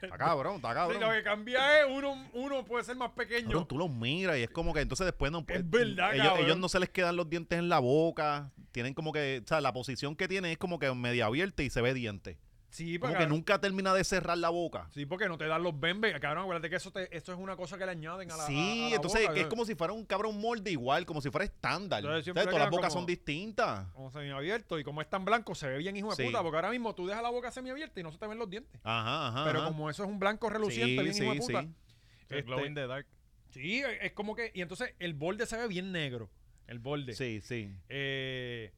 Speaker 3: Está cabrón, está
Speaker 1: Sí, lo
Speaker 3: cabrón.
Speaker 1: que cambia es uno, uno puede ser más pequeño.
Speaker 3: Cabrón, tú los miras y es como que entonces después no
Speaker 1: Es verdad,
Speaker 3: ellos,
Speaker 1: cabrón.
Speaker 3: ellos no se les quedan los dientes en la boca. Tienen como que, o sea, la posición que tienen es como que media abierta y se ve diente.
Speaker 1: Sí,
Speaker 3: Como
Speaker 1: porque-
Speaker 3: que nunca termina de cerrar la boca.
Speaker 1: Sí, porque no te dan los bembes. Cabrón, acuérdate que eso, te- eso es una cosa que le añaden a la.
Speaker 3: Sí,
Speaker 1: a- a la
Speaker 3: entonces
Speaker 1: boca,
Speaker 3: que es
Speaker 1: ¿no?
Speaker 3: como si fuera un cabrón molde igual, como si fuera estándar.
Speaker 1: Entonces,
Speaker 3: O sea,
Speaker 1: siempre
Speaker 3: todas las
Speaker 1: queda
Speaker 3: bocas
Speaker 1: como-
Speaker 3: son distintas.
Speaker 1: Como semiabierto. Y como es tan blanco, se ve bien hijo de
Speaker 3: Sí.
Speaker 1: puta. Porque ahora mismo tú dejas la boca semiabierta y no se te ven los dientes.
Speaker 3: Ajá, ajá.
Speaker 1: Pero
Speaker 3: ajá.
Speaker 1: como eso es un blanco
Speaker 3: Sí,
Speaker 1: reluciente, bien hijo de
Speaker 3: sí,
Speaker 1: puta.
Speaker 3: sí.
Speaker 1: Este-
Speaker 2: El glow in the dark.
Speaker 1: Sí, es es como que. Y entonces el borde se ve bien negro. El borde.
Speaker 3: Sí, sí.
Speaker 1: Eh,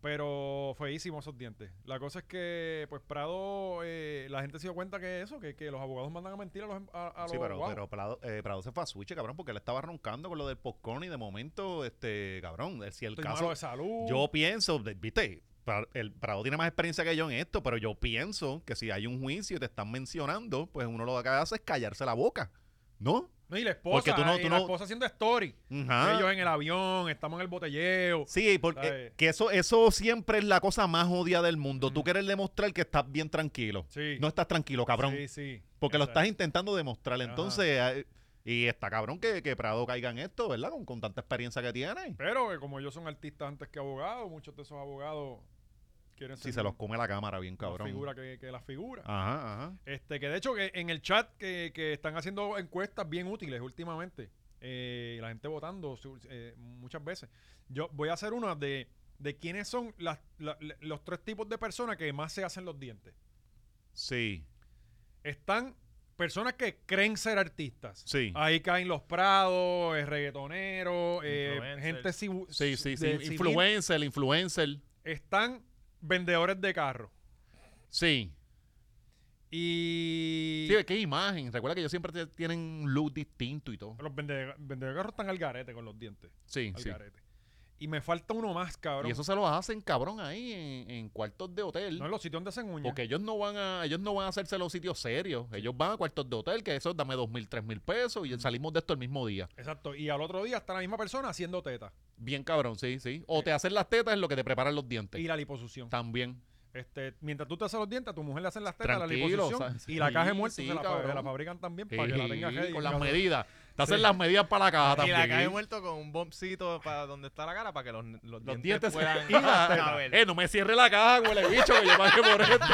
Speaker 1: pero feísimo esos dientes. La cosa es que, pues Prado, eh, la gente se dio cuenta que eso, que, que los abogados mandan a mentir a los, em- a, a
Speaker 3: Sí,
Speaker 1: los
Speaker 3: pero,
Speaker 1: guau.
Speaker 3: pero Prado, eh, Prado se fue a switch, cabrón, porque él estaba roncando con lo del popcorn y de momento, este, cabrón, si el
Speaker 1: Estoy malo
Speaker 3: caso...
Speaker 1: de salud.
Speaker 3: Yo pienso, de- viste, Pra- el Prado tiene más experiencia que yo en esto, pero yo pienso que si hay un juicio y te están mencionando, pues uno lo que hace es callarse la boca, ¿no?
Speaker 1: No, y la esposa,
Speaker 3: Porque tú no-
Speaker 1: y
Speaker 3: tú
Speaker 1: la
Speaker 3: no- Ah.
Speaker 1: esposa haciendo story.
Speaker 3: Ajá.
Speaker 1: Ellos en el avión, estamos en el botelleo.
Speaker 3: Sí, porque
Speaker 1: ¿Sabes?
Speaker 3: eh, que eso, eso siempre es la cosa más odia del mundo. Tú
Speaker 1: Mm.
Speaker 3: quieres demostrar que estás bien tranquilo.
Speaker 1: Sí.
Speaker 3: No estás tranquilo, cabrón.
Speaker 1: Sí, sí.
Speaker 3: porque lo
Speaker 1: Exacto.
Speaker 3: estás intentando demostrar.
Speaker 1: Ajá.
Speaker 3: Entonces, eh, y está cabrón que, que Prado caiga en esto, ¿verdad? Con, con tanta experiencia que tiene.
Speaker 1: Pero que como ellos son artistas antes que abogados, muchos de esos abogados quieren ser
Speaker 3: Si se los come la cámara bien,
Speaker 1: más
Speaker 3: cabrón.
Speaker 1: figura que, que la figura.
Speaker 3: Ajá, ajá.
Speaker 1: Este, que de hecho que en el chat que, que están haciendo encuestas bien útiles últimamente. eh, la gente votando su- eh, muchas veces. Yo voy a hacer una de, de quiénes son las- la- la- los tres tipos de personas que más se hacen los dientes.
Speaker 3: Sí.
Speaker 1: Están personas que creen ser artistas.
Speaker 3: Sí.
Speaker 1: Ahí caen los prados, eh, reggaetoneros, eh,
Speaker 2: Influencers.
Speaker 1: gente cibu-
Speaker 3: Sí, sí, sí.
Speaker 1: de civil.
Speaker 3: Influencer, influencer.
Speaker 1: Están vendedores de carros.
Speaker 3: Sí.
Speaker 1: Y
Speaker 3: Sí, qué imagen. Recuerda que ellos siempre te- tienen un look distinto y todo.
Speaker 1: los vende- vendedores de carros están al garete con los dientes.
Speaker 3: Sí,
Speaker 1: al
Speaker 3: sí.
Speaker 1: garete. Y me falta uno más, cabrón.
Speaker 3: Y eso se lo hacen, cabrón, ahí en, en cuartos de hotel.
Speaker 1: No en los sitios donde hacen uñas.
Speaker 3: Porque ellos no van a, ellos no van a hacerse los sitios serios. Ellos van a cuartos de hotel, que eso dame dos mil, tres mil pesos, y salimos de esto el mismo día.
Speaker 1: Exacto. Y al otro día está la misma persona haciendo teta
Speaker 3: Bien cabrón, sí, sí. O te hacen las tetas en lo que te preparan los dientes.
Speaker 1: Eh. y la liposucción.
Speaker 3: También.
Speaker 1: Este, mientras tú te haces los dientes, a tu mujer le hacen las tetas, la
Speaker 3: Tranquilo,
Speaker 1: liposucción.
Speaker 3: o sea,
Speaker 1: y la
Speaker 3: sí,
Speaker 1: caja de muertos
Speaker 3: sí,
Speaker 1: se, la, fa-
Speaker 3: cabrón.
Speaker 1: se la fabrican también para que la tengas
Speaker 3: Sí,
Speaker 1: ready en
Speaker 3: con las
Speaker 1: casa.
Speaker 3: medidas. Te hacen
Speaker 1: Sí.
Speaker 3: las medidas para la caja
Speaker 2: Y
Speaker 3: también.
Speaker 2: la cae muerto con un bombcito para donde está la cara para que los, los,
Speaker 3: Los
Speaker 2: dientes,
Speaker 1: *laughs*
Speaker 3: dientes
Speaker 2: puedan *laughs*
Speaker 3: y la teta.
Speaker 2: caber.
Speaker 3: Eh, no me cierre la caja, huele bicho, que yo pagué por
Speaker 1: *laughs*
Speaker 3: esto.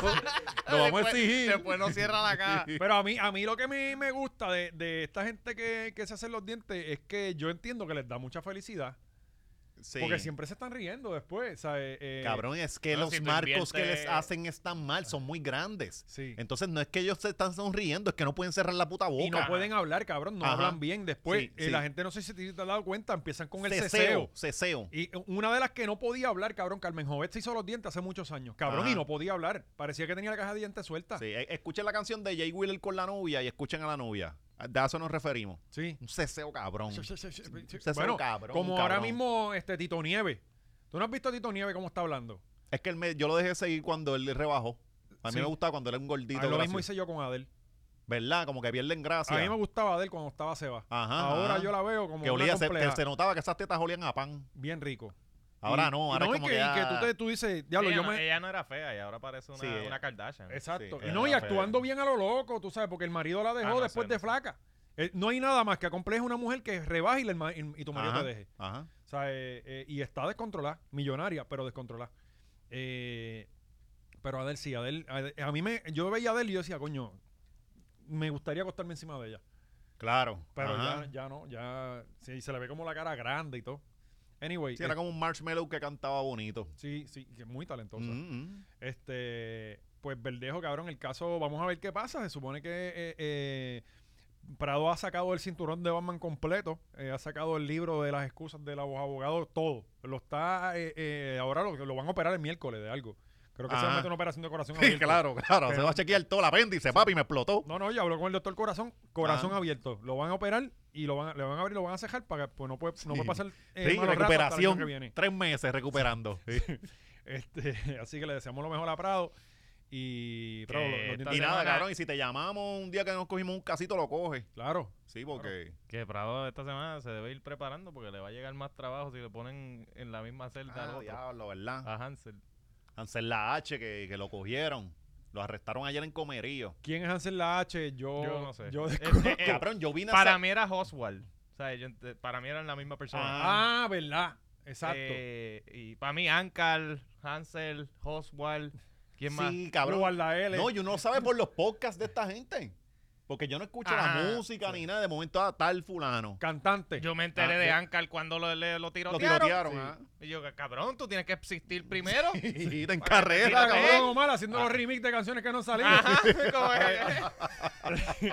Speaker 3: Lo vamos a
Speaker 2: Después-
Speaker 3: exigir.
Speaker 2: Después no cierra la caja.
Speaker 1: Pero a mí, a mí lo que me, me gusta de, de esta gente que, que se hace los dientes es que yo entiendo que les da mucha felicidad.
Speaker 3: Sí.
Speaker 1: Porque siempre se están riendo después. ¿sabes? Eh,
Speaker 3: Cabrón, es que
Speaker 2: No,
Speaker 3: los
Speaker 2: si tú
Speaker 3: marcos que les
Speaker 2: inviertes-
Speaker 3: hacen están mal, son muy grandes.
Speaker 1: Sí.
Speaker 3: Entonces no es que ellos se están sonriendo, es que no pueden cerrar la puta boca.
Speaker 1: Y no pueden hablar, cabrón, no
Speaker 3: Ajá.
Speaker 1: hablan bien. Después,
Speaker 3: Sí,
Speaker 1: eh,
Speaker 3: sí.
Speaker 1: la gente no sé si te has dado cuenta, empiezan con el
Speaker 3: Ceseo,
Speaker 1: ceseo.
Speaker 3: ceseo.
Speaker 1: Y una de las que no podía hablar, cabrón, Carmen Jovet se hizo los dientes hace muchos años, cabrón,
Speaker 3: Ajá.
Speaker 1: y no podía hablar. Parecía que tenía la caja de dientes suelta.
Speaker 3: Ah. Sí, e- escuchen la canción de Jay Wheeler con la novia y escuchen a la novia. De eso nos referimos.
Speaker 1: Sí.
Speaker 3: Un ceseo cabrón. Ceseo
Speaker 1: Bueno,
Speaker 3: cabrón,
Speaker 1: como
Speaker 3: cabrón.
Speaker 1: ahora mismo este Tito Nieve. ¿Tú no has visto a Tito Nieve cómo está hablando?
Speaker 3: Es que él me- yo lo dejé seguir cuando él rebajó. A mí
Speaker 1: Sí.
Speaker 3: me gustaba cuando era un gordito.
Speaker 1: Ah, lo mismo
Speaker 3: gracioso.
Speaker 1: hice yo con Adel.
Speaker 3: ¿Verdad? Como que pierden gracia.
Speaker 1: A mí me gustaba Adel cuando estaba Seba.
Speaker 3: Ajá,
Speaker 1: ahora
Speaker 3: ajá.
Speaker 1: yo la veo como
Speaker 3: que
Speaker 1: una
Speaker 3: olía, se,
Speaker 1: compleja.
Speaker 3: que se notaba que esas tetas olían a pan.
Speaker 1: bien rico.
Speaker 3: Ahora
Speaker 1: Y-
Speaker 3: no,
Speaker 1: y
Speaker 3: ahora es
Speaker 1: y
Speaker 3: como
Speaker 1: que,
Speaker 3: que, ah.
Speaker 1: y que
Speaker 3: ya-
Speaker 1: tú, te, tú dices, diablo,
Speaker 2: ella,
Speaker 1: yo
Speaker 2: no, eh,
Speaker 1: me...
Speaker 2: ella no era fea y ahora parece una,
Speaker 3: Sí, ella-
Speaker 2: una Kardashian.
Speaker 1: Exacto.
Speaker 3: Sí,
Speaker 1: y
Speaker 3: es
Speaker 1: no, y
Speaker 3: una fe-
Speaker 1: actuando bien a lo loco, tú sabes, porque el marido la dejó
Speaker 2: Ah, no
Speaker 1: después
Speaker 2: sé,
Speaker 1: de
Speaker 2: no sé.
Speaker 1: flaca. Eh, no hay nada más que acompleje una mujer que rebaje y, le- y- y tu marido
Speaker 3: Ajá,
Speaker 1: te deje.
Speaker 3: ajá.
Speaker 1: O sea, eh, eh, y está descontrolada, millonaria, pero descontrolada. Eh, pero Adel sí, Adel, Adel- a mí me, yo veía a Adel y yo decía, coño, me gustaría acostarme encima de ella.
Speaker 3: Claro.
Speaker 1: Pero
Speaker 3: ajá.
Speaker 1: ya, ya no, ya sí, se le ve como la cara grande y todo. Anyway,
Speaker 3: Sí, era
Speaker 1: eh,
Speaker 3: como un marshmallow que cantaba bonito.
Speaker 1: sí, sí, que es muy talentosa.
Speaker 3: Mm, mm.
Speaker 1: Este, pues Verdejo, cabrón, el caso, vamos a ver qué pasa. Se supone que eh, eh, Prado ha sacado el cinturón de Batman completo, eh, ha sacado el libro de las excusas de los abogados, todo. Lo está, eh, eh, ahora lo, lo van a operar el miércoles de algo. Creo que se va a
Speaker 3: Ajá.
Speaker 1: meter una operación de corazón
Speaker 3: *laughs* Sí,
Speaker 1: abierto.
Speaker 3: claro, claro. Se
Speaker 1: Pero-
Speaker 3: va a chequear todo el apéndice, papi, me explotó.
Speaker 1: No, no, ya habló con el doctor Corazón, corazón
Speaker 3: Ah.
Speaker 1: abierto. Lo van a operar y lo van, a- le van a abrir y lo van a cejar para que pues, no, puede, no
Speaker 3: Sí.
Speaker 1: puede pasar eh,
Speaker 3: Sí,
Speaker 1: malos ratos hasta el año
Speaker 3: recuperación.
Speaker 1: que viene.
Speaker 3: Tres
Speaker 1: *laughs*
Speaker 3: meses recuperando. Sí.
Speaker 1: Este, *laughs* así que le deseamos lo mejor a Prado. Y, Prado,
Speaker 2: Que
Speaker 1: los- los
Speaker 2: esta
Speaker 1: dientes-
Speaker 3: Eh, Y nada,
Speaker 2: semana-
Speaker 3: cabrón. Y si te llamamos un día que nos cogimos un casito, lo coge.
Speaker 1: claro.
Speaker 3: Sí, porque.
Speaker 2: Que Prado esta semana se debe ir preparando porque le va a llegar más trabajo si le ponen en la misma celda al
Speaker 3: Ah,
Speaker 2: otro.
Speaker 3: diablo, ¿verdad?
Speaker 2: A Hansel.
Speaker 3: Hansel la H que, que lo cogieron. Lo arrestaron ayer en Comerío.
Speaker 1: ¿Quién es Hansel la H? Yo,
Speaker 2: Yo no sé.
Speaker 1: yo
Speaker 2: Eh,
Speaker 1: desconozco.
Speaker 2: eh, eh,
Speaker 3: Cabrón, yo vine a
Speaker 2: para
Speaker 3: sa-
Speaker 2: mí era Oswald. O sea, yo ent- para mí eran la misma persona.
Speaker 1: ah, ¿verdad? Exacto.
Speaker 2: Eh, y para mí, Ankar, Hansel, Oswald. ¿Quién más?
Speaker 3: Sí, cabrón.
Speaker 1: Guarda L.
Speaker 3: No, y uno sabe por los podcasts de esta gente. Porque yo no escucho
Speaker 2: Ah,
Speaker 3: la música ni nada. De momento, a tal fulano.
Speaker 1: Cantante.
Speaker 2: Yo me enteré
Speaker 3: Ah,
Speaker 2: de
Speaker 3: yo-
Speaker 2: Ankar cuando lo, le- lo
Speaker 3: Lo
Speaker 2: tirotearon.
Speaker 3: tirotearon,
Speaker 2: Sí.
Speaker 3: *laughs* ¿ah?
Speaker 2: Y yo, cabrón, tú tienes que existir
Speaker 3: *laughs*
Speaker 2: primero.
Speaker 3: Y te
Speaker 1: Mira,
Speaker 3: encarrera,
Speaker 2: Mira,
Speaker 3: cabrón.
Speaker 1: cabrón Omar haciendo
Speaker 3: Ah.
Speaker 1: los remix de canciones que no *laughs* salían.
Speaker 2: Ajá, *laughs* ¿cómo
Speaker 3: Eh,
Speaker 2: es?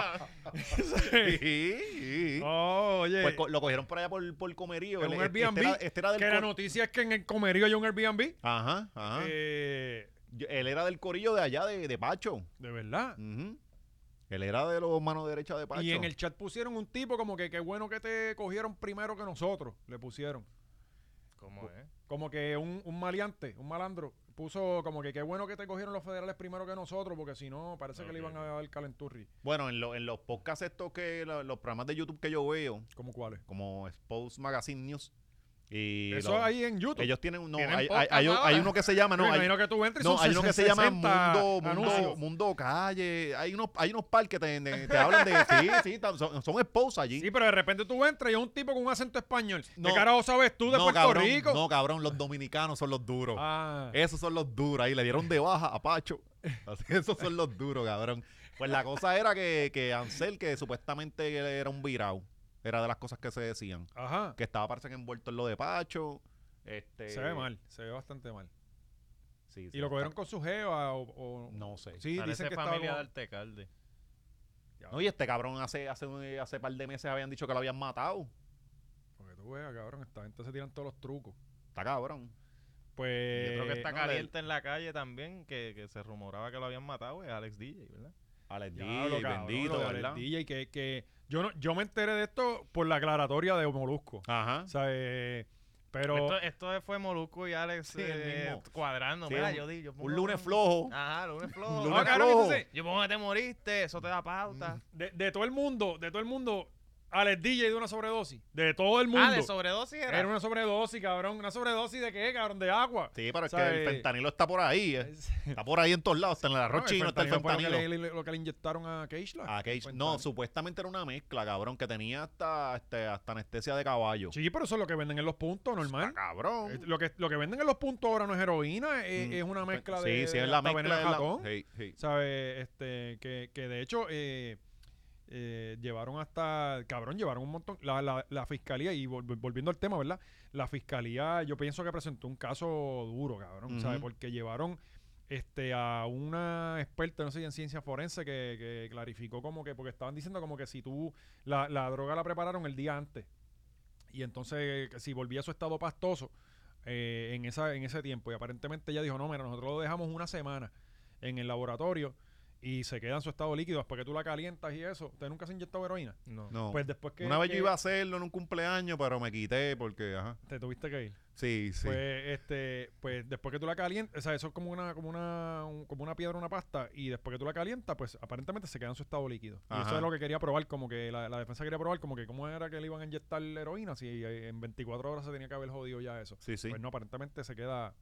Speaker 1: Sí.
Speaker 3: Sí.
Speaker 1: Oh, oye.
Speaker 3: Pues co- lo cogieron por allá por, por comerío.
Speaker 1: En
Speaker 3: El-
Speaker 1: un
Speaker 3: este
Speaker 1: Airbnb,
Speaker 3: era- Este era, del
Speaker 1: que la
Speaker 3: cor-
Speaker 1: noticia es que en el comerío hay un Airbnb.
Speaker 3: Ajá, ajá.
Speaker 1: Eh,
Speaker 3: Yo- Él era del corillo de allá de, de Pacho.
Speaker 1: de verdad.
Speaker 3: Ujú. Él era de los manos derechas de Pacho.
Speaker 1: Y en el chat pusieron un tipo como que qué bueno que te cogieron primero que nosotros. Le pusieron.
Speaker 2: ¿Cómo es?
Speaker 1: Como que un, un maleante, un malandro. Puso como que qué bueno que te cogieron los federales primero que nosotros, porque si no, parece que le
Speaker 2: Ok.
Speaker 1: iban a dar calenturri.
Speaker 3: Bueno, en, lo- en los podcasts estos que... la- los programas de YouTube que yo veo,
Speaker 1: ¿Cómo cuáles?
Speaker 3: como Spose Magazine News. Y
Speaker 1: Eso
Speaker 3: los-
Speaker 1: ahí en YouTube.
Speaker 3: Ellos tienen... No,
Speaker 2: Tienen
Speaker 3: hay, hay-
Speaker 2: podcast
Speaker 3: hay-
Speaker 2: ahora.
Speaker 3: hay uno que se llama...
Speaker 1: Me
Speaker 3: No, hay,
Speaker 1: imagino que tú entras y
Speaker 3: no,
Speaker 1: son
Speaker 3: hay uno que se llama
Speaker 1: 60
Speaker 3: Mundo, Mundo,
Speaker 1: anuncios.
Speaker 3: Mundo Calle. Hay unos, hay unos par que te, te- te hablan de... Sí, sí, tam- son, son Spose allí.
Speaker 1: Sí, pero de repente tú entras y es un tipo con un acento español.
Speaker 3: No.
Speaker 1: ¿Qué carajo sabes tú de Puerto
Speaker 3: cabrón,
Speaker 1: Rico?
Speaker 3: No, Eh, cabrón, los dominicanos son los duros.
Speaker 1: Ah.
Speaker 3: Esos son los duros. Ahí le dieron de baja a Pacho. Así que esos son los duros, cabrón. Pues la cosa era que, que Ansel, que supuestamente él era un virao, era de las cosas que se decían.
Speaker 1: Ajá.
Speaker 3: Que estaba parece que envuelto en lo de Pacho. Este,
Speaker 1: Se ve mal, se ve bastante mal.
Speaker 3: Sí,
Speaker 1: ¿Y
Speaker 3: sí,
Speaker 1: lo cogieron
Speaker 3: está-
Speaker 1: con su jeva o, o-
Speaker 3: No sé.
Speaker 1: Sí,
Speaker 2: Parece
Speaker 1: dicen que estaba
Speaker 2: familia de
Speaker 1: como...
Speaker 2: Altecalde.
Speaker 3: No, y este cabrón hace, hace, un- hace par de meses habían dicho que lo habían matado.
Speaker 1: Porque tú veas, cabrón, esta gente se tiran todos los trucos.
Speaker 3: Está cabrón.
Speaker 1: Pues...
Speaker 2: Yo creo que está
Speaker 3: no,
Speaker 2: caliente en la calle también, que, que se rumoraba que lo habían matado, es Alex DJ, ¿verdad?
Speaker 3: Alex
Speaker 1: Diablo,
Speaker 3: DJ,
Speaker 1: cabrón,
Speaker 3: bendito,
Speaker 1: lo de Alex
Speaker 3: ¿verdad?
Speaker 1: DJ, que, que yo, no, yo me enteré de esto por la aclaratoria de Molusco.
Speaker 3: Ajá.
Speaker 1: O sea, eh, pero...
Speaker 2: Esto, esto fue Molusco y Alex
Speaker 3: Sí, el
Speaker 2: eh,
Speaker 3: mismo.
Speaker 2: cuadrando.
Speaker 3: Sí,
Speaker 2: Mira,
Speaker 3: un-
Speaker 2: yo di, yo pongo-
Speaker 3: Un lunes flojo.
Speaker 1: Ah.
Speaker 2: Ajá, lunes flojo.
Speaker 3: Un
Speaker 1: No,
Speaker 3: lunes
Speaker 1: cabrón,
Speaker 3: flojo.
Speaker 1: entonces,
Speaker 2: Yo pongo que te moriste, eso te da pauta.
Speaker 1: de, de todo el mundo, de todo el mundo, Alex DJ de una sobredosis. De todo el mundo.
Speaker 2: Ah, de sobredosis era.
Speaker 1: Era una sobredosis, cabrón. ¿Una sobredosis de qué, cabrón? De agua.
Speaker 3: Sí, pero es
Speaker 1: ¿Sabe?
Speaker 3: que el fentanilo está por ahí. eh. Está por ahí en todos lados. Está en el *laughs*
Speaker 1: *laughs*
Speaker 3: arroz
Speaker 1: eh, No,
Speaker 3: chino, está el
Speaker 1: fue lo que
Speaker 3: fentanilo.
Speaker 1: le- le- lo que le inyectaron a Keishla. *laughs*
Speaker 3: Ah, que-
Speaker 1: Fentanilo.
Speaker 3: no, supuestamente era una mezcla, cabrón, que tenía hasta, este, hasta anestesia de caballo.
Speaker 1: Sí, pero eso es lo que venden en los puntos,
Speaker 3: Ah,
Speaker 1: normal.
Speaker 3: cabrón.
Speaker 1: Eh, Lo que, lo que venden en los puntos ahora no es heroína, es,
Speaker 3: Mm.
Speaker 1: eh, es una mezcla
Speaker 3: sí,
Speaker 1: de.
Speaker 3: Sí,
Speaker 1: de
Speaker 3: es la
Speaker 1: hasta
Speaker 3: mezcla. es la-
Speaker 1: venenajatón,
Speaker 3: sí, sí.
Speaker 1: ¿Sabes? Este, que, que de hecho eh, eh, llevaron hasta. Cabrón, llevaron un montón. La, la- la fiscalía, y vol- volviendo al tema, ¿verdad? La fiscalía, yo pienso que presentó un caso duro, cabrón, ¿sabes?
Speaker 3: Ujú.
Speaker 1: Porque llevaron. Este, a una experta, no sé, en ciencia forense que, que clarificó como que, porque estaban diciendo como que si tú, la, la droga la prepararon el día antes, y entonces que si volvía a su estado pastoso eh, en, esa, en ese tiempo. Y aparentemente ella dijo, no, mira, nosotros lo dejamos una semana en el laboratorio y se queda en su estado líquido después que tú la calientas y eso. ¿Usted nunca se ha inyectado heroína?
Speaker 2: No.
Speaker 3: No.
Speaker 1: Pues después que...
Speaker 3: una vez
Speaker 1: que
Speaker 3: yo iba a hacerlo en un cumpleaños, pero me quité porque, ajá.
Speaker 1: Te tuviste que ir.
Speaker 3: Sí, sí.
Speaker 1: Pues, este, pues después que tú la calientas, o sea, eso es como una, como una, un- como una piedra, una pasta, y después que tú la calientas, pues aparentemente se queda en su estado líquido. Y eso
Speaker 3: Ajá.
Speaker 1: es lo que quería probar, como que la, la defensa quería probar, como que cómo era que le iban a inyectar la heroína, si eh, en 24 horas se tenía que haber jodido ya eso.
Speaker 3: sí, sí.
Speaker 1: Pues no, aparentemente se queda.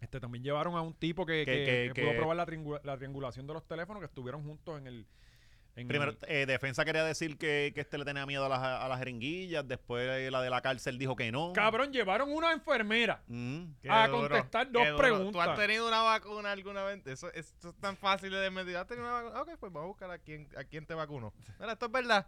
Speaker 1: Este, también llevaron a un tipo que,
Speaker 3: Que-
Speaker 1: que-
Speaker 3: que-
Speaker 1: que pudo
Speaker 3: que-
Speaker 1: probar la, triangu- la triangulación de los teléfonos que estuvieron juntos en el. en
Speaker 3: Primero,
Speaker 1: el-
Speaker 3: eh, defensa quería decir que, que este le tenía miedo a las, a las jeringuillas. Después eh, la de la cárcel dijo que no.
Speaker 1: Cabrón, llevaron una enfermera
Speaker 3: Mm.
Speaker 2: Qué
Speaker 1: a
Speaker 2: duro,
Speaker 1: contestar
Speaker 2: qué
Speaker 1: dos
Speaker 2: duro. ¿Tú has
Speaker 1: preguntas.
Speaker 2: tenido una vacuna alguna vez? Eso, esto es tan fácil de desmentir. ¿Has tenido una vacuna? Ok, pues vamos a buscar a quién, a quién te vacuno. Mira, esto es verdad.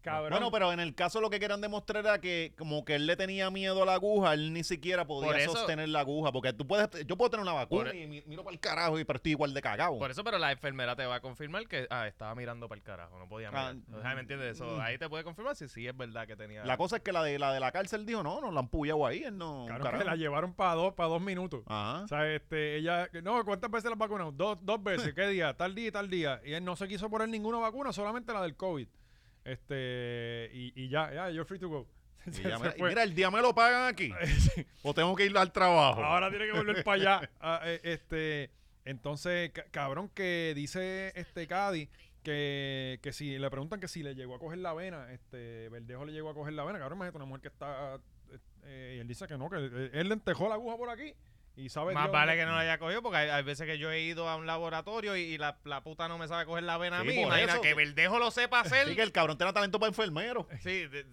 Speaker 1: Cabrón.
Speaker 3: Bueno, pero en el caso lo que querían demostrar era que como que él le tenía miedo a la aguja, él ni siquiera podía
Speaker 2: Por eso-
Speaker 3: sostener la aguja, porque tú puedes, yo puedo tener una vacuna
Speaker 2: Por-
Speaker 1: e-
Speaker 3: y mi- miro para el carajo y pero estoy igual de cagado.
Speaker 2: Por eso, pero la enfermera te va a confirmar que ah, estaba mirando para el carajo, no podía mirar.
Speaker 3: Ah,
Speaker 2: o sea, ¿me entiendes? Eso,
Speaker 3: mm.
Speaker 2: ahí te puede confirmar si sí es verdad que
Speaker 1: e-
Speaker 2: tenía.
Speaker 3: La cosa es que la de la de la cárcel dijo, no, no la han puyado ahí, él no. un
Speaker 1: Cabrón, que
Speaker 3: carajo".
Speaker 1: la llevaron para dos, para dos minutos.
Speaker 3: Ajá.
Speaker 1: O sea, este, ella, no, ¿cuántas veces la vacunaron? Dos, dos veces, ¿qué día? Tal día y tal día. Y él no se quiso poner ninguna vacuna, solamente la del COVID. Este, y, y ya, ya, you're free to go. *laughs*
Speaker 3: Y
Speaker 1: Se
Speaker 3: ya me- y
Speaker 1: fue.
Speaker 3: mira, el día me lo pagan
Speaker 1: *laughs*
Speaker 3: aquí. o tengo que ir al trabajo.
Speaker 1: Ahora tiene que volver para
Speaker 2: *laughs*
Speaker 1: allá. Ah, eh, este, entonces, ca- cabrón, que dice este Cadi que, que si le preguntan que si le llegó a coger la vena, este, Verdejo le llegó a coger la vena, cabrón, imagínate una mujer que está. eh, eh, y él dice que no, que él, él le entejó la aguja por aquí Y sabe
Speaker 2: Más
Speaker 1: Dios-
Speaker 2: vale que no la haya cogido, porque hay, hay veces que yo he ido a un laboratorio y, y la, la puta no me sabe coger la vena a
Speaker 3: Sí,
Speaker 2: mí.
Speaker 3: por
Speaker 2: Imagina
Speaker 3: eso.
Speaker 2: que Verdejo lo sepa
Speaker 3: Sí, que
Speaker 2: hacer.
Speaker 3: el cabrón tenga talento para enfermero.
Speaker 2: Sí, de-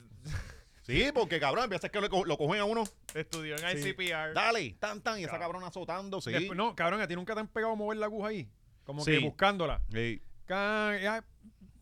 Speaker 3: Sí, porque cabrón, piensas que lo, co- lo cogen a uno.
Speaker 2: estudió en
Speaker 1: Sí.
Speaker 2: ICPR.
Speaker 3: Dale, tan, tan, y esa
Speaker 2: Cabrón.
Speaker 3: cabrona azotando, sí.
Speaker 1: Después- no, cabrón, a ti nunca te han pegado a mover la aguja ahí. Como
Speaker 3: Sí.
Speaker 1: que buscándola.
Speaker 3: Sí.
Speaker 1: Can- ya,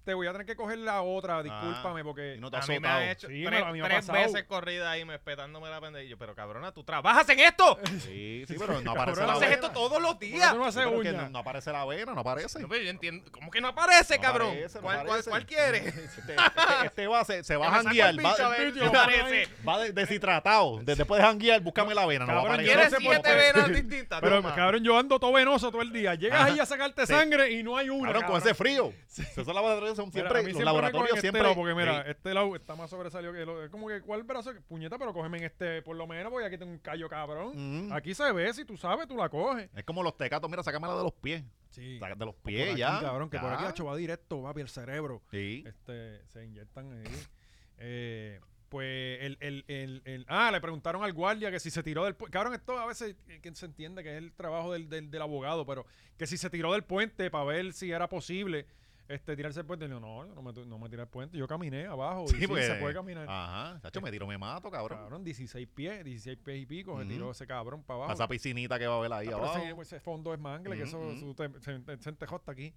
Speaker 1: te voy a tener que coger la otra, discúlpame,
Speaker 3: Ah, Y
Speaker 1: porque.
Speaker 3: no te
Speaker 2: A mí me han
Speaker 3: azotado.
Speaker 2: hecho
Speaker 1: Sí, me-
Speaker 2: tres,
Speaker 1: a mí me ha
Speaker 2: tres
Speaker 1: pasado.
Speaker 2: veces corrida ahí, me espetándome la pendeja. Y yo, pero cabrona, ¿tú trabajas en
Speaker 3: *laughs*
Speaker 2: esto?
Speaker 3: Sí, sí,
Speaker 1: *laughs*
Speaker 3: pero no aparece
Speaker 1: Cabrón,
Speaker 3: la
Speaker 2: haces
Speaker 3: vena.
Speaker 2: esto todos los
Speaker 1: ¿Por qué
Speaker 2: días.
Speaker 1: tú no
Speaker 2: No,
Speaker 1: haces
Speaker 3: Sí, pero que
Speaker 1: uña?
Speaker 3: no, no aparece la vena, no aparece.
Speaker 2: pero yo entiendo. ¿Cómo que no aparece,
Speaker 3: No
Speaker 2: cabrón?
Speaker 3: aparece, no
Speaker 2: ¿Cuál, cuál-
Speaker 3: aparece.
Speaker 2: cuál quieres?
Speaker 3: *laughs* Este, este- este va, se, se va a janguear. Va,
Speaker 1: bicho,
Speaker 2: no aparece.
Speaker 3: va de- deshidratado. De- después de janguear, búscame la vena. No va a
Speaker 1: Cabrón,
Speaker 3: aparecer.
Speaker 1: yo no
Speaker 2: ¿Quieres
Speaker 1: sé por
Speaker 2: siete
Speaker 1: qué.
Speaker 2: venas distintas?
Speaker 1: Pero,
Speaker 2: Toma.
Speaker 1: cabrón, yo ando todo venoso todo el día. Llegas
Speaker 3: Ajá.
Speaker 1: ahí a sacarte
Speaker 3: Sí.
Speaker 1: sangre y no hay una.
Speaker 3: Cabrón, con ese
Speaker 1: Ah, cabrón.
Speaker 3: frío. Esos laboratorios son
Speaker 1: Mira,
Speaker 3: siempre.
Speaker 1: a mí siempre me
Speaker 3: los
Speaker 1: cogen
Speaker 3: laboratorios
Speaker 1: este
Speaker 3: siempre. eh,
Speaker 1: lado, porque mira,
Speaker 3: Sí.
Speaker 1: este lado está más sobresalido que el otro. Es como que, ¿cuál brazo? Puñeta, pero cógeme en este, por lo menos, porque aquí tengo un callo cabrón.
Speaker 3: Mm.
Speaker 1: eh, Aquí se ve, si tú sabes, tú la coges.
Speaker 3: Es como los tecatos. Mira, sácamela de los pies.
Speaker 1: Sí. Pues
Speaker 3: Sácate de los
Speaker 1: Por
Speaker 3: pies
Speaker 1: aquí,
Speaker 3: ya.
Speaker 1: cabrón, que por
Speaker 3: Ya.
Speaker 1: aquí acho, va directo, papi, el cerebro.
Speaker 3: Sí.
Speaker 1: Este, se inyectan ahí. Eh, pues el, el, el, el- Ah, le preguntaron al guardia que si se tiró del puente. Cabrón, esto a veces eh, que se entiende que es el trabajo del, del, del abogado, pero que si se tiró del puente para ver si era posible este, tirarse del puente. Y yo, no, yo no me, tu- no me tiré del puente. Yo caminé abajo y sí,
Speaker 3: porque-
Speaker 1: se puede caminar.
Speaker 3: pues, Ajá. Chacho, me tiro, me mato, cabrón.
Speaker 1: Cabrón, 16 pies, 16 pies y pico, se
Speaker 3: Ujú.
Speaker 1: tiró ese cabrón para
Speaker 3: A
Speaker 1: abajo.
Speaker 3: esa piscinita que va a haber ahí
Speaker 1: Ah, pero
Speaker 3: abajo.
Speaker 1: ese, ese fondo es mangle, que
Speaker 3: Ujú,
Speaker 1: eso
Speaker 3: ujú.
Speaker 1: eso te- se, se entejó hasta aquí.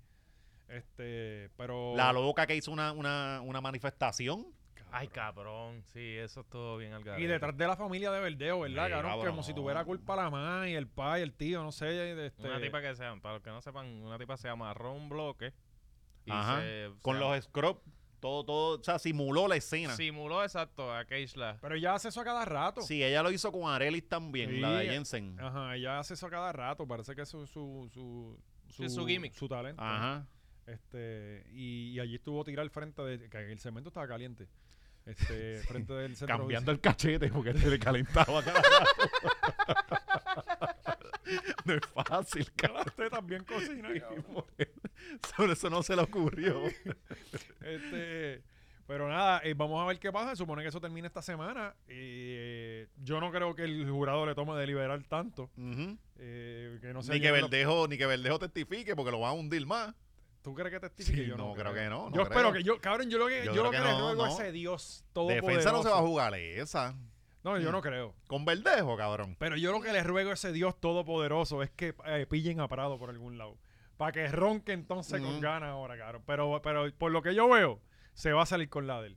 Speaker 1: Este, pero.
Speaker 3: La loca que hizo una, una, una manifestación.
Speaker 2: Ay, cabrón. Sí, eso estuvo bien al garete.
Speaker 1: Y detrás de la familia de Verdeo, ¿verdad,
Speaker 3: Sí,
Speaker 1: cabrón?
Speaker 3: cabrón.
Speaker 1: Como si tuviera culpa la mamá y el padre, el tío, no sé. de Este,
Speaker 2: Una tipa que sea, para los que no sepan, una tipa se amarró un bloque. y
Speaker 3: Ajá.
Speaker 2: se-
Speaker 3: Con
Speaker 2: se
Speaker 3: los scrubs. Todo, todo. O sea, simuló la escena.
Speaker 2: Simuló exacto a Keishla.
Speaker 1: Pero ella hace eso a cada rato.
Speaker 3: Sí, ella lo hizo con Arelis también,
Speaker 1: Sí. eh,
Speaker 3: la de Jensen.
Speaker 1: Ajá, ella hace eso a cada rato. Parece que es su, su, su,
Speaker 2: Sí, su gimmick.
Speaker 1: Su talento.
Speaker 3: Ajá.
Speaker 1: Este, y, y allí estuvo tirar al frente de. Que el cemento estaba caliente. Este, frente del centro.
Speaker 3: Cambiando el cachete porque se le calentaba cada rato. *laughs* No es
Speaker 1: *laughs*
Speaker 3: fácil, cabrón.
Speaker 1: Usted también cocina, cabrón.
Speaker 3: Sobre eso no se le ocurrió.
Speaker 1: Este, pero nada, eh, vamos a ver qué pasa. Supone que eso termina esta semana. Eh, yo no creo que el jurado le tome deliberar tanto.
Speaker 3: Ujú.
Speaker 1: eh, que no se
Speaker 3: ni, que
Speaker 1: lleguen los-
Speaker 3: Verdejo, ni que Verdejo testifique porque lo va a hundir más.
Speaker 1: ¿Tú crees que testifique?
Speaker 3: Sí,
Speaker 1: yo no,
Speaker 3: no, creo que no, no
Speaker 1: yo espero
Speaker 3: creo.
Speaker 1: que yo, cabrón, yo lo que, yo
Speaker 3: Yo
Speaker 1: lo
Speaker 3: creo
Speaker 1: que,
Speaker 3: que
Speaker 1: le
Speaker 3: no,
Speaker 1: ruego a
Speaker 3: no.
Speaker 1: ese Dios todo
Speaker 3: Defensa no se va a jugar esa.
Speaker 1: No, yo no creo.
Speaker 3: Con Verdejo, cabrón.
Speaker 1: Pero yo lo que le ruego a ese Dios todopoderoso es que eh, pillen a Prado por algún lado. Para que ronque entonces con
Speaker 3: Ujú.
Speaker 1: ganas ahora, cabrón. Pero, pero por lo que yo veo, se va a salir con la de él.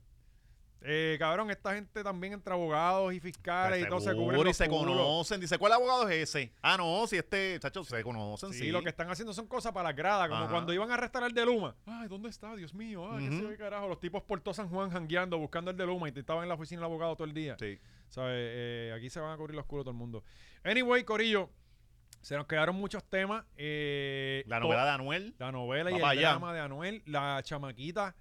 Speaker 1: Eh, cabrón, esta gente también entre abogados y fiscales y todo se
Speaker 3: Seguro,
Speaker 1: cubren
Speaker 3: y
Speaker 1: los
Speaker 3: se
Speaker 1: culos.
Speaker 3: conocen. Dice, ¿cuál abogado es ese? Ah, no, si este, chacho, se conocen,
Speaker 1: Sí,
Speaker 3: sí.
Speaker 1: lo que están haciendo son cosas para la grada, como
Speaker 3: Ajá.
Speaker 1: cuando iban a arrestar al de Luma. Ay, ¿dónde está? Dios mío, ay, qué sé yo,
Speaker 3: Ujú.
Speaker 1: qué carajo. Los tipos por todo San Juan jangueando, buscando al de Luma y te estaban en la oficina del abogado todo el día.
Speaker 3: Sí.
Speaker 1: ¿Sabes? Eh, aquí se van a cubrir los culos todo el mundo. Anyway, Corillo, se nos quedaron muchos temas. eh,
Speaker 3: La
Speaker 1: to-
Speaker 3: novela de Anuel.
Speaker 1: La novela y
Speaker 3: Va
Speaker 1: el
Speaker 3: para allá.
Speaker 1: drama de Anuel, la chamaquita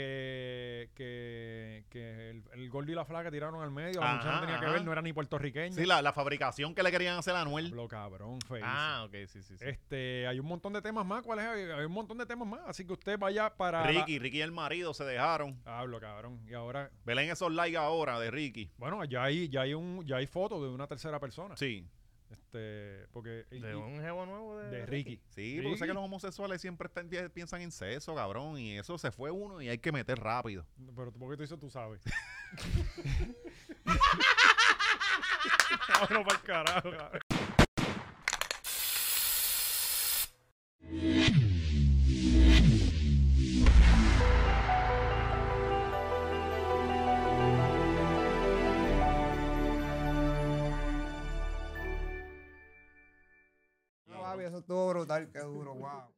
Speaker 1: que, que, que el, el gordo y la flaca tiraron al medio, la
Speaker 3: Ajá,
Speaker 1: muchacha no tenía que
Speaker 3: ajá.
Speaker 1: ver, no era ni puertorriqueña.
Speaker 3: Sí, la, la fabricación que le querían hacer a Anuel.
Speaker 1: Lo cabrón, feo.
Speaker 2: Ah, ok, sí, sí, sí.
Speaker 1: Este, hay un montón de temas más. ¿Cuál es? Hay hay un montón de temas más. Así que usted vaya para. la-
Speaker 3: Ricky, Ricky y el marido se dejaron.
Speaker 1: Hablo, cabrón. Y ahora,
Speaker 3: Velen esos likes ahora de Ricky.
Speaker 1: bueno, ya hay, ya hay un, ya hay fotos de una tercera persona.
Speaker 3: Sí.
Speaker 1: Este, porque y- y-
Speaker 2: De un jevo nuevo de,
Speaker 1: de Ricky.
Speaker 3: Sí, porque sé
Speaker 1: Ricky.
Speaker 3: que los homosexuales siempre están- pi- piensan en sexo, cabrón. Y eso se fue uno y hay que meter rápido.
Speaker 1: Pero ¿por qué tú dices tú sabes? no para el carajo, cabrón.
Speaker 5: No, papi, eso estuvo brutal, qué duro, wow.